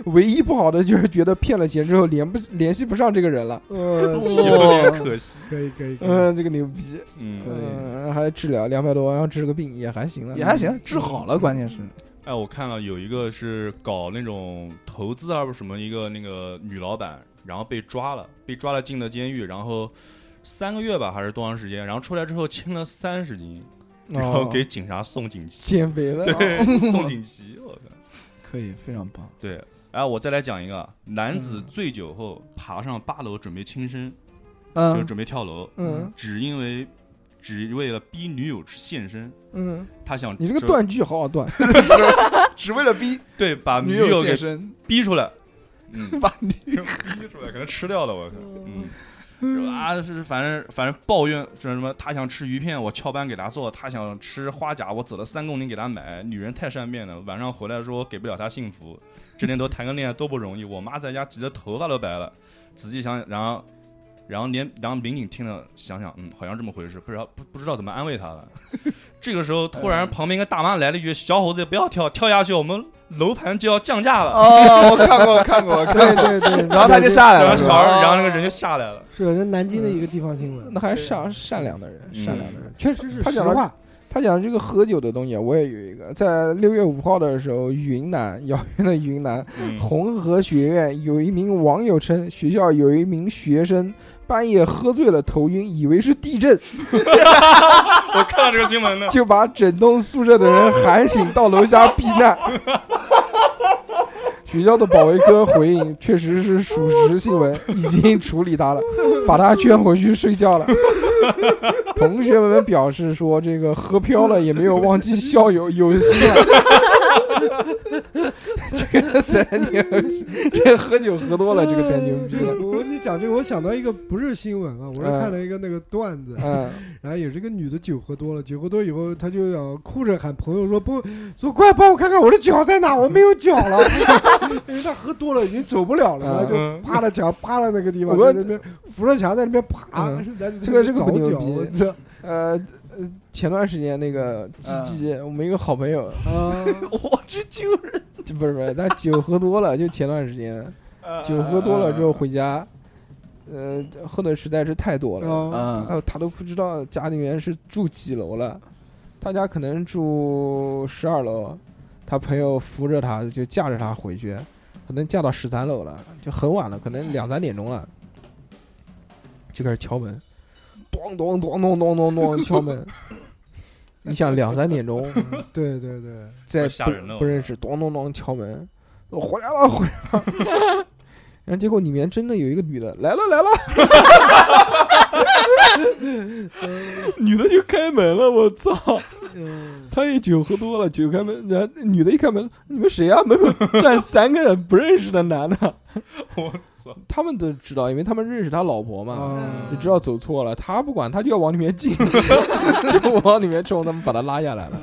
B: 唯一不好的就是觉得骗了钱之后联不联系不上这个人了。
F: 嗯，
D: 有
C: 哦
D: 点可惜，
F: 可以可以，可以
B: 嗯，这个牛逼。
C: 可
D: 嗯，
C: 以
B: 嗯，还治疗两百多万，要治个病也还行了，啊
C: 也还行，治好了，关键是，
D: 哎，我看了有一个是搞那种投资啊还是什么一个那个女老板，然后被抓了，被抓了进了监狱，然后三个月吧还是多长时间，然后出来之后轻了三十斤，
B: 哦。
D: 然后给警察送锦旗，
B: 减肥了。
D: 对，送锦旗，我靠。
C: 可以，非常棒，
D: 对，哎，我再来讲一个，男子醉酒后爬上八楼准备轻生，就是
C: 嗯，
D: 准备跳楼，
B: 哦嗯
D: 只因为只为了逼女友现身，
B: 嗯，
D: 他想
B: 你这个
D: 折
B: 断句好好 断。
C: 只为了逼
D: 对把
C: 女
D: 女
C: 友
D: 友
C: 现
D: 给
C: 身，
D: 逼出来，嗯，
C: 把女
D: 逼出来，可能吃掉了，我靠，嗯，是吧？是反正反正抱怨什么什么，他想吃鱼片，我翘班给他做；他想吃花甲，我走了三公里给他买。女人太善变了，晚上回来说给不了他幸福。这年头谈个恋爱多不容易，我妈在家急得头发都白了。仔细想，然后 然后连然后民警听了想想，嗯，好像这么回事，不知道不不知道怎么安慰他了。这个时候，突然旁边一个大妈来了一句：“小伙子，不要跳，跳下去我们楼盘就要降价了。”
C: 哦，我看过，我看过，我 看
F: 对
C: 过。
F: 对对，
C: 然后他就下来
D: 然
C: 了，
D: 后
C: 是
D: 小
C: 吧
D: 孩，然后那个人就下来了。
F: 是那南京的一个地方新闻，
B: 那还是
D: 啊
B: 善善良的
D: 嗯
B: 人，善良的人。
F: 确实是
B: 嗯他
F: 实
B: 讲
F: 话。
B: 他讲这个喝酒的东西，啊我也有一个，在六月五号的时候，云南遥远的云南
D: 嗯
B: 红河学院有一名网友称，学校有一名学生半夜喝醉了头晕，以为是地震，
D: 我看到这个新闻 了。
B: 就把整栋宿舍的人喊醒，到楼下避难。学校的保卫科回应，确实是属实新闻，已经处理他了，把他圈回去睡觉了。同学们表示说，这个喝飘了也没有忘记校友，有心啊。这个太牛，这喝酒喝多了，这
C: 哦
B: 个太牛逼 了。
F: 我你讲这个，我想到一个不是新闻啊，我是
B: 嗯
F: 看了一个那个段子，
B: 嗯，
F: 然后也是个女的酒喝多了，酒喝多以后，她就要哭着喊朋友说不，说快帮我看看我的脚在哪，我没有脚了，因为她喝多了已经走不了了，她就
D: 嗯，
F: 趴在墙趴在那个地方，
B: 我
F: 在那边扶着墙在那边爬，
B: 嗯
F: 然后就
B: 这个这个
F: 找
B: 不牛
F: 脚，
B: 逼
F: 我操
B: 呃呃，前段时间那个鸡鸡，我们一个好朋友，
F: 啊！
C: 我去救人，
B: 这不是不是，他酒喝多了，就前段时间酒喝多了之后回家，呃，喝的实在是太多了，
F: 啊
C: 嗯，
B: 他他都不知道家里面是住几楼了，他家可能住十二楼，他朋友扶着他就架着他回去，可能架到十三楼了，就很晚了，可能两三点钟了，就开始敲门，咚咚咚咚咚咚咚敲门， 你想两三点钟。
F: 对对对，
B: 在
D: 太吓
B: 不
D: 人了
B: 不
D: 我
B: 认识，咚咚咚敲门，我回来了，回来了。 然后结果里面真的有一个女的来了来了， 女的就开门了，我操！
F: 嗯，
B: 她也酒喝多了，酒开门，然后女的一开门，你们谁啊？门口站三个不认识的男的，
D: 我操！
B: 他们都知道，因为他们认识他老婆嘛，
F: 啊
B: 就知道走错了。他不管，他就要往里面进，就往里面冲，他们把他拉下来了，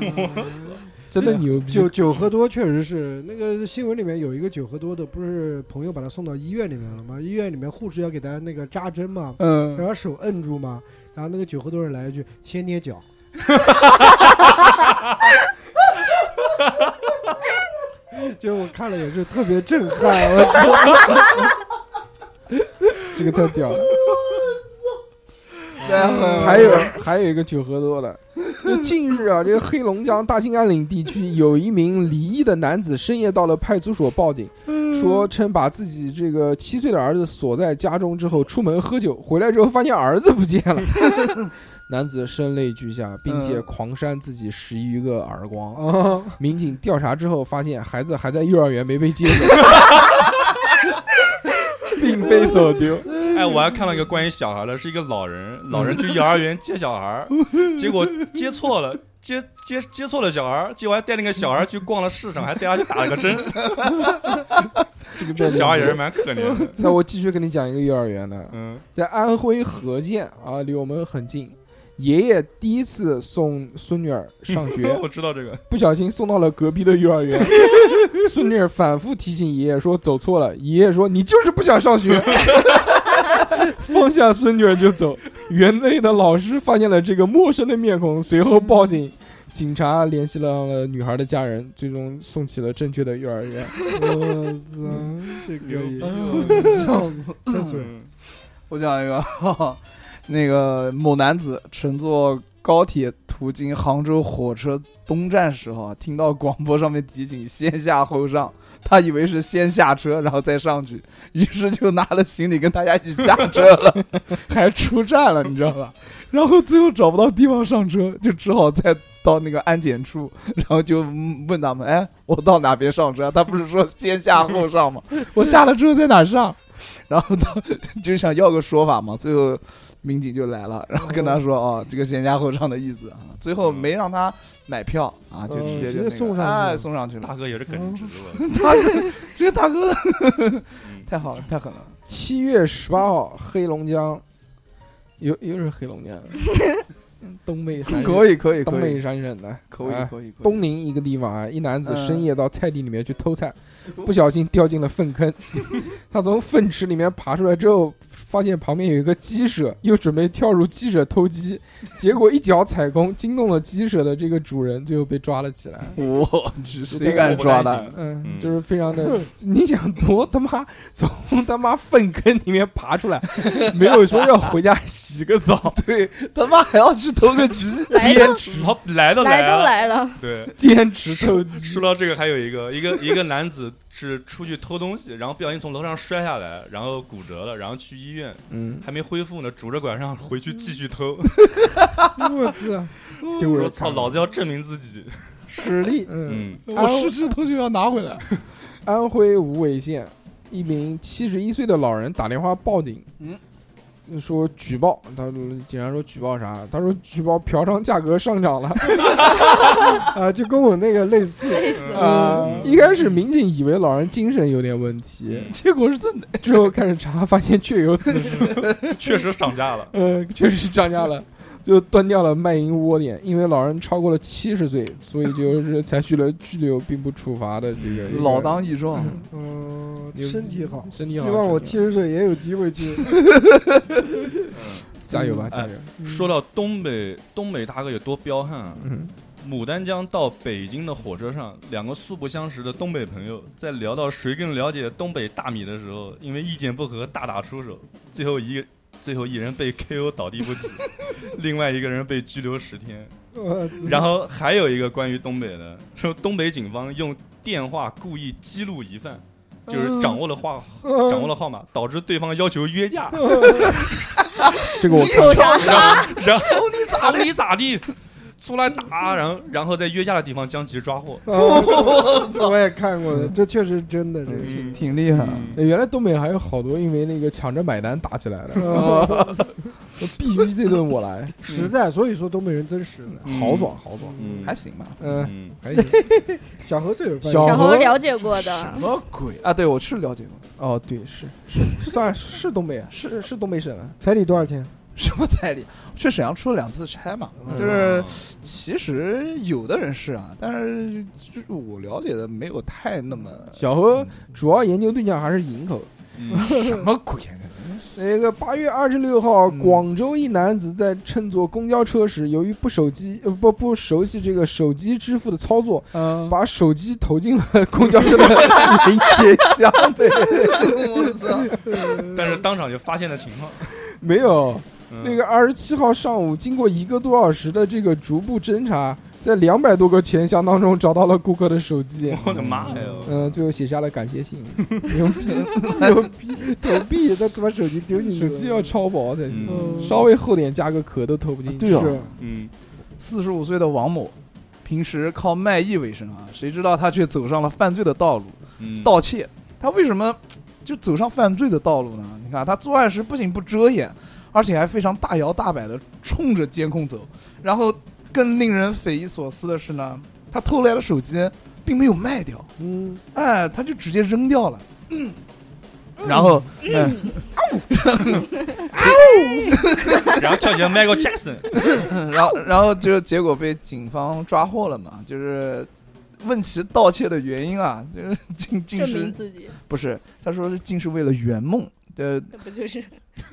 B: 真的牛逼！
F: 酒酒喝多确实是那个新闻里面有一个酒喝多的，不是朋友把他送到医院里面了吗？医院里面护士要给他那个扎针嘛，然
C: 嗯，
F: 后手摁住嘛，然后那个酒喝多人来一句先捏脚， 就我看了也是特别震撼，我
B: 这个太屌了。
C: 太狠了
B: 还有还有一个酒喝多了。就近日啊，这个黑龙江大兴安岭地区有一名离异的男子深夜到了派出所报警，说称把自己这个七岁的儿子锁在家中之后出门喝酒，回来之后发现儿子不见了。男子声泪俱下，并且
C: 嗯
B: 狂扇自己十余个耳光。
F: 操！
B: 民警调查之后发现，孩子还在幼儿园没被接 走，并非走丢。
D: 哎，我还看到一个关于小孩的，是一个老人，老人去幼儿园接小孩儿， 结果接错了。接接接错了小孩儿，结果还带那个小孩儿去逛了市场，还带他去打了个针。
B: 这个
D: 这
B: 真的
D: 小孩也是蛮可怜的。
B: 那我继续跟你讲一个幼儿园的，
D: 嗯，
B: 在安徽和县啊，离我们很近。爷爷第一次送孙女儿上 学，
D: 我知道这个。
B: 不小心送到了隔壁的幼儿园。孙女儿反复提醒爷爷说走错了，爷爷说你就是不想上学， 放下孙女儿就走。园内的老师发现了这个陌生的面孔，随后报警，警察联系了女孩的家人，最终送起了正确的幼儿园。嗯
F: 我操，这可以，
C: 哎笑死我！
F: 真损人。
D: 嗯
C: 我讲一个， 哈哈那个某男子乘坐高铁途经杭州火车东站时候啊，听到广播上面提醒“先下后上”，他以为是先下车然后再上去，于是就拿了行李跟大家一起下车了， 还出站了，你知道吧？然后最后找不到地方上车，就只好再到那个安检处，然后就问他们：“哎，我到哪边上车啊？”他不是说先下后上吗？ 我下了之后在哪上？然后他就想要个说法嘛，最后民警就来了，然后跟他说：“哦，这个先下后上的意思啊。”最后没让他买票啊，就直接就、那个
F: 直接送上去了
C: 哎送上去
D: 大
C: 了。
D: 哥也是耿直了。
C: 大哥，这个大哥
D: 嗯
C: 太好了，太狠了。
B: 七月十八号，黑龙江又又是黑龙江的，嗯东北山
C: 可
B: 以，
C: 以可以
B: 东
C: 可
B: 北
C: 以
B: 山省的，
C: 可以
B: 啊
C: 可以，可以
B: 东宁一个地方啊，一男子
C: 嗯
B: 深夜到菜地里面去偷菜，不小心掉进了粪坑。 他从粪池里面爬出来之后，发现旁边有一个鸡舍，又准备跳入鸡舍偷鸡，结果一脚踩空，惊动了鸡舍的这个主人，最后被抓了起来。
C: 我去，谁敢抓他？
B: 嗯，
D: 嗯
B: 就是非常的， 你想多他妈从他妈粪坑里面爬出来，没有说要回家洗个澡，
C: 对， 他妈还要去投个鸡，
E: 来
B: 坚
E: 都
B: 持
D: 好，来都
E: 来
D: 了，
E: 都 来了，
D: 对。
B: 坚持偷鸡
D: 说，到这个，还有一个，一个一个男子是出去偷东西，然后不小心从楼上摔下来，然后骨折了，然后去医院，
B: 嗯，
D: 还没恢复呢，拄着拐杖回去继续偷。
B: 我操，结果
D: 我操，老子要证明自己。
C: 实力，
B: 嗯。
D: 嗯，
C: 我失去的东西要拿回来。
B: 安徽无为县一名七十一岁的老人打电话报警，
C: 嗯，
B: 说举报，他警察说举报啥？他说举报嫖娼价格上涨了。
F: 啊，就跟我那个 类似，
E: 累死了。
B: 啊、
D: 嗯
B: 一开始民警以为老人精神有点问题，
C: 结果是真的，
B: 之后开始查，发现确有此事，
D: 嗯确实涨价了。
B: 呃，确实涨价了。就端掉了卖淫窝点，因为老人超过了七十岁，所以就是采取了拘留并不处罚的这个一个
C: 老当益壮，
F: 嗯，
B: 牛
F: 身体好，
B: 身体好
F: 希望
B: 身
F: 我
B: 体
F: 七十岁也有机 会去。
B: 加油吧，加油！
D: 说到东北，东北大哥有多彪悍啊！
B: 嗯，
D: 牡丹江到北京的火车上，两个素不相识的东北朋友在聊到谁更了解东北大米的时候，因为意见不合大打出手，最后一个最后一人被 KO 倒地不起， 另外一个人被拘留十天。
F: 我操
D: 然后还有一个关于东北的，说东北警方用电话故意激怒疑犯，就是掌握了话掌握了号码，导致对方要求约架，
B: 这个我看
E: 瞅啥？
D: 然后你咋你咋地，出来打，然后然后在约架的地方将其抓获。
F: 哦 我也看过的，
B: 嗯
F: 这确实真的，这个
D: 嗯
C: 挺厉害。
B: 呃原来东北还有好多因为那个抢着买单打起来的， 我必须这顿我来，
F: 实在。所以说东北人真实在。
D: 嗯
B: 豪爽豪爽。
D: 嗯，
C: 还行吧。
B: 嗯，
D: 嗯，
B: 还行。
F: 小何最有饭
B: 小
F: 量
E: 小
B: 何
E: 侯了解过的
C: 什，么鬼啊？对，我是了解过，
B: 哦，对，是是，算是东北，是是东北省啊。
F: 彩礼多少钱？
C: 什么彩礼？去沈阳出了两次差嘛，
B: 嗯
C: 就是其实有的人是啊，但是就是我了解的没有太那么
B: 小何主要研究对象还是营口。
D: 嗯
C: 什么鬼啊。
B: 那个八月二十六号，
C: 嗯
B: 广州一男子在乘坐公交车时，由于不手机呃不不熟悉这个手机支付的操作，
C: 嗯，
B: 把手机投进了公交车的连接箱内。
C: 我啊操！
D: 但是当场就发现了情况。
B: 没有，
D: 嗯
B: 那个二十七号上午，经过一个多小时的这个逐步侦查，在两百多个钱箱当中找到了顾客的手机。
D: 我的妈呀！
B: 嗯、最后写下了感谢信。牛逼，
F: 牛逼，投币，他把手机丢进去
B: 手
F: 了。
B: 机要超薄才行，
D: 嗯
B: 稍微厚点加个壳都投不进去。
C: 对啊
F: 是，
D: 嗯，
C: 四十五岁的王某，平时靠卖艺为生啊，谁知道他却走上了犯罪的道路，
D: 嗯
C: 盗窃。他为什么就走上犯罪的道路呢？你看啊他作案时不仅不遮掩，而且还非常大摇大摆的冲着监控走。然后更令人匪夷所思的是呢，他偷来的手机并没有卖掉，
F: 嗯，
C: 哎，他就直接扔掉了。然后，嗯，
D: 然后跳起来 Michael Jackson，
C: 嗯然后然后就结果被警方抓获了嘛，就是问其盗窃的原因啊，就是竟竟
E: 证
C: 是
E: 明自己，
C: 不是他说是竟是为了圆梦，呃，
E: 那不就是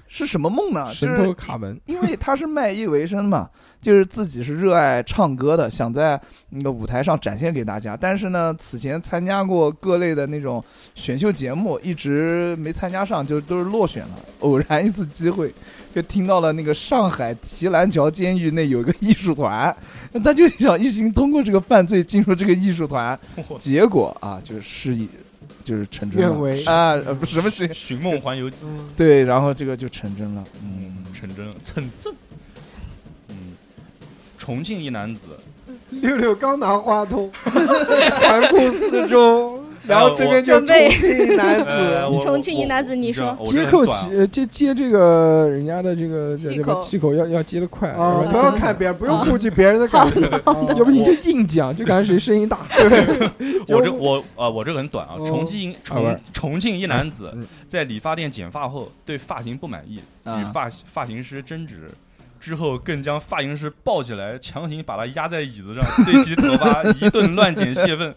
C: 是什么梦呢？就
B: 神偷
C: 是
B: 卡门，
C: 因为他是卖艺为生嘛，就是自己是热爱唱歌的，想在那个舞台上展现给大家。但是呢，此前参加过各类的那种选秀节目，一直没参加上，就都是落选了。偶然一次机会，就听到了那个上海提篮桥监狱内有一个艺术团，他就想一心通过这个犯罪进入这个艺术团，
D: 我
C: 结果啊，就是事以就是成真
F: 愿为
C: 了啊，呃不是什么事
D: 寻？ 寻梦环游记，
F: 嗯
C: 对，然后这个就成真了，嗯。
D: 成真了，蹭蹭。嗯，重庆一男子 啊
F: 六六刚拿话筒，环顾四周，然后这边就重庆一男
D: 呃
F: 子，
D: 我
E: 重庆一男子，你说
B: 接
D: 啊
B: 口起接接这个人家的这个叫什么
E: 气口
B: 气口要要接的快，
D: 哎
B: 要
F: 啊，不
B: 不
F: 要
B: 然
F: 看别人，不用顾及别人的感受，啊
B: 要不你就硬讲，就感觉谁声音大。
D: 我这我啊，我这个很短啊。
B: 哦
D: 重庆
B: 啊不是
D: 重重庆一男子
B: 嗯
D: 在理发店剪发后对发型不满意，与
C: 啊，
D: 发发型师争执，之后更将发型师抱起来，强行把他压在椅子上， 对其头发一顿乱剪泄愤，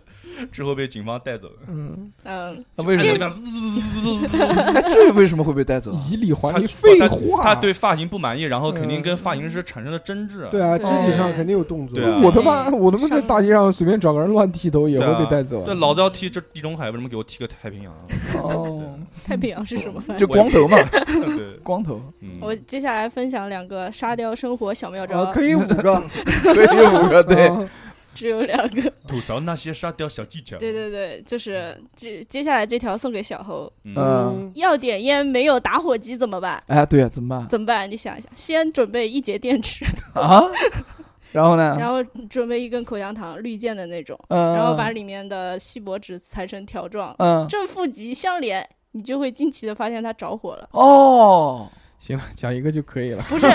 D: 之后被警方带走。
B: 嗯，
E: 嗯，
C: 那为什
D: 就
C: 么
D: 这样
C: 哎这为什么会被带走啊？
B: 以理还
D: 他
B: 理，废
D: 他
B: 话。
D: 他对发型不满意，然后肯定跟发型师产生了争执。
F: 对啊，肢体上肯定有动作
D: 对。啊
B: 我他妈，我他妈在大街上随便找个人乱剃头也
D: 对啊，
B: 会被带走啊
D: 对，。老子要剃这地中海，为什么给我剃个太平洋啊？
B: 哦，
E: 太平洋是什么？
C: 就光头嘛，
D: 对，
C: 光头，
D: 嗯
E: 我接下来分享两个沙雕生活小妙
F: 啊，
E: 招，
F: 可以五个，
C: 对，有五个
F: 哦
C: 对，
B: 啊
E: 只有两个。
D: 吐槽那些沙雕小技巧。
E: 对对对，就是这接下来这条送给小猴，
F: 呃
C: 嗯，
E: 要点烟没有打火机怎么办？
C: 哎，对，怎么办
E: 怎么办？你想一想，先准备一节电池，
C: 啊？然后呢？
E: 然后准备一根口香糖，绿箭的那种，
C: 嗯，
E: 然后把里面的锡箔纸裁成条状，
C: 嗯
E: 正负极相连，你就会惊奇的发现它着火了。
C: 哦，
B: 行了，讲一个就可以了。
E: 不是，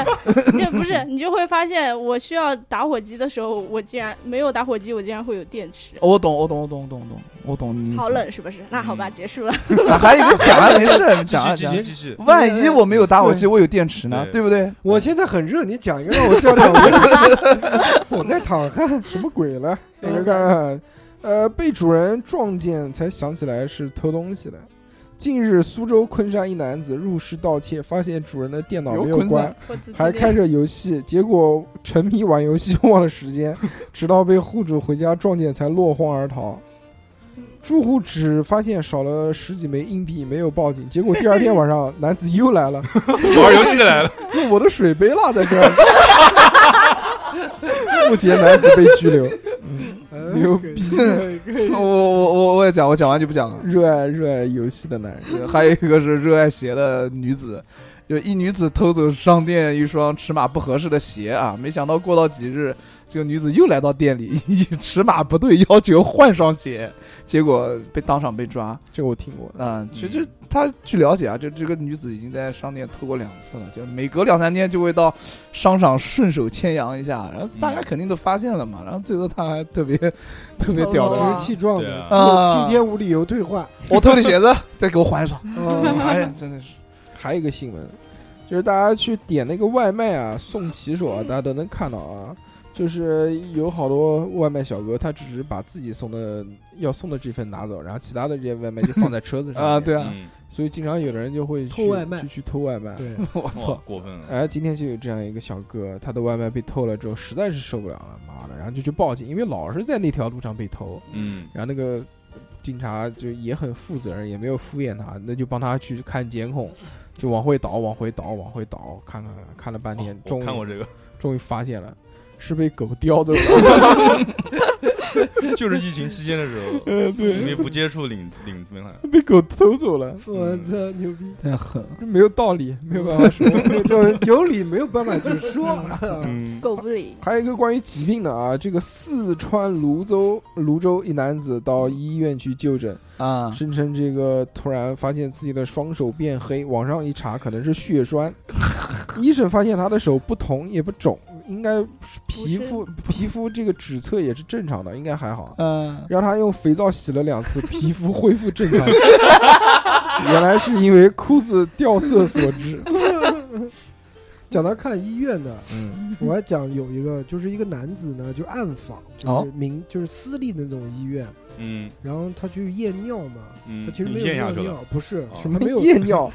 E: 就不是，你就会发现，我需要打火机的时候，我竟然没有打火机，我竟然会有电池。
C: 我懂，我懂，我懂，我懂，我懂，我懂你。
E: 好，冷是不是？那好吧，
D: 嗯
E: 结束了。
C: 啊还有一个讲啊，没事，你
D: 继
C: 讲啊讲
D: 续继续
C: 啊。
D: 继 续。
C: 万一我没有打火机，我有电池呢，
D: 对
C: 对不对？
F: 我现在很热，你讲一个让我叫两个， 我在淌汗。
B: 什么鬼了？那个看看，呃，被主人撞见才想起来是偷东西的。近日，苏州昆山一男子入室盗窃，发现主人的电脑没有
C: 有昆
B: 关
C: 山，
E: 我自己
B: 还开着游戏，结果沉迷玩游戏 忘了时间，直到被户主回家撞见才落荒而逃。住户只发现少了十几枚硬币，没有报警。结果第二天晚上， 男子又来了，
D: 玩游戏来了，
B: 用我的水杯落在这儿。 目前男子被拘留。牛逼
C: 我我我我也讲，我讲完就不讲了。
B: 热爱热爱游戏的男人。
C: 对还有一个是热爱鞋的女子，就一女子偷走商店一双尺码不合适的鞋啊，没想到过到几日，这个女子又来到店里， 以尺码不对要求换双鞋，结果被当场被抓。
B: 这个我听过，
C: 啊、其实他据了解啊，就这个女子已经在商店偷过两次了，就是每隔两三天就会到商场顺手牵羊一下，然后大家
D: 嗯
C: 肯定都发现了嘛，然后最后他还特别特别
E: 偷
C: 屌
E: 了
C: 丝，
E: 啊
F: 理直气壮
D: 对
F: 的，
C: 啊
F: 有七天无理由退啊换。
C: 我偷的鞋子再给我还一双，哎呀，真的是，
B: 还有一个新闻，就是大家去点那个外卖啊，送骑手啊，大家都能看到啊，就是有好多外卖小哥，他只是把自己送的要送的这份拿走，然后其他的这些外卖就放在车子上
C: 啊，
B: 面
C: 对，啊，
D: 嗯，
B: 所以经常有的人就会去
F: 偷外卖
B: 去去偷外卖。
F: 对，
C: 我
D: 哇
C: 操，，
D: 过分了，
B: 哎，今天就有这样一个小哥，他的外卖被偷了之后，实在是受不了了，妈的，然后就去报警，因为老是在那条路上被偷，
D: 嗯，
B: 然后那个警察就也很负责任，也没有敷衍他，那就帮他去看监控，就往回倒，往回倒，往回倒，看看看哎看了半天，
D: 哦我
B: 终
D: 看过
B: 于
D: 这个，
B: 终于发现了，是被狗叼走了。
D: 就是疫情期间的时候，
B: 呃，
D: 因为
B: 对，
D: 不接触领领分了，
B: 被狗偷走了，
F: 我操，牛逼！
C: 太狠了。
B: 这没有道理，没有办 法说。
F: 就是有理没有办法去说。
D: 嗯，
E: 狗 不理。
B: 还有一个关于疾病的啊，这个四川泸州泸州一男子到医院去就诊，
C: 啊，
B: 声称这个突然发现自己的双手变黑，往上一查可能是血 栓。医生发现他的手不疼也不肿，应该是皮肤皮肤这个指侧也是正常的，应该还好。啊
C: 嗯，
B: 让他用肥皂洗了两次，皮肤恢复正 常。原来是因为裤子掉色所致。
F: 讲到看医院的，
B: 嗯，
F: 我还讲有一个，就是一个男子呢，就暗访，
C: 哦
B: 哦
F: 就是民、就是私立的那种医院，
D: 嗯
F: 然后他去验尿嘛，
D: 嗯
F: 他其实
D: 你
F: 没有
D: 咽下
F: 尿
D: 去了，
F: 尿，不是
D: 哦
B: 什么
F: 没有
B: 夜尿？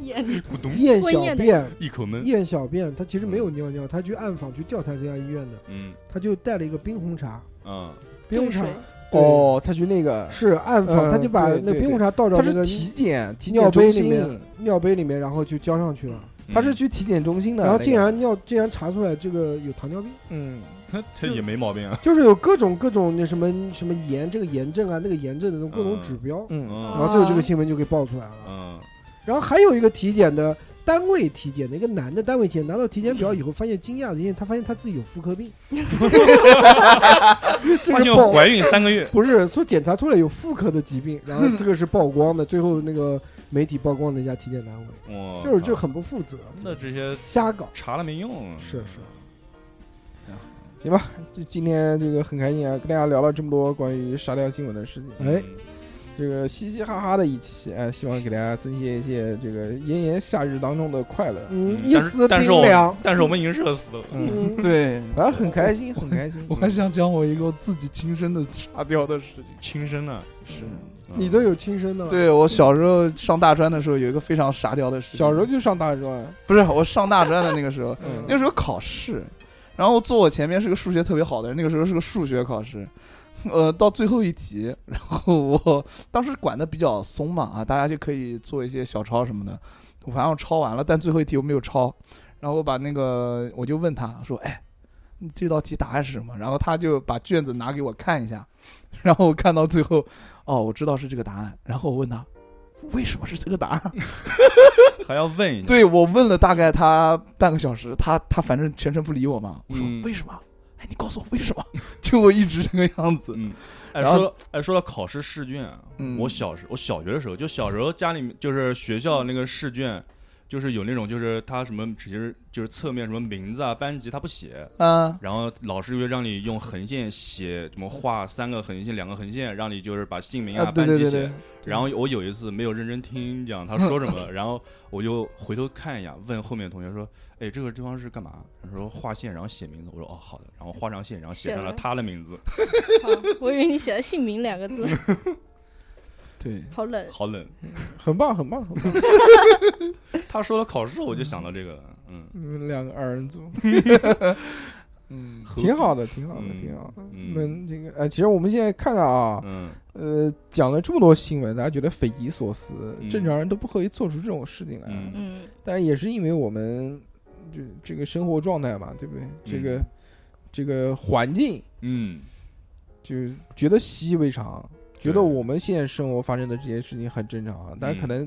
E: 眼
D: 咕咚，
F: 验
E: 过
F: 小
E: 夜的
F: 便，
D: 一口闷，
F: 验小便，他其实没有尿尿，他去暗访去调查这家医院的，
D: 嗯
F: 他就带了一个冰红茶，
D: 嗯，
F: 冰红
E: 兑
F: 茶
E: 水，
F: 对
B: 哦，他去那个，
F: 是暗访，
B: 嗯
D: 呃
F: 他就把
B: 对
F: 那
B: 对
F: 冰红茶倒到
B: 他
F: 那
B: 是
F: 个
B: 体检体
F: 尿
B: 检
F: 杯
B: 中
F: 里面
B: 心，嗯
F: 尿杯里面，然后就浇上去了，
B: 他
D: 嗯
B: 是去体检中心的。
F: 然后
B: 那个
F: 竟然尿竟然查出来这个有糖尿病。
B: 嗯，
D: 嗯他也没毛病啊，
F: 就是有各种各种那什么什么炎，这个炎症啊，那个炎症的那种各种
D: 嗯
F: 指标，
B: 嗯
D: 嗯
F: 然后最后这个新闻就给爆出来了。
D: 嗯
F: 然后还有一个体检的，
G: 单位体检的一个男的单位体检，拿到体检表以后，发现惊讶的一件，他发现他自己有妇科病，这
D: 发
G: 个
D: 现
G: 曝
D: 怀孕三个月，
G: 不是说检查出来有妇科的疾病，然后这个是曝光的，最后那个媒体曝光了一家体检单位，
D: 哇，
G: 就是这很不负责，
D: 那这些
G: 瞎搞，
D: 查了没用，啊
G: 是是，
B: 这今天这个很开心啊，跟大家聊了这么多关于沙雕新闻的事情，
D: 嗯
G: 哎，
B: 这个嘻嘻哈哈的一期，哎，希望给大家增添一些这个炎炎夏日当中的快乐。
G: 嗯，
D: 嗯
G: 一丝
D: 但
G: 冰
D: 是但是我嗯
G: 凉，
D: 但是我们已经热死了，
B: 嗯，
C: 对，
B: 反正很开心，很开心。嗯
C: 我还想讲我一个我自己亲身的沙雕的事情。
D: 亲 生了，
C: 是，
D: 嗯
G: 你都有亲身的了，
C: 对我小时候上大专的时候有一个非常沙雕的事情。
B: 小时候就上大专，
C: 不是我上大专的那个时候，
B: 嗯，
C: 那个时候考试，然后坐我前面是个数学特别好的人，那个时候是个数学考试，呃，到最后一题，然后我当时管的比较松嘛啊，大家就可以做一些小抄什么的，我反正我抄完了，但最后一题我没有抄，然后我把那个我就问他说，哎，你这道题答案是什么？然后他就把卷子拿给我看一下，然后我看到最后，哦，我知道是这个答案，然后我问他。为什么是这个答案？
D: 嗯还要问一下，
C: 对我问了大概他半个小时，他他反正全程不理我嘛。我说、
D: 嗯
C: 为什么？哎，你告诉我为什么？ 就我一直这个样子。
D: 嗯，哎，
C: 然后
D: 说到哎，说到考试试卷啊，
C: 嗯
D: 我小时我小学的时候，就小时候家里面就是学校那个试卷，就是有那种就是他什么只是就是侧面什么名字啊、班级他不写，
C: 啊，
D: 然后老师就让你用横线写什么画三个横线、两个横线，让你就是把姓名
C: 啊，对
D: 班
C: 对
D: 级
C: 对
D: 写
C: 对。，
D: 然后我有一次没有认真听讲他说什么，然后我就回头看一下，问后面同学说：“哎，这个地方是干嘛？”他说画线，然后写名字。我说：“哦，好的。”然后画上线，然后写上了
E: 写了
D: 他的名字，
E: 好我以为你写了姓名两个字，
C: 对，
E: 好冷。
D: 好冷。
B: 很棒，很棒，很棒。
D: 他说了考试，我就想到这个了，嗯
B: 你们两个二人组，嗯，
D: 合
B: 挺好的，挺好的，
D: 嗯
B: 挺好的。
D: 嗯
B: 那这个，呃，其实我们现在看看啊，
D: 嗯，
B: 呃，讲了这么多新闻，大家觉得匪夷所思，
D: 嗯
B: 正常人都不可以做出这种事情来。啊
D: 嗯
E: 嗯，
B: 但也是因为我们这这个生活状态嘛，对不对？这个这个环境，
D: 嗯，
B: 就是觉得习以为常，觉
D: 对嗯
B: 得我们现在生活发生的这些事情很正常，啊但可能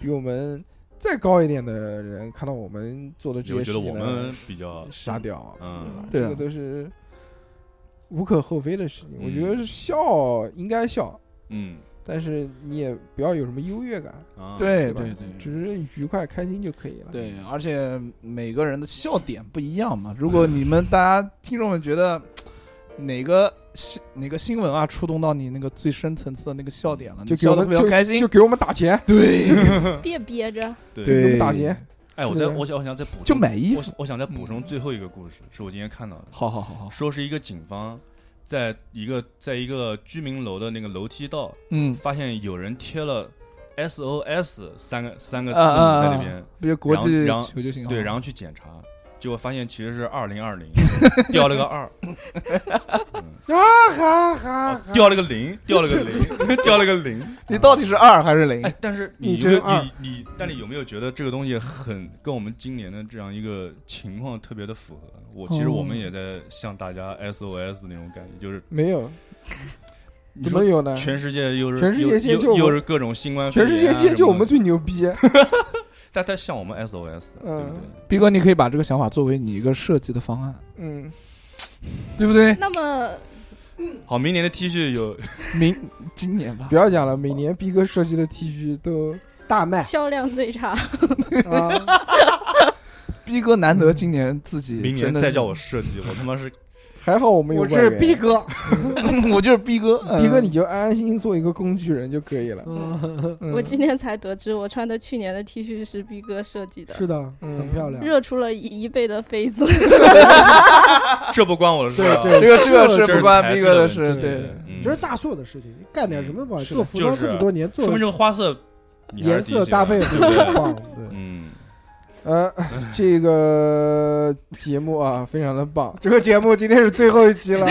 B: 比我们再高一点的人看到我们做的这
D: 就
B: 些
D: 觉
B: 事
D: 得
B: 情
D: 我
B: 呢，
D: 们比较，
B: 傻屌，
D: 嗯
C: 对
B: 这
C: 啊
B: 个都是无可厚非的事情。我觉得
D: 嗯
B: 笑应该笑，
D: 嗯，
B: 但是你也不要有什么优越感，
D: 啊
B: 对
C: 对
B: 吧
C: 对
B: 只是愉快开心就可以了。
C: 对，而且每个人的笑点不一样嘛。如果你们大家听众们觉得哪个新哪个新闻啊触动到你那个最深层次的那个笑点了，
B: 就
C: 你
B: 给
C: 笑
B: 我
C: 的
B: 们
C: 比较
B: 就
C: 开心
B: 就，给我们打钱，
C: 对
E: 别憋着，
B: 就给我们打
C: 对
B: 钱。
D: 哎，我
B: 是
D: 再
B: 的
D: 我想我想再补充，
C: 就买衣服
D: 我。想我想再补充最后一个故事，是我今天看到的，
C: 好好好好，
D: 说是一个警方在一个在一个居民楼的那个楼梯道
C: 嗯，
D: 发现有人贴了 SOS 三个三个字
C: 啊啊啊
D: 母在那边，
C: 比如国际
D: 然后
C: 求救信号。
D: 对，然后去检查，结果发现其实是二 零二零，
B: 啊
D: 掉了个二，嗯
B: 哈哈
D: 哦掉了个零，掉了个 零，掉了个零。
C: 你到底是二还是零？
D: 哎，但是你
G: 你
D: 有没
G: 真二
D: 有你你，但你有没有觉得这个东西很跟我们今年的这样一个情况特别的符合？我其实
C: 哦
D: 我们也在向大家 SOS 那种感觉，就是
B: 没有，
D: 你
B: 怎
D: 说
B: 么有呢？
D: 全世界又是
B: 全世界现在
D: 又
B: 就
D: 又
B: 我
D: 又是各种新冠肺
B: 全
D: 炎
B: 世
D: 啊什么
B: 界
D: 的，
B: 现在就我们最牛 逼。
D: 但他向我们 SOS，对不对？
C: 逼哥，你可以把这个想法作为你一个设计的方案，
B: 嗯，
C: 对不对？
E: 那么
D: 好，明年的 T 恤有
C: 明今年吧
B: 不，要讲了，每年逼哥设计的 T 恤都
G: 大 卖
E: 销量最差，
G: 啊，
C: 逼哥难得今年自己
D: 明年
C: 真的
D: 再
C: 是
D: 叫我，设计，我他妈是
B: 还好，我们有
G: 我
B: 外
G: 是
B: 援
G: 逼哥，
C: 我就是逼哥，嗯
B: 逼哥，你就安安心心做一个工具人就可以了。嗯
E: 我今天才得知，我穿的去年的 T 恤是逼哥设计的，
G: 是的，
B: 嗯
G: 很漂亮，
E: 热出了一一倍的痱子。
D: 这不关我的事
G: 对
D: 啊，
G: 对，
C: 这个这
G: 是
C: 个
D: 这
C: 是
D: 是
C: 不关
D: 材
C: 逼
D: 质
C: 哥的
D: 问
C: 事，
B: 题
C: 对，
D: 嗯，
G: 这是大硕的事情，你干点什么吧？
B: 是的
G: 做服装
D: 就是
G: 这么多年，做
D: 说明这个花色你还
G: 颜
D: 是
G: 色
D: 第一
G: 搭配
D: 喜
G: 很
D: 欢对不对？
G: 棒，对。
D: 嗯，
B: 呃， 这个节目啊，非常的棒。
G: 这个节目今天是最后一期了，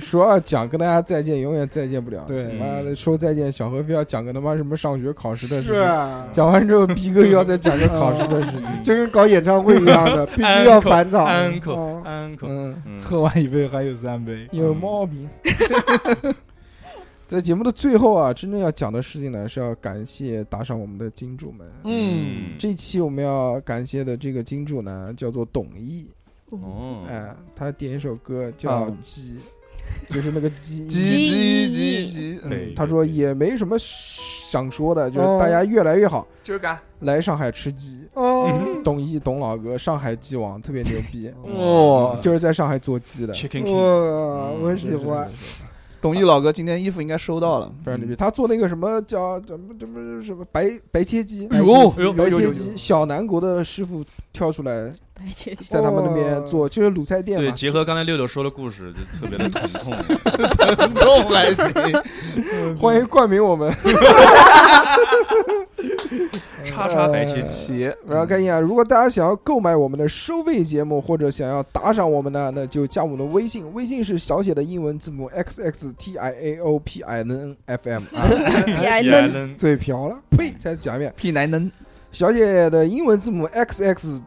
B: 说要讲跟大家再见，永远再见不了。
G: 对
B: 他妈的说再见，小何非要讲个他妈什么上学考试的事
G: 是
B: 情。
G: 啊
B: 讲完之后，逼哥又要再讲个考试的事情。
G: 就跟搞演唱会一样 的，必须要返场。
D: 安可
F: 哦
G: 啊
D: 安可，
B: 嗯，
D: 嗯
C: 嗯喝完一杯还有三杯，
B: 有毛病。 在节目的最后啊，真正要讲的事情呢，是要感谢打赏我们的金主们。
C: 嗯
B: 这期我们要感谢的这个金主呢，叫做董毅，
D: 哦，
B: 哎、他点一首歌叫
C: 嗯
B: 《鸡》，就是那个鸡。
C: 鸡
E: 鸡
C: 鸡
E: 翼
C: 鸡鸡，嗯，
D: 对
B: 他说也没什么想说的，就是大家越来越好，
C: 就是干
B: 来上海吃鸡。
G: 嗯
F: 哦，
B: 董毅，董老哥，上海鸡王特别牛 逼，
C: 哦
B: 就是在上海做鸡的，
D: Chicken King，
F: 我我喜欢，
C: 董毅老哥今天衣服应该收到 了，
B: 非常牛逼。他做那个什么叫怎么怎么什么白白切鸡，
G: 嗯
C: 哎呦
B: 白切鸡
C: 哎呦哎
B: 白
C: 呦哎呦
B: 切鸡，小南国的师傅挑出来，
E: 白哎姐姐，
B: 在他们那边做，就是鲁菜店
D: 对，
B: 嘛。
D: 结合刚才六六说的故事，就特别的疼痛。
C: 都还 行，
E: 嗯
B: 欢迎冠名我 们，
D: 叉叉白切鸡，
C: 鞋，
B: 呃然后看一下，如果大家想要购买我们的收费节目，或者想要打赏我们呢，那就加我们的微信，微信是小写的英文字母 x x t i a o p i n n f m 啊，
E: 你还
D: 也
E: 能
D: 能
F: 嘴瓢了，
B: 呸，再讲一遍，
C: 屁男能
B: 小写的英文字母 x x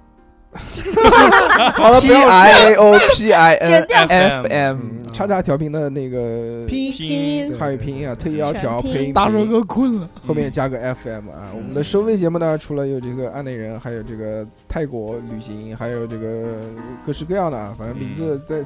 C: 好了，P I A O P I
E: 剪
C: N
E: 掉
C: F
D: 嗯
G: 嗯
C: M，
B: 叉叉调频的那个
E: 拼
D: 拼
B: 汉语拼音啊，特意要调
E: 全拼
B: 配音
C: 大哥困了，
B: 后面加个 FM 啊。我们的收费节目呢，除了有这个案内人，还有这个泰国旅行，还有这个各式各样的，啊，反正名字在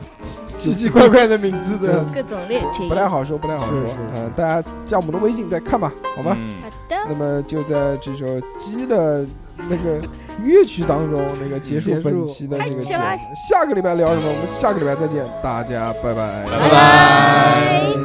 B: 奇奇怪怪的名字的，
E: 各种恋情。
B: 不太好说，不太好说
F: 是是。
B: 嗯，大家加我们的微信再看吧，好吧？
D: 嗯
E: 好的，
B: 那么就在这首鸡的那个乐曲当中，那个结束
F: 结束
B: 本期的那个节
E: 嗨起
B: 目
E: 来。
B: 下个礼拜聊什么？我们下个礼拜再见，大家拜拜。
D: 拜拜。
E: 拜。
A: Oh,